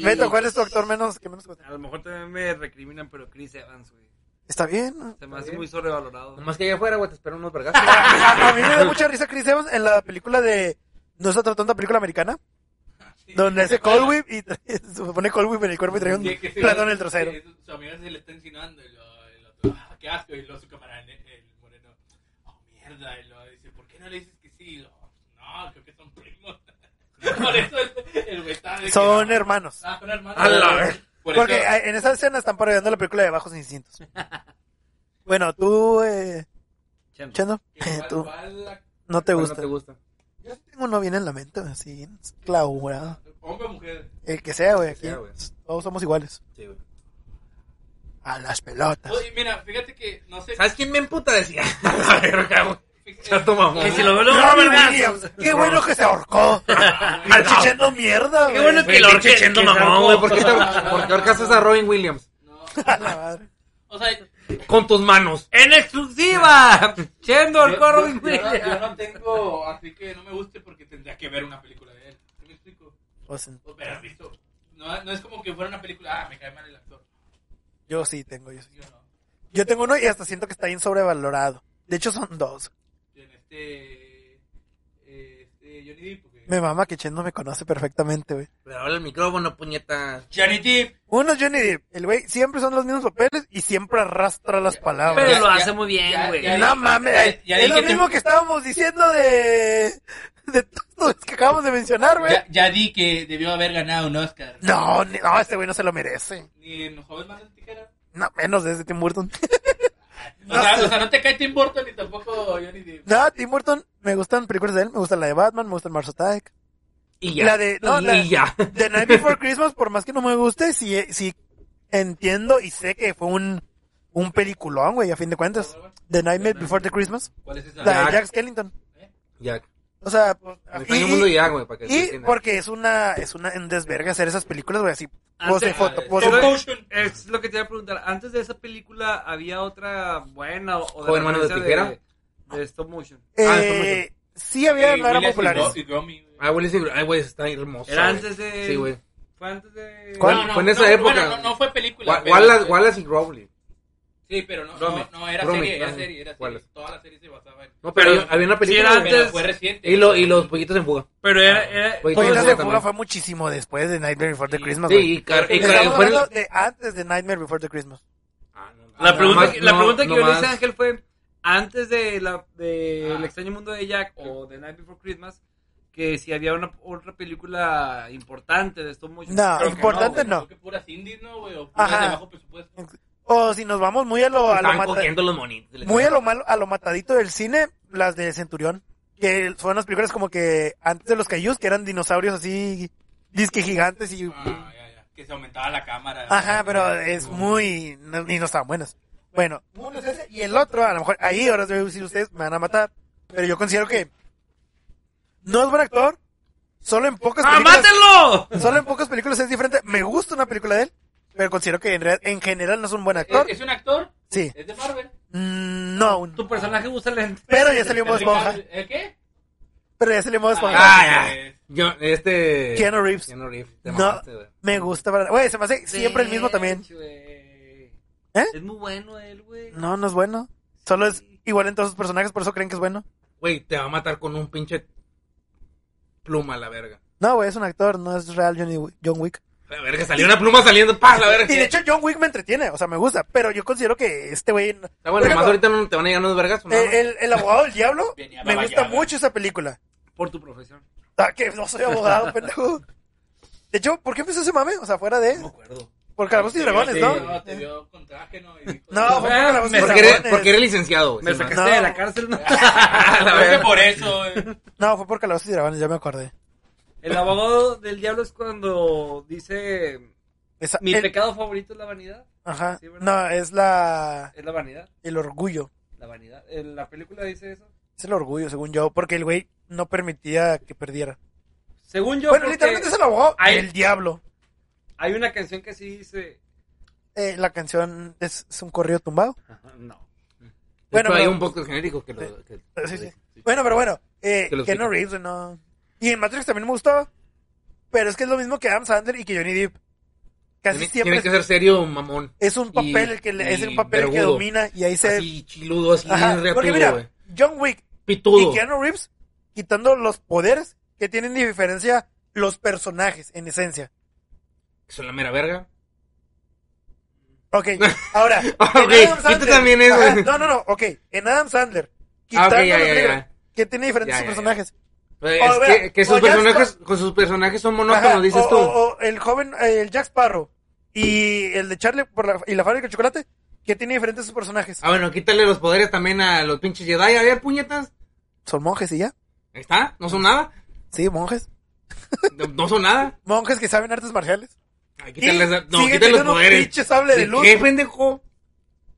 [SPEAKER 1] Beto, ¿cuál es tu actor menos que menos gusta?
[SPEAKER 4] A lo mejor también me recriminan, pero Chris Evans, güey.
[SPEAKER 1] Está bien. ¿no?
[SPEAKER 4] Se me hace
[SPEAKER 2] bien.
[SPEAKER 4] muy sobrevalorado.
[SPEAKER 2] Nomás que allá afuera, güey, te esperan unos vergazos.
[SPEAKER 1] A, a mí me da mucha risa Chris Evans en la película de no está tratando de película americana. Donde hace cold whip y tra- se pone cold whip en el cuerpo y trae un
[SPEAKER 3] Sí, que sí,
[SPEAKER 1] platón en el
[SPEAKER 3] sí,
[SPEAKER 1] trasero.
[SPEAKER 3] sí, su- Su amigo se le está insinuando. Y lo, el otro, ah, qué asco. Y luego su camarada, el, el moreno, oh, mierda. Y lo dice, ¿por qué no le dices que sí? Y lo, no, creo que son primos. Por eso el- el güey está de que
[SPEAKER 1] Son
[SPEAKER 3] no.
[SPEAKER 1] hermanos.
[SPEAKER 3] Ah, son hermanos.
[SPEAKER 2] A la ver.
[SPEAKER 3] Por
[SPEAKER 1] Porque
[SPEAKER 3] eso-
[SPEAKER 1] eh, en esa escena están parodiando la película de Bajos Instintos. Bueno, tú, eh,
[SPEAKER 4] Chendo.
[SPEAKER 1] Chendo, eh,
[SPEAKER 3] que
[SPEAKER 1] tú
[SPEAKER 3] cuál- cuál
[SPEAKER 1] no te
[SPEAKER 2] ¿Cuál
[SPEAKER 1] gusta.
[SPEAKER 2] No te gusta.
[SPEAKER 1] Yo sí tengo uno bien en la mente, así, clausurado.
[SPEAKER 3] la- Hombre o mujer.
[SPEAKER 1] El que sea, güey,
[SPEAKER 2] El que
[SPEAKER 1] aquí
[SPEAKER 2] sea, güey.
[SPEAKER 1] todos somos iguales.
[SPEAKER 2] Sí, güey.
[SPEAKER 1] A las pelotas.
[SPEAKER 3] Oye, mira, fíjate que, no sé.
[SPEAKER 2] ¿Sabes quién me emputa? Decía. A ver, cabrón. Ya tomamos.
[SPEAKER 4] Que si lo veo, lo
[SPEAKER 1] Robin
[SPEAKER 4] veo, vergas.
[SPEAKER 1] Williams, qué bueno que se ahorcó. Al chichendo mierda, güey.
[SPEAKER 4] Qué bueno que
[SPEAKER 2] Güey,
[SPEAKER 4] lo
[SPEAKER 2] qué
[SPEAKER 4] orqué
[SPEAKER 2] chendo
[SPEAKER 4] que
[SPEAKER 2] mamón,
[SPEAKER 4] sacó.
[SPEAKER 2] güey. ¿Por qué te- por qué ahorcas a Robin Williams?
[SPEAKER 3] No,
[SPEAKER 1] A la madre.
[SPEAKER 3] o sea,
[SPEAKER 2] Con tus manos.
[SPEAKER 4] ¡En exclusiva! Chendo el coro,
[SPEAKER 3] yo,
[SPEAKER 4] güey.
[SPEAKER 3] no, yo no tengo, así que no me guste porque tendría que ver una película de él. ¿Sí me explico?
[SPEAKER 1] Pues,
[SPEAKER 3] O- Pero has visto. No, no es como que fuera una película, ah, me cae mal el actor.
[SPEAKER 1] yo sí tengo, yo sí.
[SPEAKER 3] Yo no.
[SPEAKER 1] Yo tengo uno y hasta siento que está bien sobrevalorado. De hecho, son dos.
[SPEAKER 3] Y en este. eh, Este. Johnny Depp. porque-
[SPEAKER 1] Me mama que Chendo me conoce perfectamente, güey.
[SPEAKER 2] Pero habla el micrófono, puñeta.
[SPEAKER 3] Johnny Depp.
[SPEAKER 1] Uno es Johnny Depp. El güey siempre son los mismos papeles y siempre arrastra las palabras.
[SPEAKER 4] Pero lo
[SPEAKER 3] Ya-
[SPEAKER 4] hace muy
[SPEAKER 3] ya-
[SPEAKER 4] bien, güey.
[SPEAKER 3] ya-
[SPEAKER 1] no mames,
[SPEAKER 3] ya
[SPEAKER 1] es
[SPEAKER 3] dije
[SPEAKER 1] lo
[SPEAKER 3] que-
[SPEAKER 1] mismo que estábamos diciendo de de todos los que acabamos de mencionar, güey.
[SPEAKER 3] Ya, ya di que debió haber ganado un Oscar.
[SPEAKER 1] No, ni- no, este güey no se lo merece.
[SPEAKER 3] Ni en Joven Mano de Tijera.
[SPEAKER 1] No, menos desde Tim Burton.
[SPEAKER 3] O, sea, o sea, no te cae Tim Burton ni tampoco Johnny Depp.
[SPEAKER 1] No, Tim Burton, me gustan películas de él, me gusta la de Batman, me gusta el Mars Attack.
[SPEAKER 2] Y ya.
[SPEAKER 1] La de- no,
[SPEAKER 2] y
[SPEAKER 1] la-
[SPEAKER 2] ya.
[SPEAKER 1] The Night Before Christmas, por más que no me guste, sí, sí entiendo y sé que fue un, un peliculón, güey, a fin de cuentas. The Nightmare Before the Christmas,
[SPEAKER 3] ¿Cuál es esa?
[SPEAKER 1] la de
[SPEAKER 2] Jack.
[SPEAKER 1] Jack Skellington.
[SPEAKER 2] Ya.
[SPEAKER 1] O sea, pues,
[SPEAKER 2] El
[SPEAKER 1] y,
[SPEAKER 2] extraño mundo
[SPEAKER 1] y-
[SPEAKER 2] ya, güey, para que se
[SPEAKER 1] y
[SPEAKER 2] entienda.
[SPEAKER 1] porque es una, es una un desvergue hacer esas películas, güey, así, pose
[SPEAKER 3] Ah,
[SPEAKER 4] Antes-
[SPEAKER 1] foto, pose
[SPEAKER 4] Pero-
[SPEAKER 1] foto.
[SPEAKER 3] Potion.
[SPEAKER 4] Es lo que te iba a preguntar. Antes de esa película, ¿había otra buena o, o
[SPEAKER 2] Joven mano de
[SPEAKER 4] referencia
[SPEAKER 2] tijera?
[SPEAKER 4] De, de stop motion.
[SPEAKER 2] Ah,
[SPEAKER 1] Eh, sí había, no eran
[SPEAKER 3] Willis y
[SPEAKER 1] populares.
[SPEAKER 3] Gro- y Gromy, güey.
[SPEAKER 2] Ah, Willis y Ay, güey, está hermoso.
[SPEAKER 4] Era
[SPEAKER 2] güey.
[SPEAKER 4] antes de.
[SPEAKER 2] Sí, güey.
[SPEAKER 4] Fue antes de.
[SPEAKER 1] ¿Cuál?
[SPEAKER 3] No, no,
[SPEAKER 2] Fue en esa
[SPEAKER 3] no,
[SPEAKER 2] época.
[SPEAKER 3] bueno, no, no fue película.
[SPEAKER 2] Wa-
[SPEAKER 3] pero-
[SPEAKER 2] Wallace, Wallace y Growly.
[SPEAKER 3] Sí, pero no,
[SPEAKER 4] Gromy.
[SPEAKER 3] no, no, era
[SPEAKER 2] Gromy,
[SPEAKER 3] serie, era
[SPEAKER 2] Gromy.
[SPEAKER 3] serie, era serie.
[SPEAKER 2] Wallace.
[SPEAKER 3] Toda la serie se basaba en...
[SPEAKER 2] No, pero,
[SPEAKER 4] Pero-
[SPEAKER 2] había una película.
[SPEAKER 4] sí, era
[SPEAKER 2] güey.
[SPEAKER 3] Pero
[SPEAKER 4] antes-
[SPEAKER 3] fue reciente.
[SPEAKER 2] y, lo, y los pollitos en fuga.
[SPEAKER 4] Pero era. era
[SPEAKER 2] Güey,
[SPEAKER 1] Pollitos
[SPEAKER 2] todo
[SPEAKER 1] de
[SPEAKER 2] eso
[SPEAKER 1] Fuga
[SPEAKER 2] también.
[SPEAKER 1] fue muchísimo después de Nightmare Before the Christmas.
[SPEAKER 2] Sí,
[SPEAKER 1] güey.
[SPEAKER 2] y, car- y
[SPEAKER 4] Estamos
[SPEAKER 2] car-
[SPEAKER 1] Estamos
[SPEAKER 2] fue en-
[SPEAKER 1] hablando de antes de Nightmare Before the Christmas.
[SPEAKER 3] Ah,
[SPEAKER 4] la pregunta,
[SPEAKER 2] más-
[SPEAKER 4] que, la
[SPEAKER 2] no-
[SPEAKER 4] pregunta que
[SPEAKER 2] no
[SPEAKER 4] yo le hice
[SPEAKER 2] más.
[SPEAKER 4] a Ángel fue: antes de, la, de
[SPEAKER 3] Ah.
[SPEAKER 4] El extraño mundo de Jack o The Night Before Christmas, que si había una otra película importante de estos muchos.
[SPEAKER 1] No,
[SPEAKER 3] Creo que
[SPEAKER 1] importante
[SPEAKER 3] güey,
[SPEAKER 1] no.
[SPEAKER 3] creo que puras indies, ¿no, güey? O
[SPEAKER 1] Ajá.
[SPEAKER 3] puras de bajo presupuesto.
[SPEAKER 1] O si nos vamos muy a lo, a lo,
[SPEAKER 2] Estaban
[SPEAKER 1] mata-
[SPEAKER 2] cogiendo los monitos.
[SPEAKER 1] muy a lo, malo- a lo matadito del cine, las de Centurión. Que fueron las películas como que antes de los Cayús, que eran dinosaurios así, disque gigantes y...
[SPEAKER 3] Ah, ya, ya. Que se aumentaba la cámara.
[SPEAKER 1] Ajá, pero es muy... no- y no estaban buenas. Bueno, uno es ese, y el otro, a lo mejor, ahí ahora si ustedes me van a matar, pero yo considero que no es buen actor, solo en pocas
[SPEAKER 4] ¡Ah,
[SPEAKER 1] películas...
[SPEAKER 4] mátenlo!
[SPEAKER 1] Solo en pocas películas es diferente. Me gusta una película de él, pero considero que en, re- en general no es un buen
[SPEAKER 3] ¿Es,
[SPEAKER 1] actor.
[SPEAKER 3] es un actor?
[SPEAKER 1] Sí.
[SPEAKER 3] ¿Es de Marvel?
[SPEAKER 1] Mm, No aún.
[SPEAKER 4] Tu personaje usa lentes.
[SPEAKER 1] Pero ya salió Bob
[SPEAKER 3] ¿Es Ricardo-
[SPEAKER 1] Esponja.
[SPEAKER 3] ¿El qué?
[SPEAKER 1] Pero ya salió Bob Esponja.
[SPEAKER 2] Ah,
[SPEAKER 3] Ah,
[SPEAKER 2] ya. Yo, este.
[SPEAKER 1] Keanu Reeves.
[SPEAKER 2] Keanu Reeves. Te
[SPEAKER 1] No.
[SPEAKER 2] mamaste, güey.
[SPEAKER 1] Me gusta. para- Güey, se me hace siempre el mismo también.
[SPEAKER 4] ¿Eh?
[SPEAKER 1] ¿Eh?
[SPEAKER 4] Es muy bueno él, güey.
[SPEAKER 1] No, no es bueno. Solo es igual en todos sus personajes, por eso creen que es bueno.
[SPEAKER 2] Güey, te va a matar con un pinche pluma, la verga.
[SPEAKER 1] No, güey, es un actor, no es real Johnny- John Wick.
[SPEAKER 2] La verga, salió una pluma saliendo, pa, la verga.
[SPEAKER 1] Y de hecho, John Wick me entretiene, o sea, me gusta. Pero yo considero que este güey.
[SPEAKER 2] Está bueno,
[SPEAKER 1] Por
[SPEAKER 2] nomás
[SPEAKER 1] ejemplo,
[SPEAKER 2] ahorita no te van a llegar unos vergas. ¿no?
[SPEAKER 1] eh, el, el abogado del diablo,
[SPEAKER 3] Venía
[SPEAKER 1] me gusta
[SPEAKER 3] babayada.
[SPEAKER 1] mucho esa película.
[SPEAKER 4] Por tu profesión.
[SPEAKER 1] Ah, que no soy abogado, pendejo. De hecho, ¿por qué empezó ese mame? O sea, fuera de.
[SPEAKER 2] no me acuerdo.
[SPEAKER 1] Por Calabozos y Dragones,
[SPEAKER 3] Te
[SPEAKER 1] ¿no?
[SPEAKER 3] vio- Te vio con traje, ¿no? Y dijo-
[SPEAKER 1] No, fue
[SPEAKER 2] Ah,
[SPEAKER 1] por Calabozos y
[SPEAKER 2] Porque eres,
[SPEAKER 1] Dragones.
[SPEAKER 2] porque eres licenciado, güey.
[SPEAKER 4] Me
[SPEAKER 2] se llama.
[SPEAKER 4] sacaste
[SPEAKER 1] No.
[SPEAKER 4] de la cárcel, ¿no?
[SPEAKER 3] Creo que por eso. eh.
[SPEAKER 1] No, fue por Calabozos y Dragones, ya me acordé.
[SPEAKER 4] El abogado del diablo es cuando dice:
[SPEAKER 1] Esa-
[SPEAKER 4] Mi
[SPEAKER 1] el-
[SPEAKER 4] pecado favorito es la vanidad.
[SPEAKER 1] Ajá.
[SPEAKER 4] Sí, ¿verdad?
[SPEAKER 1] No, es la.
[SPEAKER 4] Es la vanidad.
[SPEAKER 1] El orgullo.
[SPEAKER 4] La vanidad. En la película dice eso.
[SPEAKER 1] Es el orgullo, según yo, porque el güey no permitía que perdiera.
[SPEAKER 4] Según yo,
[SPEAKER 1] bueno,
[SPEAKER 4] porque
[SPEAKER 1] literalmente es el abogado.
[SPEAKER 4] Ay.
[SPEAKER 1] El diablo.
[SPEAKER 4] hay una canción que sí dice.
[SPEAKER 1] Eh, la canción es, es un corrido tumbado.
[SPEAKER 4] No.
[SPEAKER 2] De hecho,
[SPEAKER 1] Bueno,
[SPEAKER 2] hay
[SPEAKER 1] pero-
[SPEAKER 2] un podcast genérico que lo. que-
[SPEAKER 1] Eh, sí, sí. Bueno, pero bueno. Eh,
[SPEAKER 2] Que lo
[SPEAKER 1] Keanu
[SPEAKER 2] explique.
[SPEAKER 1] Reeves, no. Y en Matrix también me gustó. Pero es que es lo mismo que Adam Sandler y que Johnny Depp. Casi
[SPEAKER 2] Tiene-
[SPEAKER 1] siempre
[SPEAKER 2] Tiene que ser serio, mamón.
[SPEAKER 1] es un papel el que le-
[SPEAKER 2] y
[SPEAKER 1] es el papel el que
[SPEAKER 2] vergudo.
[SPEAKER 1] domina y ahí se.
[SPEAKER 2] Así chiludo, así
[SPEAKER 1] Ajá, porque
[SPEAKER 2] reatudo,
[SPEAKER 1] mira,
[SPEAKER 2] güey.
[SPEAKER 1] John Wick y
[SPEAKER 2] Pitudo.
[SPEAKER 1] Keanu Reeves quitando los poderes que tienen de diferencia los personajes en esencia.
[SPEAKER 2] Que son la mera verga.
[SPEAKER 1] Ok, ahora. en
[SPEAKER 2] Ok,
[SPEAKER 1] Adam
[SPEAKER 2] quita
[SPEAKER 1] Sandler-
[SPEAKER 2] también eso.
[SPEAKER 1] Ajá, no, no, no, ok. En Adam Sandler,
[SPEAKER 2] Ah,
[SPEAKER 1] quitando
[SPEAKER 2] ok, ya,
[SPEAKER 1] los
[SPEAKER 2] ya,
[SPEAKER 1] negros,
[SPEAKER 2] ya.
[SPEAKER 1] que tiene diferentes
[SPEAKER 2] Ya, ya, ya.
[SPEAKER 1] personajes.
[SPEAKER 2] Eh,
[SPEAKER 1] O,
[SPEAKER 2] es
[SPEAKER 1] mira,
[SPEAKER 2] que, que
[SPEAKER 1] o ya
[SPEAKER 2] sus personajes, con sus personajes son monótonos,
[SPEAKER 1] Ajá,
[SPEAKER 2] dices
[SPEAKER 1] o,
[SPEAKER 2] tú.
[SPEAKER 1] o- o el joven, eh, el Jack Sparrow y el de Charlie por la- y la fábrica de chocolate, que tiene diferentes sus personajes.
[SPEAKER 2] Ah, bueno, quítale los poderes también a los pinches Jedi. A ver, puñetas.
[SPEAKER 1] Son monjes y ya.
[SPEAKER 2] Ahí está, no son nada.
[SPEAKER 1] Sí, monjes.
[SPEAKER 2] No, no son nada.
[SPEAKER 1] Monjes que saben artes marciales.
[SPEAKER 2] Ay,
[SPEAKER 1] Y
[SPEAKER 2] quítales, no,
[SPEAKER 1] siguen
[SPEAKER 2] quítale los
[SPEAKER 1] teniendo un
[SPEAKER 2] poderes.
[SPEAKER 1] pinche sable de luz.
[SPEAKER 2] ¿Qué pendejo?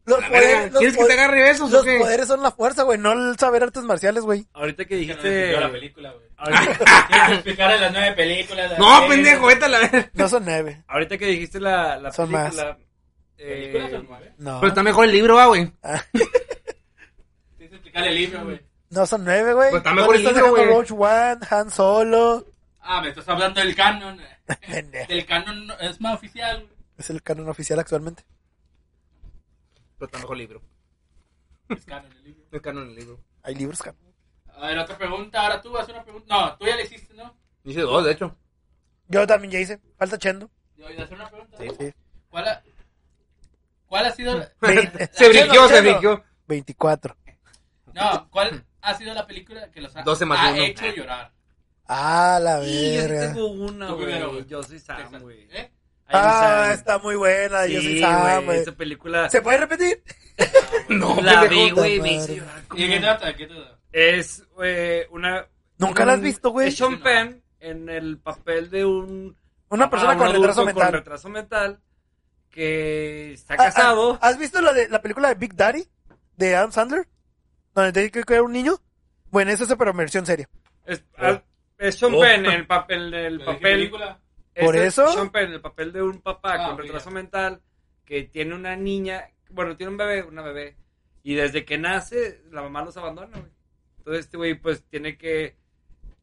[SPEAKER 1] Los
[SPEAKER 2] La
[SPEAKER 1] poderes-
[SPEAKER 2] verga.
[SPEAKER 1] los
[SPEAKER 2] ¿Quieres que te
[SPEAKER 1] poderes-
[SPEAKER 2] agarre besos o
[SPEAKER 1] Los
[SPEAKER 2] qué?
[SPEAKER 1] poderes son la fuerza, güey, no el saber artes marciales, güey.
[SPEAKER 4] Ahorita que
[SPEAKER 3] Que no le
[SPEAKER 4] dijiste.
[SPEAKER 3] explicó la película, güey.
[SPEAKER 4] Ahorita,
[SPEAKER 3] Tienes que explicarle las nueve películas. las
[SPEAKER 2] No,
[SPEAKER 3] series.
[SPEAKER 2] pendejo, vete a la verga.
[SPEAKER 1] No son nueve.
[SPEAKER 4] ahorita que dijiste la, la
[SPEAKER 1] Son más.
[SPEAKER 4] película.
[SPEAKER 3] ¿Películas
[SPEAKER 4] eh,
[SPEAKER 3] o nueve?
[SPEAKER 1] No.
[SPEAKER 2] Pero está mejor el libro, va, güey.
[SPEAKER 3] Tienes que explicarle el libro, güey.
[SPEAKER 1] No son nueve, güey.
[SPEAKER 2] Pero está
[SPEAKER 1] No
[SPEAKER 2] mejor
[SPEAKER 1] le
[SPEAKER 2] el
[SPEAKER 1] estás
[SPEAKER 2] libro,
[SPEAKER 1] dejando
[SPEAKER 2] güey.
[SPEAKER 1] Rogue One, Han Solo.
[SPEAKER 3] Ah, me estás hablando del canon. eh,
[SPEAKER 1] Pendejo.
[SPEAKER 3] Del canon no- es más oficial, güey.
[SPEAKER 1] Es el canon oficial actualmente.
[SPEAKER 2] Pero está mejor el libro.
[SPEAKER 3] Es canon el libro.
[SPEAKER 2] El canon el libro.
[SPEAKER 1] Hay libros, cabrón.
[SPEAKER 3] A ver, otra pregunta. Ahora tú vas a hacer una pregunta. No, tú ya le hiciste, ¿no?
[SPEAKER 2] Dice dos, de hecho.
[SPEAKER 1] Yo también ya hice. Falta Chendo.
[SPEAKER 3] Yo voy a hacer una pregunta.
[SPEAKER 1] Sí.
[SPEAKER 3] ¿Cuál ha, ¿Cuál ha sido...
[SPEAKER 1] Veinte.
[SPEAKER 2] Se
[SPEAKER 1] Chelo,
[SPEAKER 2] briqueó, se
[SPEAKER 1] chelo.
[SPEAKER 2] briqueó.
[SPEAKER 1] 24.
[SPEAKER 3] No, ¿cuál ha sido la película que los ha,
[SPEAKER 2] Doce más
[SPEAKER 3] ha
[SPEAKER 2] uno.
[SPEAKER 3] hecho llorar?
[SPEAKER 1] Ah, la
[SPEAKER 4] y yo sí
[SPEAKER 1] verga.
[SPEAKER 4] tengo una,
[SPEAKER 3] Tú primero,
[SPEAKER 4] güey.
[SPEAKER 3] güey.
[SPEAKER 4] Yo soy Sam,
[SPEAKER 3] Texas.
[SPEAKER 4] güey.
[SPEAKER 3] ¿Eh?
[SPEAKER 4] Ahí
[SPEAKER 1] Ah,
[SPEAKER 4] Sam.
[SPEAKER 1] está muy buena. Yo soy
[SPEAKER 4] Sí,
[SPEAKER 1] Sam,
[SPEAKER 4] güey.
[SPEAKER 1] güey.
[SPEAKER 4] Esa película.
[SPEAKER 1] ¿Se puede repetir?
[SPEAKER 2] No,
[SPEAKER 4] la
[SPEAKER 2] pendejo.
[SPEAKER 4] vi, güey.
[SPEAKER 1] puta
[SPEAKER 4] Me hice
[SPEAKER 1] madre.
[SPEAKER 4] llorar como-
[SPEAKER 3] ¿Y de qué trata? ¿De qué trata?
[SPEAKER 4] Es eh, una.
[SPEAKER 1] Nunca
[SPEAKER 4] un-
[SPEAKER 1] la has visto, güey.
[SPEAKER 4] Es Sean
[SPEAKER 3] No.
[SPEAKER 4] Penn en el papel de un.
[SPEAKER 1] Una
[SPEAKER 4] papá,
[SPEAKER 1] persona
[SPEAKER 4] un
[SPEAKER 1] con
[SPEAKER 4] adulto
[SPEAKER 1] retraso
[SPEAKER 4] ah, Con
[SPEAKER 1] mental.
[SPEAKER 4] retraso mental. Que está
[SPEAKER 1] Ah, ah,
[SPEAKER 4] casado.
[SPEAKER 1] ¿Has visto la, de, la película de Big Daddy? De Adam Sandler. Donde tiene que cuidar a un niño. Bueno, es esa, pero versión seria.
[SPEAKER 4] Es, al- es Sean
[SPEAKER 2] Oh.
[SPEAKER 4] Penn en el papel. en el
[SPEAKER 3] ¿De qué
[SPEAKER 4] papel
[SPEAKER 3] película?
[SPEAKER 1] Por
[SPEAKER 4] Ese
[SPEAKER 1] eso-
[SPEAKER 4] es Sean Penn, el papel de un papá
[SPEAKER 3] Ah,
[SPEAKER 4] con
[SPEAKER 3] ok,
[SPEAKER 4] retraso
[SPEAKER 3] ya.
[SPEAKER 4] mental que tiene una niña, bueno, tiene un bebé, una bebé, y desde que nace la mamá los abandona, güey. Entonces este güey pues tiene que...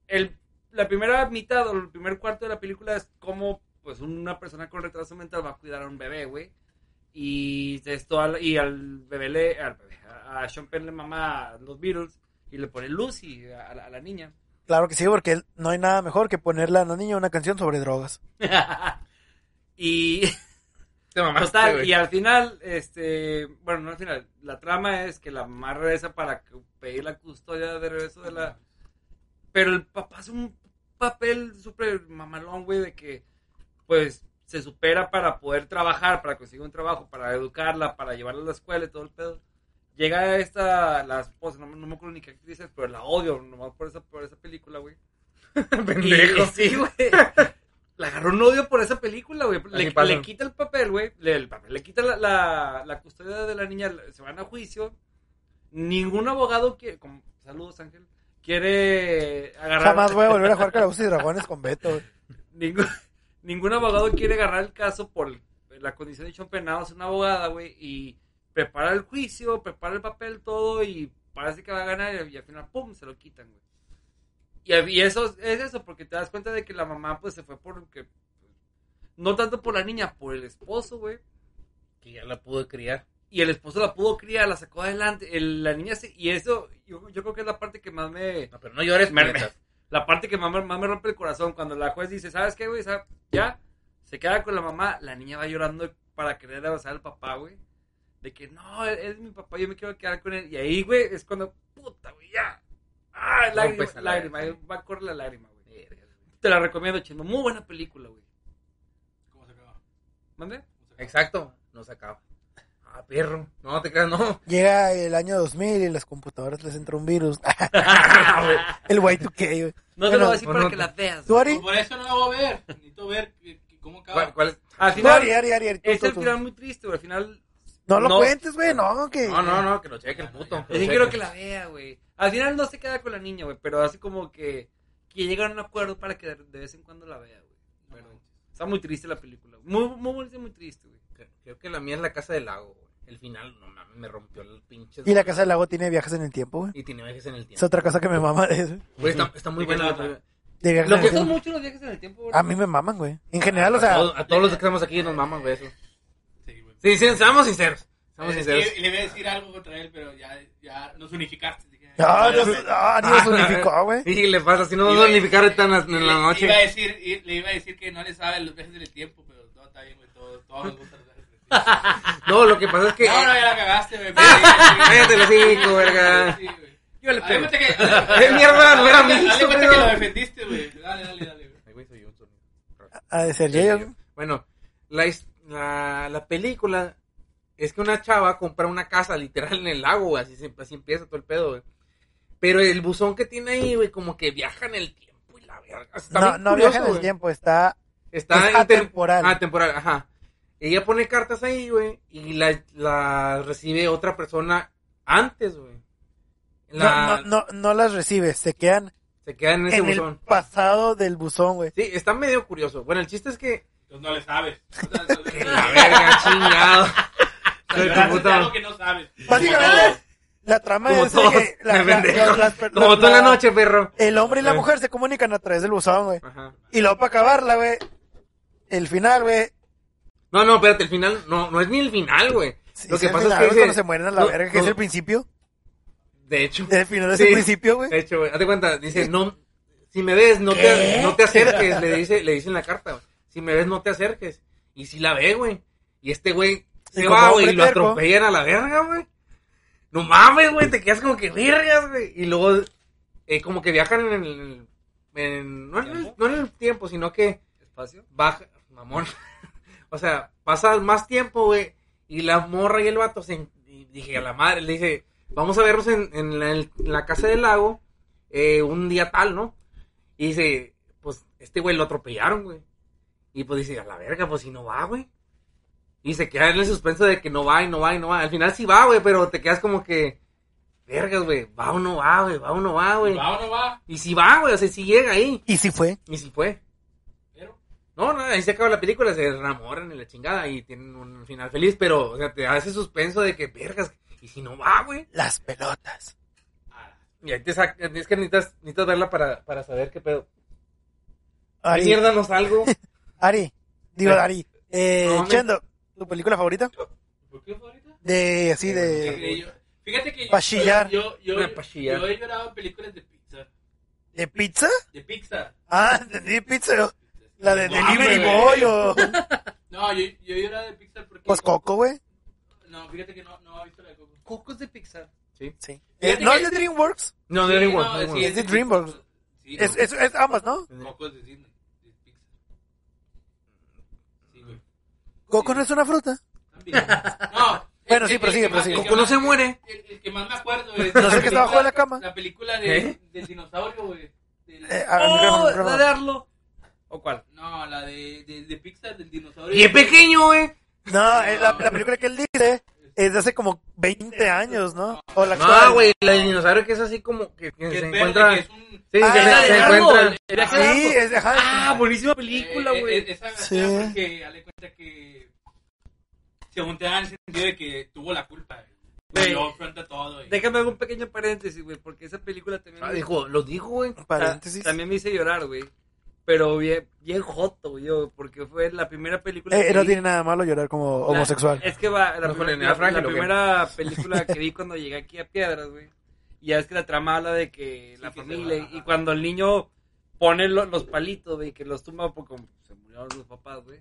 [SPEAKER 4] El, la primera mitad o el primer cuarto de la película es como pues una persona con retraso mental va a cuidar a un bebé, güey. Y esto al, y al bebé le... al bebé, a Sean Penn le mama los Beatles y le pone Lucy a, la- a la niña.
[SPEAKER 1] Claro que sí, porque no hay nada mejor que ponerle a la niña una canción sobre drogas.
[SPEAKER 4] y
[SPEAKER 2] Te mamaste,
[SPEAKER 4] Total,
[SPEAKER 2] güey.
[SPEAKER 4] y al final, este, bueno, no al final, la trama es que la mamá regresa para que- pedir la custodia de regreso de la... Pero el papá hace un papel súper mamalón, güey, de que, pues, se supera para poder trabajar, para conseguir un trabajo, para educarla, para llevarla a la escuela y todo el pedo. Llega esta, la esposa, no, me- no me acuerdo ni qué actriz es, pero la odio, nomás por esa, por esa película, güey.
[SPEAKER 2] Pendejo.
[SPEAKER 4] Y- sí, güey. Le agarró un odio por esa película, güey. Le,
[SPEAKER 2] Así pasa.
[SPEAKER 4] le quita el papel, güey. Le, el papel, le quita la, la- la custodia de la niña. Se van a juicio. Ningún abogado quiere. como- saludos, Ángel. Quiere agarrar.
[SPEAKER 1] Jamás voy a volver a jugar Calabozos y Dragones con Beto. güey.
[SPEAKER 4] Ningún, ningún abogado quiere agarrar el caso por la condición de Sean Penn. Nada más una abogada, güey. Y prepara el juicio, prepara el papel, todo. Y parece que va a ganar. Y, al final, pum, se lo quitan, güey. Y, a- y eso es eso, porque te das cuenta de que la mamá, pues se fue porque. No tanto por la niña, por el esposo, güey.
[SPEAKER 2] Que ya la pude criar.
[SPEAKER 4] Y el esposo la pudo criar, la sacó adelante. el- la niña se- Y eso, yo, yo creo que es la parte que más me.
[SPEAKER 2] No, pero no llores,
[SPEAKER 4] Me-
[SPEAKER 2] puñetas.
[SPEAKER 4] La parte que más, me- más me rompe el corazón, cuando la juez dice, ¿sabes qué, güey? Sa- Ya, se queda con la mamá, la niña va llorando para querer abrazar al papá, güey. De que, no, él, él es mi papá, yo me quiero quedar con él. Y ahí, güey, es cuando, puta, güey, ya. Ah, lágrima,
[SPEAKER 2] Rompes la
[SPEAKER 4] lágrima,
[SPEAKER 2] verga.
[SPEAKER 4] ahí va a correr la lágrima, güey. Te la recomiendo, chino. Muy buena película, güey.
[SPEAKER 3] ¿Cómo se acaba?
[SPEAKER 4] ¿Mande?
[SPEAKER 2] Exacto. No se acaba. Ah, perro. No te creas, no.
[SPEAKER 1] Llega el año 2000 y las computadoras les entra un virus. el Y2K, güey.
[SPEAKER 4] No te lo voy a
[SPEAKER 1] Bueno,
[SPEAKER 4] decir
[SPEAKER 2] no,
[SPEAKER 4] para
[SPEAKER 2] no,
[SPEAKER 4] que
[SPEAKER 2] pues no.
[SPEAKER 4] la veas.
[SPEAKER 1] ¿Tú,
[SPEAKER 4] güey.
[SPEAKER 1] Ari?
[SPEAKER 3] Pues Por eso no la voy a ver. Necesito ver que- que- cómo acaba.
[SPEAKER 2] ¿Cuál, cuál es?
[SPEAKER 4] Al
[SPEAKER 1] Tú, Ari,
[SPEAKER 4] final,
[SPEAKER 1] Ari, Ari, Ari, tú,
[SPEAKER 4] es
[SPEAKER 1] tú,
[SPEAKER 4] el
[SPEAKER 1] tú.
[SPEAKER 4] final muy triste, güey. Al final
[SPEAKER 1] No lo
[SPEAKER 4] No.
[SPEAKER 1] cuentes, güey, no, que...
[SPEAKER 2] No, no, no, que lo cheque el puto.
[SPEAKER 4] Yo sí quiero que la vea, güey. Al final no se queda con la niña, güey, pero así como que, que llegan a un acuerdo para que de, de vez en cuando la vea, güey. Pero está muy triste la película. güey. Muy, muy bonita y muy triste, güey.
[SPEAKER 2] Creo- Creo que la mía es la casa del lago, güey. El final, no mames, me rompió el pinche.
[SPEAKER 1] Y la Casa del Lago tiene viajes en el tiempo, güey.
[SPEAKER 2] Y tiene viajes en el
[SPEAKER 1] Es
[SPEAKER 2] tiempo.
[SPEAKER 1] otra cosa que me mama de eso.
[SPEAKER 2] Güey, está, está muy
[SPEAKER 4] ¿De qué
[SPEAKER 2] buena.
[SPEAKER 4] trata?
[SPEAKER 2] güey.
[SPEAKER 1] De viajes
[SPEAKER 4] Lo
[SPEAKER 1] en el
[SPEAKER 4] que son
[SPEAKER 1] tiempo.
[SPEAKER 4] mucho los viajes en el tiempo, güey.
[SPEAKER 1] A mí me maman, güey. En general, o
[SPEAKER 2] A
[SPEAKER 1] sea,
[SPEAKER 2] todos, a todos los que estamos aquí nos maman, güey, eso.
[SPEAKER 3] Sí, güey.
[SPEAKER 2] Sí, sí, seamos sinceros. Seamos
[SPEAKER 3] Eh,
[SPEAKER 2] sinceros.
[SPEAKER 3] sí, le voy a decir algo contra él, pero ya, ya nos unificaste. dije.
[SPEAKER 2] Ah,
[SPEAKER 1] no, no, no, Ari nos unificó, güey.
[SPEAKER 2] Sí, le pasa, si no nos
[SPEAKER 3] Iba a-
[SPEAKER 2] van a unificar ahorita en la- en la
[SPEAKER 3] Le-
[SPEAKER 2] noche.
[SPEAKER 3] Le iba a decir, i- le iba a decir que no le sabe los viajes del tiempo, pero no, está bien, güey. Todos, todos nos gustan los viajes del tiempo.
[SPEAKER 2] No, lo que pasa es que.
[SPEAKER 3] No, no, ya la cagaste, güey.
[SPEAKER 2] Cállate el hocico, verga.
[SPEAKER 3] Sí, güey.
[SPEAKER 4] Yo le
[SPEAKER 3] Haz de
[SPEAKER 4] pego.
[SPEAKER 3] cuenta que-
[SPEAKER 2] ¡Qué mierda! ¡No era mi
[SPEAKER 3] Haz de cuenta que lo defendiste, güey. Dale, dale, dale, güey.
[SPEAKER 2] Ay, güey, soy yo, soy yo.
[SPEAKER 1] A de ser yo, güey.
[SPEAKER 2] Bueno, la, his- la, la película es que una chava compra una casa literal en el lago, güey, así, se- así empieza todo el pedo, güey. Pero el buzón que tiene ahí, güey, como que viaja en el tiempo y la verga. Está
[SPEAKER 1] No,
[SPEAKER 2] bien
[SPEAKER 1] no
[SPEAKER 2] curioso,
[SPEAKER 1] viaja en el
[SPEAKER 2] güey.
[SPEAKER 1] tiempo, está...
[SPEAKER 2] Está
[SPEAKER 1] Es
[SPEAKER 2] inter-
[SPEAKER 1] atemporal.
[SPEAKER 2] Ah, temporal, ajá. Ella pone cartas ahí, güey, y la, la recibe otra persona antes, güey.
[SPEAKER 1] No,
[SPEAKER 2] La-
[SPEAKER 1] no, no, no las recibe, se quedan
[SPEAKER 2] Se queda en ese
[SPEAKER 1] en el
[SPEAKER 2] buzón.
[SPEAKER 1] pasado del buzón, güey.
[SPEAKER 2] Sí, está medio curioso. Bueno, el chiste es que...
[SPEAKER 3] Entonces no le sabes.
[SPEAKER 2] La verga, chingado. Soy tu
[SPEAKER 3] Es
[SPEAKER 2] puta-
[SPEAKER 3] algo que no sabes.
[SPEAKER 1] Básicamente, la trama
[SPEAKER 2] Como
[SPEAKER 1] es de
[SPEAKER 2] todos,
[SPEAKER 1] que la-
[SPEAKER 2] me
[SPEAKER 1] la-
[SPEAKER 2] pendejo.
[SPEAKER 1] las per-
[SPEAKER 2] Como tú en la noche, perro.
[SPEAKER 1] El hombre y la
[SPEAKER 2] Sí.
[SPEAKER 1] mujer se comunican a través del buzón, güey.
[SPEAKER 2] Ajá.
[SPEAKER 1] Y luego para acabarla, güey, el final, güey.
[SPEAKER 2] No, no, espérate, el final, no, no es ni el final, güey.
[SPEAKER 1] sí,
[SPEAKER 2] Lo
[SPEAKER 1] sí,
[SPEAKER 2] que
[SPEAKER 1] el final,
[SPEAKER 2] pasa es que
[SPEAKER 1] güey,
[SPEAKER 2] dice-
[SPEAKER 1] cuando se mueren a la
[SPEAKER 2] no,
[SPEAKER 1] verga, que
[SPEAKER 2] no,
[SPEAKER 1] es el principio.
[SPEAKER 2] De hecho,
[SPEAKER 1] El final es el
[SPEAKER 2] Sí.
[SPEAKER 1] principio, güey.
[SPEAKER 2] de hecho, güey, haz de cuenta, dice, no, si me ves, no te, no te acerques, le dice, le dice en la carta, güey. si me ves, no te acerques. Y si la ve, güey, y este güey
[SPEAKER 1] Y
[SPEAKER 2] se
[SPEAKER 1] como
[SPEAKER 2] va, güey,
[SPEAKER 1] hombre
[SPEAKER 2] y lo
[SPEAKER 1] terco.
[SPEAKER 2] atropellan a la verga, güey. No mames, güey, te quedas como que vergas, güey. Y luego, eh, como que viajan en el, en- no, en el, no en el tiempo, sino que
[SPEAKER 4] Espacio.
[SPEAKER 2] baja, mamón. o sea, pasa más tiempo, güey. Y la morra y el vato se. en- y dije a la madre, le dije, vamos a vernos en, en la, en la casa del lago eh, un día tal, ¿no? Y dice, pues este güey lo atropellaron, güey. Y pues dice, a la verga, pues si no va, güey. Y se queda en el suspenso de que no va y no va y no va. Al final sí va, güey, pero te quedas como que. Vergas, güey. Va o no va, güey. Va o no va, güey.
[SPEAKER 3] ¿Va o no va?
[SPEAKER 2] Y si va, güey. O sea, si llega ahí.
[SPEAKER 1] Y sí fue.
[SPEAKER 2] Y si fue.
[SPEAKER 3] Pero,
[SPEAKER 2] No, no, ahí se acaba la película, se enamoran y la chingada y tienen un final feliz, pero, o sea, te hace suspenso de que, vergas, y si no va, güey.
[SPEAKER 1] Las pelotas.
[SPEAKER 3] a las
[SPEAKER 2] Y ahí te sac- es que necesitas, necesitas verla para, para saber qué pedo. ¿Qué
[SPEAKER 1] Ari,
[SPEAKER 2] mierda no salgo?
[SPEAKER 1] Ari, digo
[SPEAKER 2] Eh.
[SPEAKER 1] Ari, eh,
[SPEAKER 2] No, me-
[SPEAKER 1] Chendo, ¿tu película favorita?
[SPEAKER 3] ¿Por qué favorita?
[SPEAKER 1] De, así de,
[SPEAKER 3] Porque yo- Fíjate que yo-
[SPEAKER 1] Pa' chillar.
[SPEAKER 3] yo, yo,
[SPEAKER 2] Me
[SPEAKER 3] yo,
[SPEAKER 2] pa' chillar.
[SPEAKER 3] yo he llorado en películas de Pixar.
[SPEAKER 1] de pizza.
[SPEAKER 3] De Pixar.
[SPEAKER 1] Ah, entendí pizza. La de
[SPEAKER 3] No,
[SPEAKER 1] Delivery
[SPEAKER 3] hombre,
[SPEAKER 1] Boy o
[SPEAKER 3] No, yo, yo he llorado de Pixar porque...
[SPEAKER 1] pues Coco, güey.
[SPEAKER 3] No, fíjate que no, no he visto la de Coco.
[SPEAKER 4] Cocos de Pixar.
[SPEAKER 1] Sí. Eh,
[SPEAKER 3] Fíjate
[SPEAKER 1] no
[SPEAKER 3] que-
[SPEAKER 1] es de DreamWorks,
[SPEAKER 2] No, no,
[SPEAKER 3] Sí,
[SPEAKER 2] igual.
[SPEAKER 3] no,
[SPEAKER 2] da
[SPEAKER 3] sí,
[SPEAKER 2] igual.
[SPEAKER 1] Es de DreamWorks.
[SPEAKER 3] Sí,
[SPEAKER 1] es,
[SPEAKER 3] no,
[SPEAKER 1] es, es ambas, ¿no?
[SPEAKER 3] Coco es de Disney. De Pixar. Sí, güey.
[SPEAKER 1] Coco no es una fruta.
[SPEAKER 3] También. No.
[SPEAKER 1] Bueno,
[SPEAKER 3] el-
[SPEAKER 1] sí,
[SPEAKER 3] el-
[SPEAKER 1] prosigue,
[SPEAKER 3] el que más-
[SPEAKER 1] prosigue.
[SPEAKER 3] el que
[SPEAKER 2] Coco no
[SPEAKER 3] más-
[SPEAKER 2] se muere.
[SPEAKER 3] El, el que más me acuerdo es...
[SPEAKER 1] No sé qué está abajo de la cama.
[SPEAKER 3] La película de,
[SPEAKER 2] ¿Eh?
[SPEAKER 3] del dinosaurio, güey. Del-
[SPEAKER 1] Eh, a
[SPEAKER 4] Oh,
[SPEAKER 1] ver, micrófono, micrófono.
[SPEAKER 4] darlo. ¿O cuál?
[SPEAKER 3] No, la de, de, de Pixar, del dinosaurio.
[SPEAKER 2] Y es pequeño, güey.
[SPEAKER 1] No, eh, la, la película que él dice es de hace como 20 años, ¿no? O la actual.
[SPEAKER 2] No, güey, la del dinosaurio que es así como que, que
[SPEAKER 3] Que es
[SPEAKER 2] se
[SPEAKER 3] verde,
[SPEAKER 2] encuentra.
[SPEAKER 3] que es un-
[SPEAKER 1] Ah,
[SPEAKER 2] Sí, que
[SPEAKER 1] la
[SPEAKER 2] se,
[SPEAKER 1] de
[SPEAKER 2] se
[SPEAKER 1] Arnold.
[SPEAKER 2] encuentra.
[SPEAKER 4] El viaje de
[SPEAKER 1] Sí,
[SPEAKER 4] Arnold.
[SPEAKER 1] es de ajá.
[SPEAKER 4] Ah, buenísima película,
[SPEAKER 3] Eh,
[SPEAKER 4] güey.
[SPEAKER 3] eh, Esa
[SPEAKER 1] Sí.
[SPEAKER 3] sí. porque dale cuenta que según te dan el sentido de que tuvo la culpa.
[SPEAKER 4] Güey.
[SPEAKER 3] Güey, lo afronta todo. y-
[SPEAKER 4] Déjame hacer un pequeño paréntesis, güey, porque esa película también,
[SPEAKER 2] Ah,
[SPEAKER 4] me,
[SPEAKER 2] dijo, los dijo, güey.
[SPEAKER 1] Paréntesis.
[SPEAKER 4] también me hice llorar, güey. Pero bien, bien joto, güey, yo, porque fue la primera película.
[SPEAKER 1] Eh,
[SPEAKER 4] que
[SPEAKER 1] no
[SPEAKER 4] vi-
[SPEAKER 1] tiene nada de malo llorar como
[SPEAKER 4] la-
[SPEAKER 1] homosexual.
[SPEAKER 4] Es que va, la,
[SPEAKER 2] No,
[SPEAKER 4] primera-
[SPEAKER 2] con el
[SPEAKER 4] la-
[SPEAKER 2] frágil,
[SPEAKER 4] la
[SPEAKER 2] ¿o qué?
[SPEAKER 4] primera película que vi cuando llegué aquí a Piedras, güey. Y ya es que la trama habla de que la
[SPEAKER 3] que se
[SPEAKER 4] familia,
[SPEAKER 3] va.
[SPEAKER 4] y cuando el niño pone lo- los palitos, güey, que los tumba porque como se murieron los papás, güey.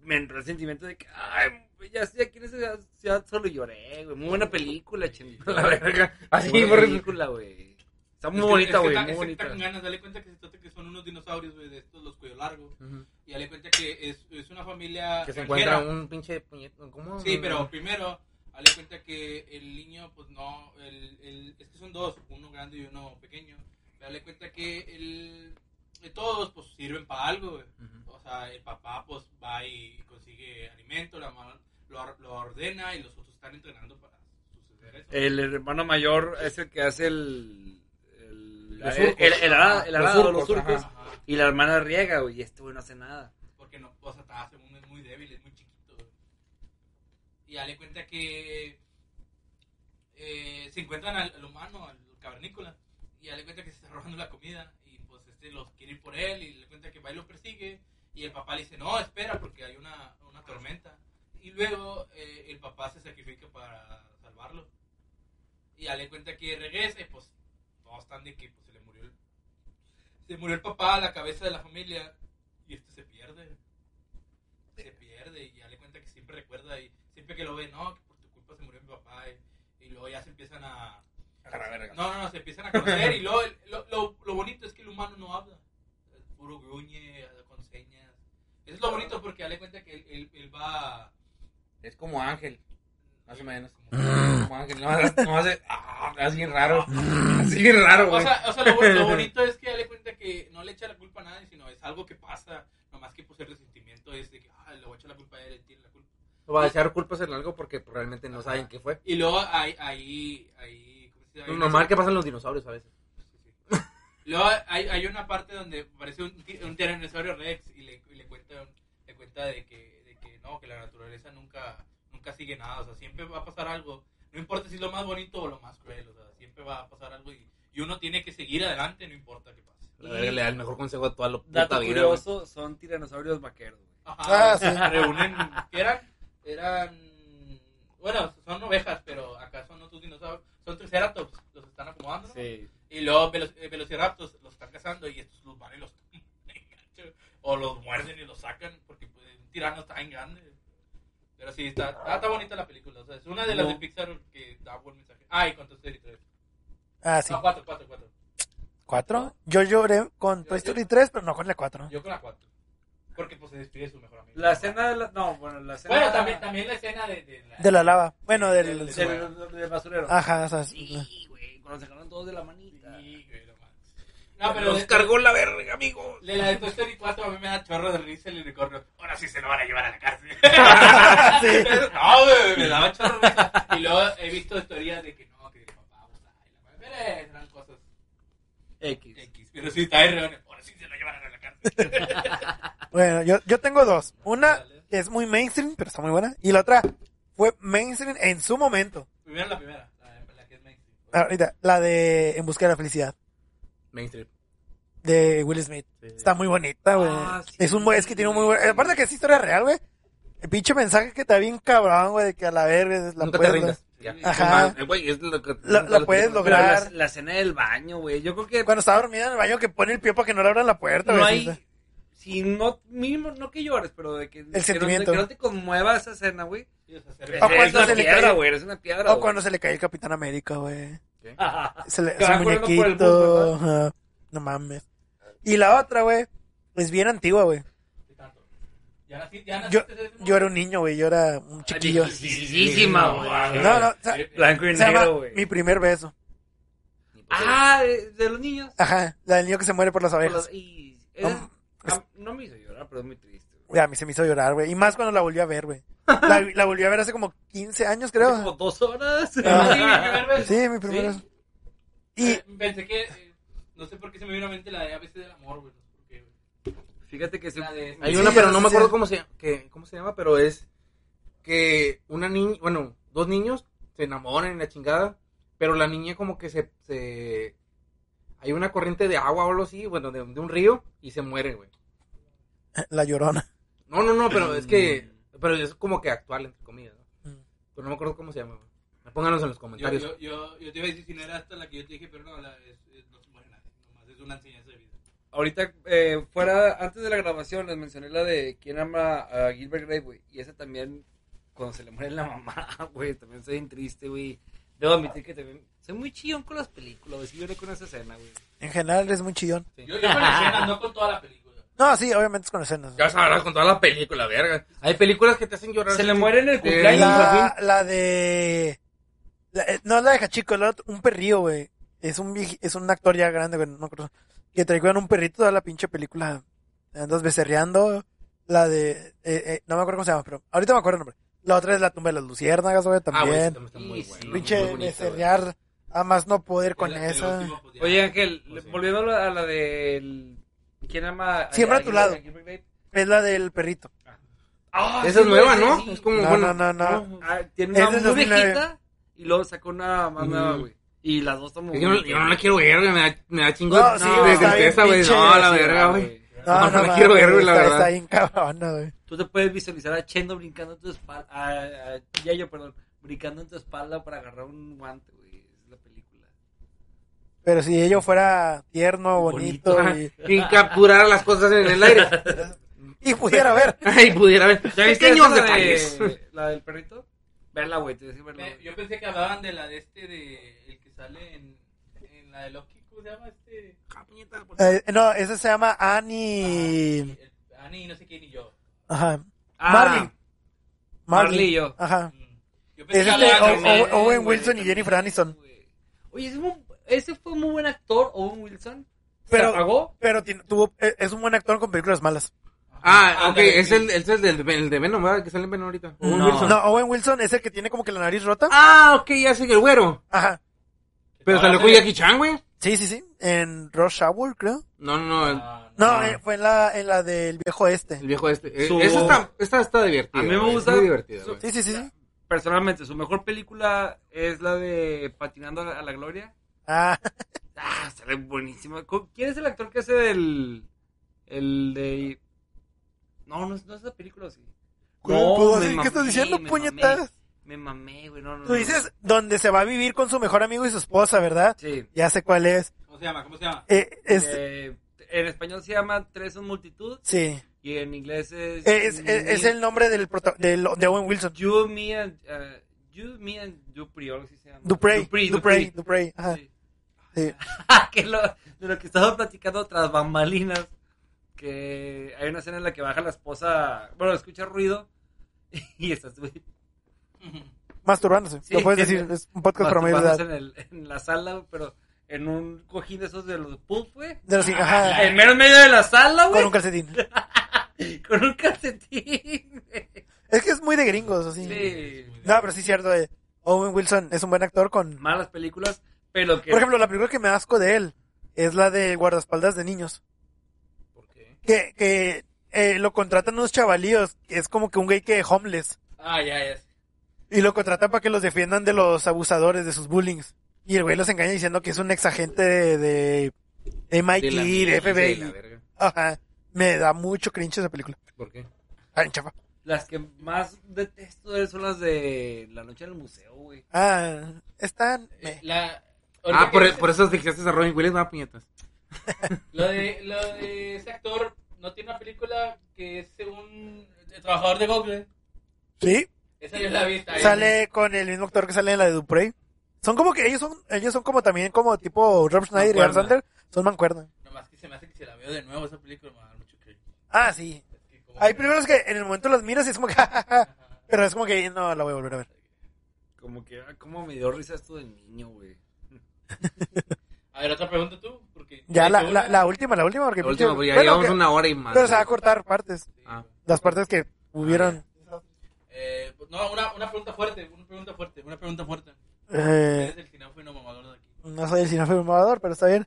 [SPEAKER 4] Me entró el sentimiento de que, ay, güey, ya estoy aquí en esa ciudad- ciudad, solo lloré, güey. Muy buena película, chendito.
[SPEAKER 2] La verga. Así,
[SPEAKER 4] Muy buena
[SPEAKER 2] Ah, por
[SPEAKER 4] película, güey. Está muy bonita, güey, muy bonita.
[SPEAKER 3] con ganas, dale cuenta que se trata que son unos dinosaurios, güey, de estos, los cuello largo. Y dale cuenta que es, es una familia.
[SPEAKER 2] Que se
[SPEAKER 3] extranjera.
[SPEAKER 2] encuentra un pinche puñeto. ¿Cómo?
[SPEAKER 3] Sí, pero primero, dale cuenta que el niño, pues no. El, el, es que son dos, uno grande y uno pequeño. Dale cuenta que el, eh, todos, pues sirven para algo, güey. O sea, el papá pues va y consigue alimento, la mamá lo, or- lo ordena y los otros están entrenando para suceder eso.
[SPEAKER 4] El hermano mayor es el que hace el. El,
[SPEAKER 2] Los
[SPEAKER 4] el,
[SPEAKER 2] surcos.
[SPEAKER 4] el, el arado- el
[SPEAKER 2] Los
[SPEAKER 4] arado, los
[SPEAKER 2] surcos,
[SPEAKER 4] surcos.
[SPEAKER 2] ajá.
[SPEAKER 3] Ajá,
[SPEAKER 4] Y la hermana riega, güey, y este güey no hace nada.
[SPEAKER 3] porque no, o sea, está según es muy débil, es muy chiquito. güey. Y dale cuenta que eh, se encuentran al, al humano, al cavernícola, y dale cuenta que se está robando la comida y pues este los quiere ir por él y le cuenta que va y lo persigue y el papá le dice, no, espera porque hay una, una tormenta. Y luego eh, el papá se sacrifica para salvarlo. Y dale cuenta que regresa y pues todos están de que pues, se le murió el, se murió el papá, la cabeza de la familia y este se pierde. Se pierde y ya le cuenta que siempre recuerda y siempre que lo ve, no, que por tu culpa se murió mi papá y, y luego ya se empiezan a... No, no, no, se empiezan a conocer y luego el- lo, lo- lo bonito es que el humano no habla. Es puro gruñe, habla con señas. Eso es lo bonito porque dale cuenta que él, él- él va...
[SPEAKER 2] Es como Ángel. Más o menos.
[SPEAKER 3] Como-
[SPEAKER 2] Como Ángel. No, no hace. ah, Así bien raro. Así bien raro,
[SPEAKER 3] O
[SPEAKER 2] güey.
[SPEAKER 3] sea, o sea, lo, lo bonito es que dale cuenta que no le echa la culpa a nadie, sino es algo que pasa. Nomás que pues el resentimiento es de que, ah, le voy a echar la culpa a él, él tiene la culpa.
[SPEAKER 2] Va a echar culpas en algo porque pues, realmente no saben qué fue.
[SPEAKER 3] Y luego ahí, ahí, ahí, ¿cómo se llama?
[SPEAKER 2] Normal Pues que pasan los dinosaurios a veces.
[SPEAKER 3] Luego hay, hay una parte donde parece un, ti- un tiranosaurio Rex y le, y le cuenta, un- le cuenta de, que, de que no, que la naturaleza nunca, nunca sigue nada, o sea, siempre va a pasar algo, no importa si es lo más bonito o lo más cruel, o sea, siempre va a pasar algo y, y uno tiene que seguir adelante, no importa qué pase.
[SPEAKER 2] La verga le da el mejor consejo de toda la puta
[SPEAKER 4] Dato
[SPEAKER 2] vida. güey.
[SPEAKER 4] curioso, son tiranosaurios vaqueros, güey.
[SPEAKER 3] Ajá,
[SPEAKER 1] Ah, sí.
[SPEAKER 3] reúnen, que eran, eran, bueno, son ovejas, pero acá son otros dinosaurios, son triceratops, los están acomodando. ¿no?
[SPEAKER 4] Sí.
[SPEAKER 3] Y luego velo- eh, velociraptors los están cazando y estos los van y los toman en gancho. O los muerden y los sacan porque pues, un tirano está en grande. Pero sí, está, está, está bonita la película. O sea, es una de las de Pixar que da buen mensaje. Ah, y con Toy Story 3.
[SPEAKER 1] Ah, sí.
[SPEAKER 3] No, 4, 4, 4.
[SPEAKER 1] ¿Cuatro? Yo lloré con Toy Story 3, pero no con la 4.
[SPEAKER 3] Yo con la 4. Porque pues se despide su mejor amigo.
[SPEAKER 4] La escena de la. No, bueno, la escena.
[SPEAKER 3] Bueno, también, también la escena de, de la...
[SPEAKER 1] De la lava. Bueno, del...
[SPEAKER 4] del- del- del basurero.
[SPEAKER 1] Ajá, esas.
[SPEAKER 4] Sí, güey, cuando se sacaron todos de la manita.
[SPEAKER 3] Sí, güey, no mames. No, Ah, pero
[SPEAKER 2] Nos
[SPEAKER 3] de,
[SPEAKER 2] cargó la verga, amigo.
[SPEAKER 3] de la de Toy Story 4 a mí me da chorro de risa el unicornio. Ahora sí se lo van a llevar a la cárcel.
[SPEAKER 1] Sí.
[SPEAKER 3] No, güey, Ah, me daba chorro de risa. Y luego he visto historias de que no, que el papá abusa y la madre. Pero eh, eran cosas
[SPEAKER 4] X.
[SPEAKER 3] X. Pero sí, está ahí reones. Ahora sí se lo llevaron a la cárcel.
[SPEAKER 1] Bueno, yo, yo tengo dos. Una que es muy mainstream, pero está muy buena. Y la otra fue mainstream en su momento.
[SPEAKER 3] Primero la primera, la, la que es mainstream.
[SPEAKER 1] Ahorita, la de En Busca de la Felicidad,
[SPEAKER 2] Mainstream.
[SPEAKER 1] de Will Smith. Está muy bonita, güey.
[SPEAKER 4] Ah, sí.
[SPEAKER 1] Es un buen- es que tiene un muy buen. Aparte que es historia real, güey. El pinche mensaje que está bien cabrón, güey, de que a la verga la
[SPEAKER 2] Nunca te
[SPEAKER 1] puedes-
[SPEAKER 2] rindas. Ya.
[SPEAKER 4] Ah,
[SPEAKER 1] Ajá.
[SPEAKER 2] Es más, eh, güey, es lo que-
[SPEAKER 1] La- la puedes
[SPEAKER 4] Pero
[SPEAKER 1] lograr.
[SPEAKER 4] la, la escena del baño, güey. Yo creo que
[SPEAKER 1] Cuando estaba dormida en el baño que pone el pie para que no le abran la puerta,
[SPEAKER 4] no
[SPEAKER 1] güey.
[SPEAKER 4] hay. Si no, mínimo, no que llores, pero de que, que no-
[SPEAKER 1] sentimiento.
[SPEAKER 4] que no te conmueva esa escena, güey.
[SPEAKER 1] O
[SPEAKER 4] Eres
[SPEAKER 1] cuando
[SPEAKER 4] una
[SPEAKER 1] se le
[SPEAKER 4] piedra,
[SPEAKER 1] cae-
[SPEAKER 4] güey. Eres una piedra.
[SPEAKER 1] O
[SPEAKER 4] güey.
[SPEAKER 1] cuando se le cae el Capitán América, güey. Se
[SPEAKER 4] Que
[SPEAKER 1] le
[SPEAKER 4] va
[SPEAKER 1] su
[SPEAKER 4] corriendo por el mundo,
[SPEAKER 1] muñequito. ajá. No mames. Y la otra, güey, es bien antigua, güey.
[SPEAKER 3] Ya nací- ya nací
[SPEAKER 1] Yo,
[SPEAKER 3] desde ese
[SPEAKER 1] yo era un niño, güey, yo era un chiquillo.
[SPEAKER 4] Viejísima, güey.
[SPEAKER 1] No, no, o sea,
[SPEAKER 4] Blanco y
[SPEAKER 1] se llama
[SPEAKER 4] negro, güey.
[SPEAKER 1] Mi primer beso.
[SPEAKER 4] Ah, de, de los niños.
[SPEAKER 1] Ajá, la del niño que se muere por las
[SPEAKER 4] Por
[SPEAKER 1] abejas.
[SPEAKER 4] los- y-
[SPEAKER 1] No,
[SPEAKER 4] es- ah, no me hizo llorar, pero es muy triste. güey.
[SPEAKER 1] Güey, a mí se me hizo llorar, güey. Y más cuando la volví a ver, güey. La, la volví a ver hace como 15 años,
[SPEAKER 4] Hace
[SPEAKER 1] creo.
[SPEAKER 4] Como dos horas.
[SPEAKER 1] Ah,
[SPEAKER 3] momento.
[SPEAKER 1] sí, mi primer beso.
[SPEAKER 3] Sí.
[SPEAKER 1] Y
[SPEAKER 3] Pensé que. eh, No sé por qué se me vino a mente la de ABC del amor, güey. no sé por qué, güey.
[SPEAKER 4] Fíjate que se...
[SPEAKER 3] La de- este.
[SPEAKER 2] Hay
[SPEAKER 1] Sí,
[SPEAKER 2] una,
[SPEAKER 1] ya
[SPEAKER 2] pero
[SPEAKER 1] sé,
[SPEAKER 2] no me
[SPEAKER 1] sí.
[SPEAKER 2] acuerdo cómo se, llama- que, cómo se llama, pero es que una niña, bueno, dos niños se enamoran en la chingada, pero la niña como que se, se- Hay una corriente de agua o algo así, bueno, de, de un río, y se muere, güey.
[SPEAKER 4] Eh.
[SPEAKER 1] la llorona.
[SPEAKER 2] No, no, no, pero es que...
[SPEAKER 4] Mm.
[SPEAKER 2] Pero es como que actual, entre comillas, ¿no?
[SPEAKER 1] Mm.
[SPEAKER 2] Pero no me acuerdo cómo se llama, güey. Pónganos en los
[SPEAKER 3] Yo,
[SPEAKER 2] comentarios.
[SPEAKER 3] yo, yo, yo te iba a decir si no era hasta la que yo te dije, pero no, la, es, es- no se muere nadie. Nomás es una enseñanza de vida.
[SPEAKER 4] Ahorita, eh, fuera, antes de la grabación, les mencioné la de quién ama a Gilbert Grape, güey. Y esa también, cuando se le muere la mamá, güey, también soy bien triste, güey. Debo admitir que también soy muy chillón con las películas, güey. Sí lloré con esa escena, güey.
[SPEAKER 1] En general es muy chillón.
[SPEAKER 3] Yo, yo con la escena, no con toda la película.
[SPEAKER 1] No, sí, obviamente es con escenas.
[SPEAKER 2] Ya sabrás con toda la película, verga. Hay películas que te hacen llorar.
[SPEAKER 4] Se le muere en el
[SPEAKER 2] Eh,
[SPEAKER 4] cumpleaños,
[SPEAKER 1] La, la de. la- eh, no la de Hachico, la otra- un perrío, güey. Es un vieji- es un actor ya grande, güey. No me acuerdo. Que trae con un perrito toda la pinche película. Andas becerreando. La de. eh, eh, no me acuerdo cómo se llama, pero ahorita me acuerdo el nombre. La otra es La tumba de las luciérnagas, güey,
[SPEAKER 2] Ah, güey, sí,
[SPEAKER 1] también.
[SPEAKER 2] también está muy
[SPEAKER 4] Sí,
[SPEAKER 2] buena,
[SPEAKER 4] sí.
[SPEAKER 2] muy
[SPEAKER 1] pinche
[SPEAKER 2] bonita, güey.
[SPEAKER 1] becerrear. A más no poder con
[SPEAKER 3] Es la- el
[SPEAKER 1] esa.
[SPEAKER 3] último podía-
[SPEAKER 4] Oye, Ángel,
[SPEAKER 2] Pues sí.
[SPEAKER 4] volviendo a la, a la del... ¿Quién ama a-
[SPEAKER 1] Siempre a tu lado.
[SPEAKER 4] Gilbert Grape?
[SPEAKER 1] Es la del perrito.
[SPEAKER 4] Ah,
[SPEAKER 2] Esa es
[SPEAKER 4] sí,
[SPEAKER 2] nueva,
[SPEAKER 4] güey,
[SPEAKER 2] ¿no?
[SPEAKER 4] sí.
[SPEAKER 2] Es como,
[SPEAKER 1] No,
[SPEAKER 2] Mm, bueno,
[SPEAKER 1] no, no, no.
[SPEAKER 4] Ah, tiene
[SPEAKER 1] Es
[SPEAKER 4] una
[SPEAKER 1] del
[SPEAKER 4] muy
[SPEAKER 1] 2009.
[SPEAKER 4] viejita y luego sacó una más nueva, güey. Y las dos están muy
[SPEAKER 2] Es que no-
[SPEAKER 4] bonitas.
[SPEAKER 2] yo no la quiero ver, güey. Me da, me da chingo
[SPEAKER 1] No,
[SPEAKER 2] de-
[SPEAKER 1] sí,
[SPEAKER 2] de
[SPEAKER 1] está bien
[SPEAKER 2] tristeza, güey.
[SPEAKER 1] pinche,
[SPEAKER 2] No, la
[SPEAKER 4] Sí,
[SPEAKER 2] verga,
[SPEAKER 4] ah, güey.
[SPEAKER 2] güey.
[SPEAKER 1] No,
[SPEAKER 2] No,
[SPEAKER 1] no,
[SPEAKER 2] no
[SPEAKER 1] mames,
[SPEAKER 2] quiero ver, güey, la
[SPEAKER 1] está,
[SPEAKER 2] verdad.
[SPEAKER 1] Está bien cabrona, güey.
[SPEAKER 4] Tú te puedes visualizar a Chendo brincando en tu espalda. A, a Yayo, perdón. Brincando en tu espalda para agarrar un guante, güey. Es la película.
[SPEAKER 1] Pero si ello fuera tierno,
[SPEAKER 4] Bonito.
[SPEAKER 1] bonito,
[SPEAKER 2] Ajá.
[SPEAKER 1] y,
[SPEAKER 2] Y capturar las cosas en el aire. Ah,
[SPEAKER 1] y pudiera ver.
[SPEAKER 2] Y pudiera ver.
[SPEAKER 4] ¿Ya viste
[SPEAKER 2] pequeños
[SPEAKER 4] esa de-
[SPEAKER 2] detalles. Eh,
[SPEAKER 4] la del perrito? Verla, güey. Tienes que verla.
[SPEAKER 3] Me-
[SPEAKER 4] güey.
[SPEAKER 3] yo pensé que hablaban de la de este, de el que sale en, en la de Loki, ¿cómo se llama este? Ah,
[SPEAKER 1] Eh, no, ese se llama Annie.
[SPEAKER 3] El- Ani, no sé quién y yo.
[SPEAKER 1] Ajá.
[SPEAKER 4] Ah,
[SPEAKER 1] Marley.
[SPEAKER 4] Marley y yo.
[SPEAKER 1] Ajá.
[SPEAKER 3] Mm.
[SPEAKER 1] Ah.
[SPEAKER 3] Yo
[SPEAKER 1] Es
[SPEAKER 3] pensé
[SPEAKER 1] este
[SPEAKER 3] hablaban
[SPEAKER 1] O-
[SPEAKER 3] también-
[SPEAKER 1] O- Owen
[SPEAKER 4] güey,
[SPEAKER 1] Wilson y
[SPEAKER 4] también,
[SPEAKER 1] Jennifer Aniston.
[SPEAKER 4] güey. Oye, ese fue, un- ese fue un muy buen actor, Owen Wilson.
[SPEAKER 1] Pero-
[SPEAKER 4] ¿Se apagó?
[SPEAKER 1] Pero tiene- tuvo, eh, es un buen actor con películas malas.
[SPEAKER 2] Ah, ok.
[SPEAKER 3] Ándale,
[SPEAKER 2] Es
[SPEAKER 3] sí.
[SPEAKER 2] el, es el, del, el de Venom, ¿verdad? Que sale en Venom ahorita. Owen
[SPEAKER 4] No.
[SPEAKER 2] Wilson.
[SPEAKER 1] No, Owen Wilson es el que tiene como que la nariz rota.
[SPEAKER 2] Ah, ok. Ya sé que el güero.
[SPEAKER 1] Ajá.
[SPEAKER 3] Ah,
[SPEAKER 2] Pero salió con Jackie Chan, güey.
[SPEAKER 1] Sí, sí, sí. En Rush Hour, creo.
[SPEAKER 2] No, no, no.
[SPEAKER 3] Ah,
[SPEAKER 1] No,
[SPEAKER 2] Ah.
[SPEAKER 1] eh, fue en la, en la del viejo
[SPEAKER 2] El
[SPEAKER 1] este.
[SPEAKER 2] viejo este. Eh,
[SPEAKER 4] Su-
[SPEAKER 2] Esa está, esta está divertida.
[SPEAKER 4] A mí me
[SPEAKER 2] güey,
[SPEAKER 4] gusta-
[SPEAKER 2] Muy divertida,
[SPEAKER 4] su-
[SPEAKER 2] güey.
[SPEAKER 1] Sí, sí,
[SPEAKER 4] este.
[SPEAKER 1] sí. sí.
[SPEAKER 4] Personalmente, su mejor película es la de Patinando a la Gloria.
[SPEAKER 1] Ah,
[SPEAKER 4] Ah, sale buenísima. Co- ¿Quién es el actor que hace el. el de. No, no, es- no es la película, ¿o sí. No,
[SPEAKER 1] ¿Puedo
[SPEAKER 4] me
[SPEAKER 1] decir? ¿qué estás
[SPEAKER 4] mamé,
[SPEAKER 1] diciendo,
[SPEAKER 4] me
[SPEAKER 1] puñetas?
[SPEAKER 4] mamé. Me mamé, güey, no, no.
[SPEAKER 1] Tú
[SPEAKER 4] no.
[SPEAKER 1] dices donde se va a vivir con su mejor amigo y su esposa, ¿verdad?
[SPEAKER 4] Sí.
[SPEAKER 1] Ya sé cuál es.
[SPEAKER 3] ¿Cómo se llama? ¿Cómo se llama?
[SPEAKER 1] Eh, es,
[SPEAKER 4] Eh, en español se llama Tres son multitud
[SPEAKER 1] sí.
[SPEAKER 4] y en inglés es.
[SPEAKER 1] Es, es- es el nombre del prota- del- de Owen Wilson.
[SPEAKER 4] You, me and. eh, you, me and Dupree, o algo así se llama.
[SPEAKER 1] Duprey,
[SPEAKER 4] Dupree,
[SPEAKER 1] Duprey,
[SPEAKER 4] Dupree.
[SPEAKER 1] Duprey, ajá,
[SPEAKER 4] Sí.
[SPEAKER 1] sí.
[SPEAKER 4] que lo, de lo que estaba platicando tras bambalinas, que hay una escena en la que baja la esposa, bueno, escucha ruido y estás güey,
[SPEAKER 1] Masturbándose,
[SPEAKER 4] Sí,
[SPEAKER 1] lo puedes
[SPEAKER 4] sí,
[SPEAKER 1] decir,
[SPEAKER 4] sí.
[SPEAKER 1] es un podcast para mayor de
[SPEAKER 4] masturbándose
[SPEAKER 1] edad.
[SPEAKER 4] en, el- en la sala, güey, pero en un cojín de esos de los pulp, güey.
[SPEAKER 1] De los- ajá,
[SPEAKER 4] Ah, En mero en medio de la sala,
[SPEAKER 1] con
[SPEAKER 4] güey.
[SPEAKER 1] un calcetín.
[SPEAKER 4] Con un
[SPEAKER 2] Eh,
[SPEAKER 4] calcetín. güey.
[SPEAKER 1] Es que es muy de gringos, así.
[SPEAKER 4] Sí.
[SPEAKER 1] No, pero sí es cierto, eh, Owen Wilson es un buen actor con...
[SPEAKER 4] Malas películas, pero que...
[SPEAKER 1] Por ejemplo, la película que me da asco de él es la de guardaespaldas de niños.
[SPEAKER 3] ¿Por qué?
[SPEAKER 1] Que, que eh, lo contratan unos chavalíos, que es como que un gay que homeless.
[SPEAKER 3] Ah, ya, ya.
[SPEAKER 1] Y lo contratan para que los defiendan de los abusadores, de sus bullings. Y el güey los engaña diciendo que es un ex agente de, de MIT,
[SPEAKER 2] la-
[SPEAKER 1] de,
[SPEAKER 2] de
[SPEAKER 1] FBI.
[SPEAKER 2] la verga.
[SPEAKER 1] Ajá. Me da mucho cringe esa película.
[SPEAKER 2] ¿Por qué?
[SPEAKER 1] Ay, chafa.
[SPEAKER 5] Las que más detesto de él son las de La Noche en el Museo, güey.
[SPEAKER 1] Ah, están.
[SPEAKER 3] Eh, La,
[SPEAKER 2] Ah,
[SPEAKER 3] ahorita que
[SPEAKER 2] por,
[SPEAKER 3] dices-
[SPEAKER 2] por eso dijiste a Robin Williams, no puñetas.
[SPEAKER 3] Lo de, lo de ese actor no tiene una película que es un trabajador de Google.
[SPEAKER 2] eh,
[SPEAKER 1] Sí,
[SPEAKER 3] Esa yo la vi. está bien.
[SPEAKER 1] sale con el mismo actor que sale en la de Duprey. Son como que ellos son, ellos son como también como tipo Rob Schneider y Adam
[SPEAKER 3] Mancuerna.
[SPEAKER 1] Sandler. Son mancuerna.
[SPEAKER 3] Nomás que se me hace que si la veo de nuevo esa película me va a dar mucho cringe.
[SPEAKER 1] Ah, sí.
[SPEAKER 3] Es que como
[SPEAKER 1] Hay
[SPEAKER 3] que-
[SPEAKER 1] primeros que en el momento las miras y es como que, ja, ja, ja. pero es como que no la voy a volver a ver.
[SPEAKER 5] Como que, ah, cómo me dio risa esto del niño, güey.
[SPEAKER 3] A ver, otra pregunta tú. Porque
[SPEAKER 1] Ya la,
[SPEAKER 3] Yo-
[SPEAKER 1] la, la última, la última, porque
[SPEAKER 2] La última, pues, ya
[SPEAKER 1] bueno,
[SPEAKER 2] llevamos
[SPEAKER 1] que-
[SPEAKER 2] una hora y más.
[SPEAKER 1] pero se va a
[SPEAKER 2] güey.
[SPEAKER 1] cortar partes,
[SPEAKER 2] Ah.
[SPEAKER 1] las partes que hubieron.
[SPEAKER 3] Eh, pues, no, una, una pregunta fuerte, una pregunta fuerte, una pregunta fuerte.
[SPEAKER 1] Eh,
[SPEAKER 3] Eres el sinófilo mamador de aquí.
[SPEAKER 1] no soy el sinófilo mamador, pero está bien.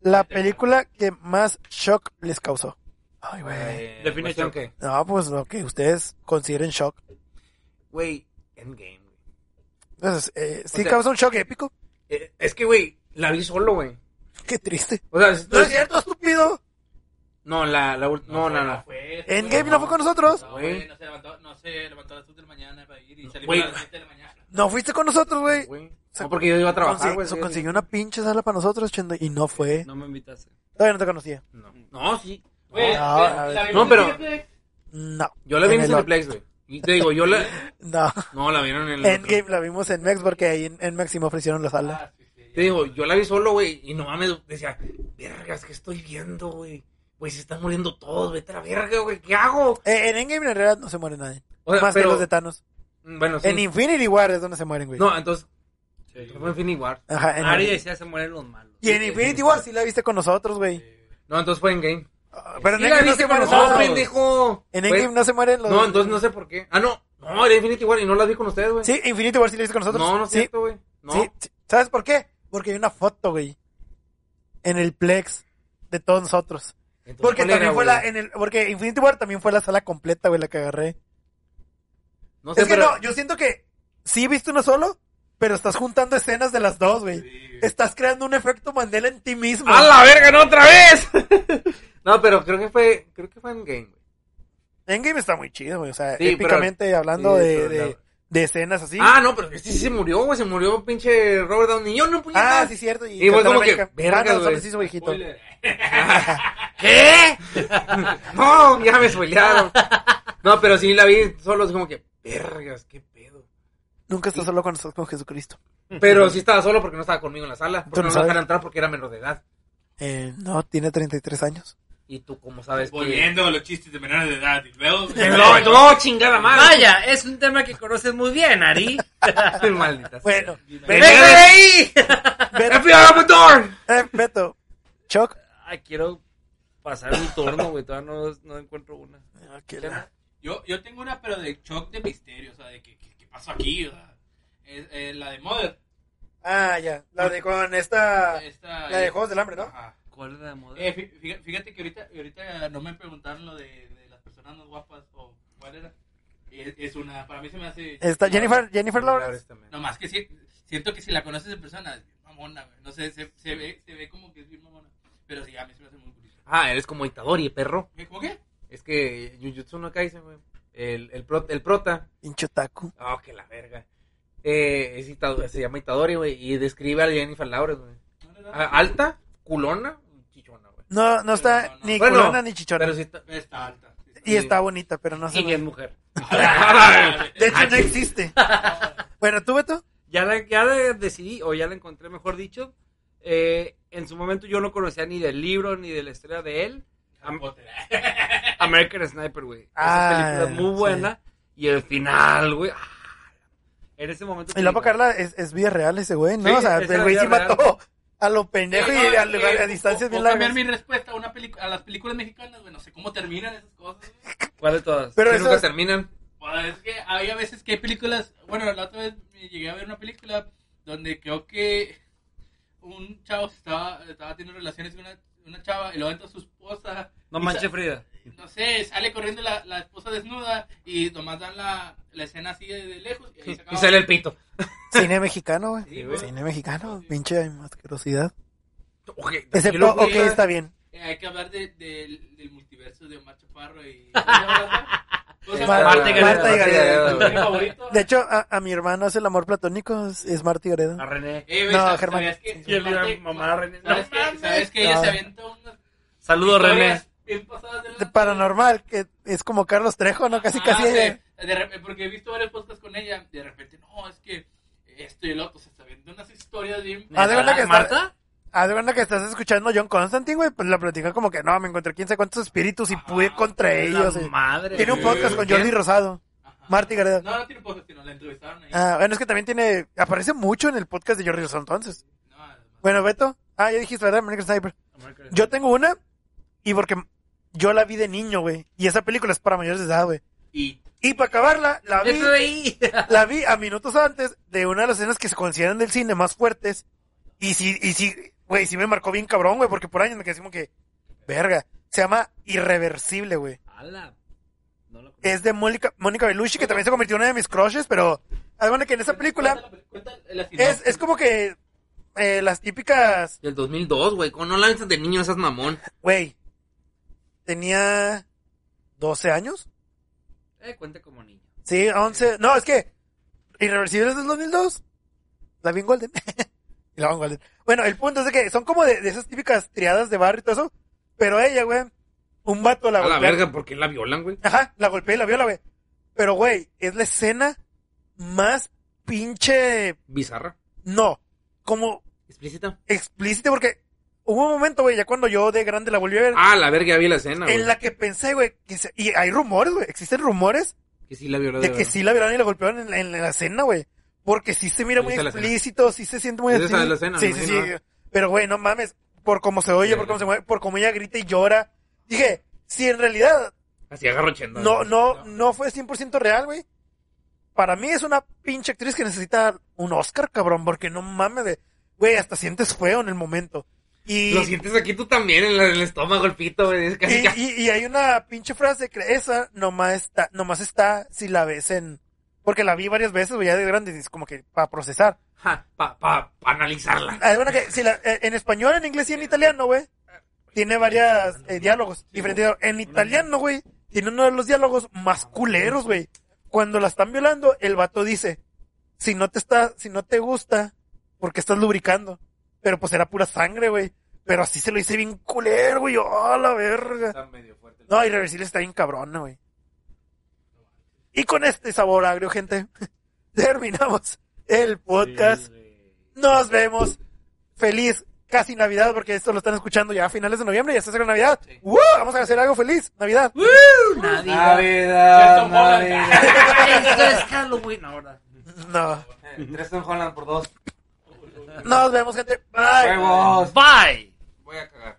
[SPEAKER 1] La película que más shock les causó. Ay, güey.
[SPEAKER 2] Eh,
[SPEAKER 5] Define
[SPEAKER 2] cuestión
[SPEAKER 5] shock.
[SPEAKER 2] que,
[SPEAKER 1] No, pues lo que ustedes consideren shock.
[SPEAKER 2] Güey, Endgame. güey.
[SPEAKER 1] Entonces, eh, sí
[SPEAKER 2] sea-
[SPEAKER 1] causa un shock épico.
[SPEAKER 2] Eh, es que, güey, la vi solo, güey.
[SPEAKER 1] Qué triste.
[SPEAKER 2] O sea, si tú-
[SPEAKER 1] No es cierto, estúpido.
[SPEAKER 2] no, la, la, ul- no, no, no.
[SPEAKER 3] fue,
[SPEAKER 1] En Game no fue con nosotros.
[SPEAKER 3] No,
[SPEAKER 2] Güey.
[SPEAKER 3] güey, no se levantó, no se levantó a las 2 de la mañana para ir y salimos
[SPEAKER 2] Güey.
[SPEAKER 3] a las 7 de la mañana.
[SPEAKER 1] No fuiste con nosotros, güey.
[SPEAKER 2] güey.
[SPEAKER 1] Se-
[SPEAKER 2] No, porque yo iba a trabajar,
[SPEAKER 1] Consi-
[SPEAKER 2] güey.
[SPEAKER 1] se
[SPEAKER 2] sí,
[SPEAKER 1] consiguió una pinche sala para nosotros, chendo, y no fue.
[SPEAKER 5] No me invitaste.
[SPEAKER 1] Todavía no te conocía.
[SPEAKER 2] sí. No, No, sí.
[SPEAKER 3] Güey,
[SPEAKER 1] No,
[SPEAKER 3] la-
[SPEAKER 1] a ver.
[SPEAKER 3] la vi
[SPEAKER 2] No,
[SPEAKER 3] en
[SPEAKER 2] pero-
[SPEAKER 3] Netflix.
[SPEAKER 1] No,
[SPEAKER 2] Yo la vi
[SPEAKER 1] En
[SPEAKER 2] en
[SPEAKER 1] el-
[SPEAKER 2] Cineplex, güey. Y te digo, yo la...
[SPEAKER 1] no.
[SPEAKER 2] No, la vieron en el... otro.
[SPEAKER 1] Endgame la vimos en Mex porque ahí en, en Mex sí me ofrecieron la sala.
[SPEAKER 3] Ah, sí, sí, ya.
[SPEAKER 2] Te digo, yo la vi solo, güey, y no mames, decía, vergas, ¿qué estoy viendo, güey? Güey, se están muriendo todos, vete a la verga, güey, ¿qué hago?
[SPEAKER 1] Eh, en Endgame en realidad no se muere nadie.
[SPEAKER 2] O sea,
[SPEAKER 1] más
[SPEAKER 2] pero-
[SPEAKER 1] que los de Thanos.
[SPEAKER 2] Mm, Bueno, sí.
[SPEAKER 1] En Infinity War es donde se mueren, güey.
[SPEAKER 2] No, entonces, fue en Infinity War.
[SPEAKER 1] Ajá, en-
[SPEAKER 5] Ari decía, se mueren los malos.
[SPEAKER 1] y en Infinity War sí la viste con nosotros, güey.
[SPEAKER 2] No, entonces fue en Game.
[SPEAKER 1] Ah, Pero en
[SPEAKER 2] la
[SPEAKER 1] Endgame no
[SPEAKER 2] viste
[SPEAKER 1] se
[SPEAKER 2] con
[SPEAKER 1] mueren
[SPEAKER 2] nosotros,
[SPEAKER 1] todos.
[SPEAKER 2] pendejo.
[SPEAKER 1] En
[SPEAKER 2] Güey,
[SPEAKER 1] Endgame no se mueren los...
[SPEAKER 2] No, entonces no sé por qué. Ah, no, no, era Infinity War y no la vi con ustedes, güey.
[SPEAKER 1] Sí, Infinity War sí la viste con nosotros.
[SPEAKER 2] No, no es
[SPEAKER 1] sí.
[SPEAKER 2] cierto, güey. No.
[SPEAKER 1] Sí, sí. ¿Sabes por qué? Porque hay una foto, güey. En el Plex de todos nosotros.
[SPEAKER 2] Entonces,
[SPEAKER 1] Porque
[SPEAKER 2] ¿cuál era,
[SPEAKER 1] también fue
[SPEAKER 2] güey?
[SPEAKER 1] la, en el, porque Infinity War también fue la sala completa, güey, la que agarré.
[SPEAKER 2] No sé,
[SPEAKER 1] es que
[SPEAKER 2] pero...
[SPEAKER 1] no, yo siento que sí viste uno solo, pero estás juntando escenas de las dos, güey. Estás creando un efecto Mandela en ti mismo.
[SPEAKER 2] ¡A la verga, no, otra vez! no, pero creo que fue, creo que fue en Game, güey.
[SPEAKER 1] Endgame está muy chido, güey. O sea,
[SPEAKER 2] Sí, pero-
[SPEAKER 1] épicamente hablando
[SPEAKER 2] sí,
[SPEAKER 1] de,
[SPEAKER 2] pero
[SPEAKER 1] de,
[SPEAKER 2] no.
[SPEAKER 1] de escenas así.
[SPEAKER 2] Ah, no, pero este sí se murió, güey. Se murió pinche Robert Downey. Yo no
[SPEAKER 1] Ah,
[SPEAKER 2] puñetas.
[SPEAKER 1] sí, cierto. Y,
[SPEAKER 2] Y fue
[SPEAKER 1] Capitán
[SPEAKER 2] como que,
[SPEAKER 1] América.
[SPEAKER 2] verga,
[SPEAKER 1] Ah, no, solo
[SPEAKER 2] güey.
[SPEAKER 1] se hizo viejito.
[SPEAKER 3] Spoiler.
[SPEAKER 2] ¿Qué? no, ya me spoilearon. No, pero sí la vi solo, así como que, vergas, qué pedo.
[SPEAKER 1] Nunca estás solo cuando estás con Jesucristo.
[SPEAKER 2] Pero sí estaba solo porque no estaba conmigo en la sala.
[SPEAKER 1] Tú no
[SPEAKER 2] Porque no me dejaron
[SPEAKER 1] sabes.
[SPEAKER 2] entrar porque era menor de edad.
[SPEAKER 1] Eh, no, tiene 33 años.
[SPEAKER 2] Y tú, como sabes? que-
[SPEAKER 3] Volviendo a los chistes de menores de edad y luego.
[SPEAKER 2] No, no, chingada madre.
[SPEAKER 5] Vaya, es un tema que conoces muy bien, Ari.
[SPEAKER 2] Maldita. sea.
[SPEAKER 1] Bueno,
[SPEAKER 2] ¡Venga de ahí!
[SPEAKER 1] Beto,
[SPEAKER 2] ¡FBI, open door!
[SPEAKER 1] eh, Beto, Choc.
[SPEAKER 5] Ay, quiero pasar mi turno, güey. Todavía no, no encuentro una.
[SPEAKER 1] Aquí la-
[SPEAKER 3] Yo, yo tengo una, pero de shock de misterio, o sea, de qué, qué, qué pasó aquí, o sea, es, eh, la de Mother.
[SPEAKER 1] Ah, ya. La de con esta.
[SPEAKER 3] Esta,
[SPEAKER 1] Ah, La de Juegos del Hambre, ¿no?
[SPEAKER 3] Ajá.
[SPEAKER 5] ¿Cuál era de moda?
[SPEAKER 3] Eh, fí- fí- fíjate que ahorita, ahorita no me preguntaron lo de, de las personas más guapas o cuál era. Es, es una, para mí se me hace.
[SPEAKER 1] Esta Jennifer, Jennifer Lawrence.
[SPEAKER 2] este
[SPEAKER 3] No más que si- siento que si la conoces en persona, es bien mamona, güey. No sé, se, se ve, se ve como que es bien mamona. Pero sí, a mí se me hace muy curioso.
[SPEAKER 2] Ah, eres como Itadori, perro.
[SPEAKER 3] ¿Qué- ¿Cómo qué?
[SPEAKER 2] Es que Jujutsu no Kaisen, güey. El, el, pro- el prota
[SPEAKER 1] Pinche taco.
[SPEAKER 2] Ah, que la verga. Eh, es Itado- se llama Itadori, güey, y describe a Jennifer Lawrence, güey.
[SPEAKER 3] No, no, no.
[SPEAKER 1] Ah,
[SPEAKER 2] A- Alta, culona, chichona, güey.
[SPEAKER 1] No, no está
[SPEAKER 3] No, no.
[SPEAKER 1] ni
[SPEAKER 2] Bueno,
[SPEAKER 1] culona ni chichona.
[SPEAKER 2] Pero sí está...
[SPEAKER 3] Está alta. sí, está-
[SPEAKER 1] Y está bonita, pero no se
[SPEAKER 5] Y
[SPEAKER 1] ve.
[SPEAKER 5] es mujer.
[SPEAKER 1] De hecho, no existe. Bueno, tú, Beto.
[SPEAKER 5] Ya la, ya la decidí, o ya la encontré, mejor dicho. Eh, en su momento yo no conocía ni del libro ni de la historia de él.
[SPEAKER 3] Harry Potter.
[SPEAKER 5] American Sniper, güey.
[SPEAKER 1] Ah,
[SPEAKER 5] Esa película es muy
[SPEAKER 1] sí.
[SPEAKER 5] buena. Y el final, güey. ah, en ese momento.
[SPEAKER 1] Y la para Carla es, es vida real ese güey, ¿no?
[SPEAKER 5] Sí,
[SPEAKER 1] o sea,
[SPEAKER 5] es
[SPEAKER 1] el güey
[SPEAKER 5] vida
[SPEAKER 1] sí
[SPEAKER 5] real.
[SPEAKER 1] mató a lo pendejo
[SPEAKER 3] Sí, no,
[SPEAKER 1] y a,
[SPEAKER 3] es que
[SPEAKER 1] a- a
[SPEAKER 3] puedo-
[SPEAKER 1] distancias bien
[SPEAKER 3] eh, puedo cambiar
[SPEAKER 1] largas.
[SPEAKER 3] mi respuesta a, una pelicu- a las películas mexicanas, güey. No sé cómo terminan esas cosas. güey.
[SPEAKER 5] ¿Cuál de todas?
[SPEAKER 1] Pero
[SPEAKER 2] Sí,
[SPEAKER 1] eso
[SPEAKER 2] nunca
[SPEAKER 1] es-
[SPEAKER 2] terminan.
[SPEAKER 3] Bueno, es que había veces que hay películas. Bueno, la otra vez me llegué a ver una película donde creo que un chavo se estaba, estaba teniendo relaciones con una, una chava y luego entra su esposa.
[SPEAKER 5] no
[SPEAKER 3] y
[SPEAKER 5] manches,
[SPEAKER 3] sa-
[SPEAKER 5] Frida.
[SPEAKER 3] No sé, sale corriendo la, la esposa desnuda y nomás dan la, la escena así de, de lejos. Y, ahí se
[SPEAKER 2] Y
[SPEAKER 3] acaba.
[SPEAKER 2] sale el pito.
[SPEAKER 1] Cine mexicano, güey.
[SPEAKER 2] Sí, güey.
[SPEAKER 1] Cine mexicano, pinche asquerosidad.
[SPEAKER 2] Ok, y
[SPEAKER 1] Excepto,
[SPEAKER 2] luego,
[SPEAKER 1] ok,
[SPEAKER 2] güey,
[SPEAKER 1] está bien.
[SPEAKER 3] Eh, Hay que hablar de, del- del multiverso de Omar Chaparro y. ¿Cómo se llama?
[SPEAKER 1] Mar-
[SPEAKER 3] Marta y
[SPEAKER 1] Marta y
[SPEAKER 3] Gareda.
[SPEAKER 1] Gareda,
[SPEAKER 3] Mi
[SPEAKER 2] güey.
[SPEAKER 3] favorito.
[SPEAKER 1] De hecho, a, a mi hermano es el amor platónico, es, es Marta y Gareda.
[SPEAKER 4] A René.
[SPEAKER 3] Eh, güey,
[SPEAKER 1] No,
[SPEAKER 3] ¿sabes
[SPEAKER 1] Germán.
[SPEAKER 3] sabías que-
[SPEAKER 4] Y el
[SPEAKER 3] Marta-
[SPEAKER 4] mamá René.
[SPEAKER 3] ¿Sabes que, sabes que ella se avienta unas
[SPEAKER 4] Saludos, René.
[SPEAKER 3] historias bien pasadas de
[SPEAKER 1] De
[SPEAKER 3] lanza?
[SPEAKER 1] paranormal, que es como Carlos Trejo, ¿no? Casi,
[SPEAKER 3] Ah,
[SPEAKER 1] casi. eh.
[SPEAKER 3] de-
[SPEAKER 1] ella-
[SPEAKER 3] de rep- porque he visto varios podcasts con ella. De repente, no, es que esto y el otro se está viendo unas historias bien.
[SPEAKER 1] Ah, de verdad que está-
[SPEAKER 4] ¿Marta?
[SPEAKER 1] Haz de cuenta que estás escuchando a John Constantine, güey, pues la platica como que no, me encontré quién sabe cuántos espíritus y pude ir contra ellos.
[SPEAKER 4] La
[SPEAKER 1] y-
[SPEAKER 4] madre.
[SPEAKER 1] Tiene un
[SPEAKER 3] güey.
[SPEAKER 1] podcast con Jordi Rosado,
[SPEAKER 3] Ajá.
[SPEAKER 1] Marta y Gareda.
[SPEAKER 3] No, no tiene podcast, sino la entrevistaron ahí.
[SPEAKER 1] Ah, bueno, es que también tiene, aparece mucho en el podcast de Jordi Rosado entonces.
[SPEAKER 3] No, además.
[SPEAKER 1] Bueno, Beto, ah, ya dijiste, ¿verdad? American Sniper. Yo tengo una, y porque yo la vi de niño, güey, y esa película es para mayores de edad, güey.
[SPEAKER 3] Y
[SPEAKER 1] Y para acabarla, la vi,
[SPEAKER 4] FBI.
[SPEAKER 1] la vi a minutos antes de una de las escenas que se consideran del cine más fuertes. Y sí, y sí, güey, sí me marcó bien cabrón, güey, porque por años me quedé así como que, verga, se llama Irreversible, güey.
[SPEAKER 4] Ala. No lo conozco.
[SPEAKER 1] Es de Mónica, Mónica Bellucci, que también se convirtió en una de mis crushes, pero, alguna que en esa película,
[SPEAKER 3] Cuéntala, cuéntala la sinopsis.
[SPEAKER 1] es, es como que, eh, las típicas
[SPEAKER 2] Del 2002, güey. Con no la viste de niño, esas mamón.
[SPEAKER 1] Güey, tenía 12 años.
[SPEAKER 4] Eh, cuenta como niño.
[SPEAKER 1] Sí,
[SPEAKER 2] Eh.
[SPEAKER 1] 11. No, es que Irreversible es del 2002. La vi en Golden. y la vi en Golden. Bueno, el punto es de que son como de, de esas típicas triadas de barrio y todo eso. Pero ella, güey, un vato la
[SPEAKER 2] A la
[SPEAKER 1] golpea.
[SPEAKER 2] verga, ¿por qué la violan, güey?
[SPEAKER 1] Ajá, la golpea y la viola, güey. Pero, güey, es la escena más pinche...
[SPEAKER 2] Bizarra.
[SPEAKER 1] No, como
[SPEAKER 2] Explícita.
[SPEAKER 1] explícita porque hubo un momento, güey, ya cuando yo de grande la volví a ver.
[SPEAKER 2] Ah, la verga, ya vi la escena, güey.
[SPEAKER 1] en la que pensé, güey, que se- y hay rumores, güey, existen rumores
[SPEAKER 2] Que sí la violó
[SPEAKER 1] de que
[SPEAKER 2] verdad.
[SPEAKER 1] sí la violaron y la golpearon en la, en la escena, güey. Porque sí se mira
[SPEAKER 2] Ahí
[SPEAKER 1] muy
[SPEAKER 2] está la escena.
[SPEAKER 1] explícito, sí se siente muy
[SPEAKER 2] Esa es
[SPEAKER 1] así.
[SPEAKER 2] la escena,
[SPEAKER 1] sí,
[SPEAKER 2] me
[SPEAKER 1] sí, sí.
[SPEAKER 2] imagino,
[SPEAKER 1] Pero, güey, no mames, por cómo se oye, por cómo se mueve, por cómo ella grita y llora. Dije, si en realidad
[SPEAKER 2] Así agarro chendo.
[SPEAKER 1] no, no, no fue 100% real, güey. Para mí es una pinche actriz que necesita un Oscar, cabrón, porque no mames, de- güey, hasta sientes feo en el momento. Y,
[SPEAKER 2] Lo sientes aquí tú también, en, la- en el estómago, el pito, güey. Es casi,
[SPEAKER 1] Y,
[SPEAKER 2] casi-
[SPEAKER 1] y- y hay una pinche frase que esa nomás está, nomás está si la ves en... Porque la vi varias veces, güey, ya de grande, es como que para procesar.
[SPEAKER 2] Ja, pa, pa, pa analizarla.
[SPEAKER 1] Hay una que, si la- eh, en español, en inglés y en italiano, güey, tiene varias eh, diálogos diferentes. En italiano, güey, tiene uno de los diálogos más culeros, güey. Cuando la están violando, el vato dice, si no te está, si no te gusta, porque estás lubricando. Pero pues era pura sangre, güey. Pero así se lo hice bien culero, güey. ¡Oh, la verga!
[SPEAKER 3] Está medio fuerte.
[SPEAKER 1] No, Irreversible está bien cabrón, güey. Y con este sabor agrio, gente, terminamos el podcast. Nos vemos. Feliz casi Navidad, porque esto lo están escuchando ya a finales de noviembre y ya se acerca Navidad. ¡Woo! Vamos a hacer algo feliz. Navidad.
[SPEAKER 4] Navidad.
[SPEAKER 3] Jackson Pollock.
[SPEAKER 4] Esto es Halloween ahora.
[SPEAKER 1] No.
[SPEAKER 2] Tres en Holland por dos.
[SPEAKER 1] Nos vemos, gente. Bye.
[SPEAKER 4] Bye.
[SPEAKER 2] Voy a cagar.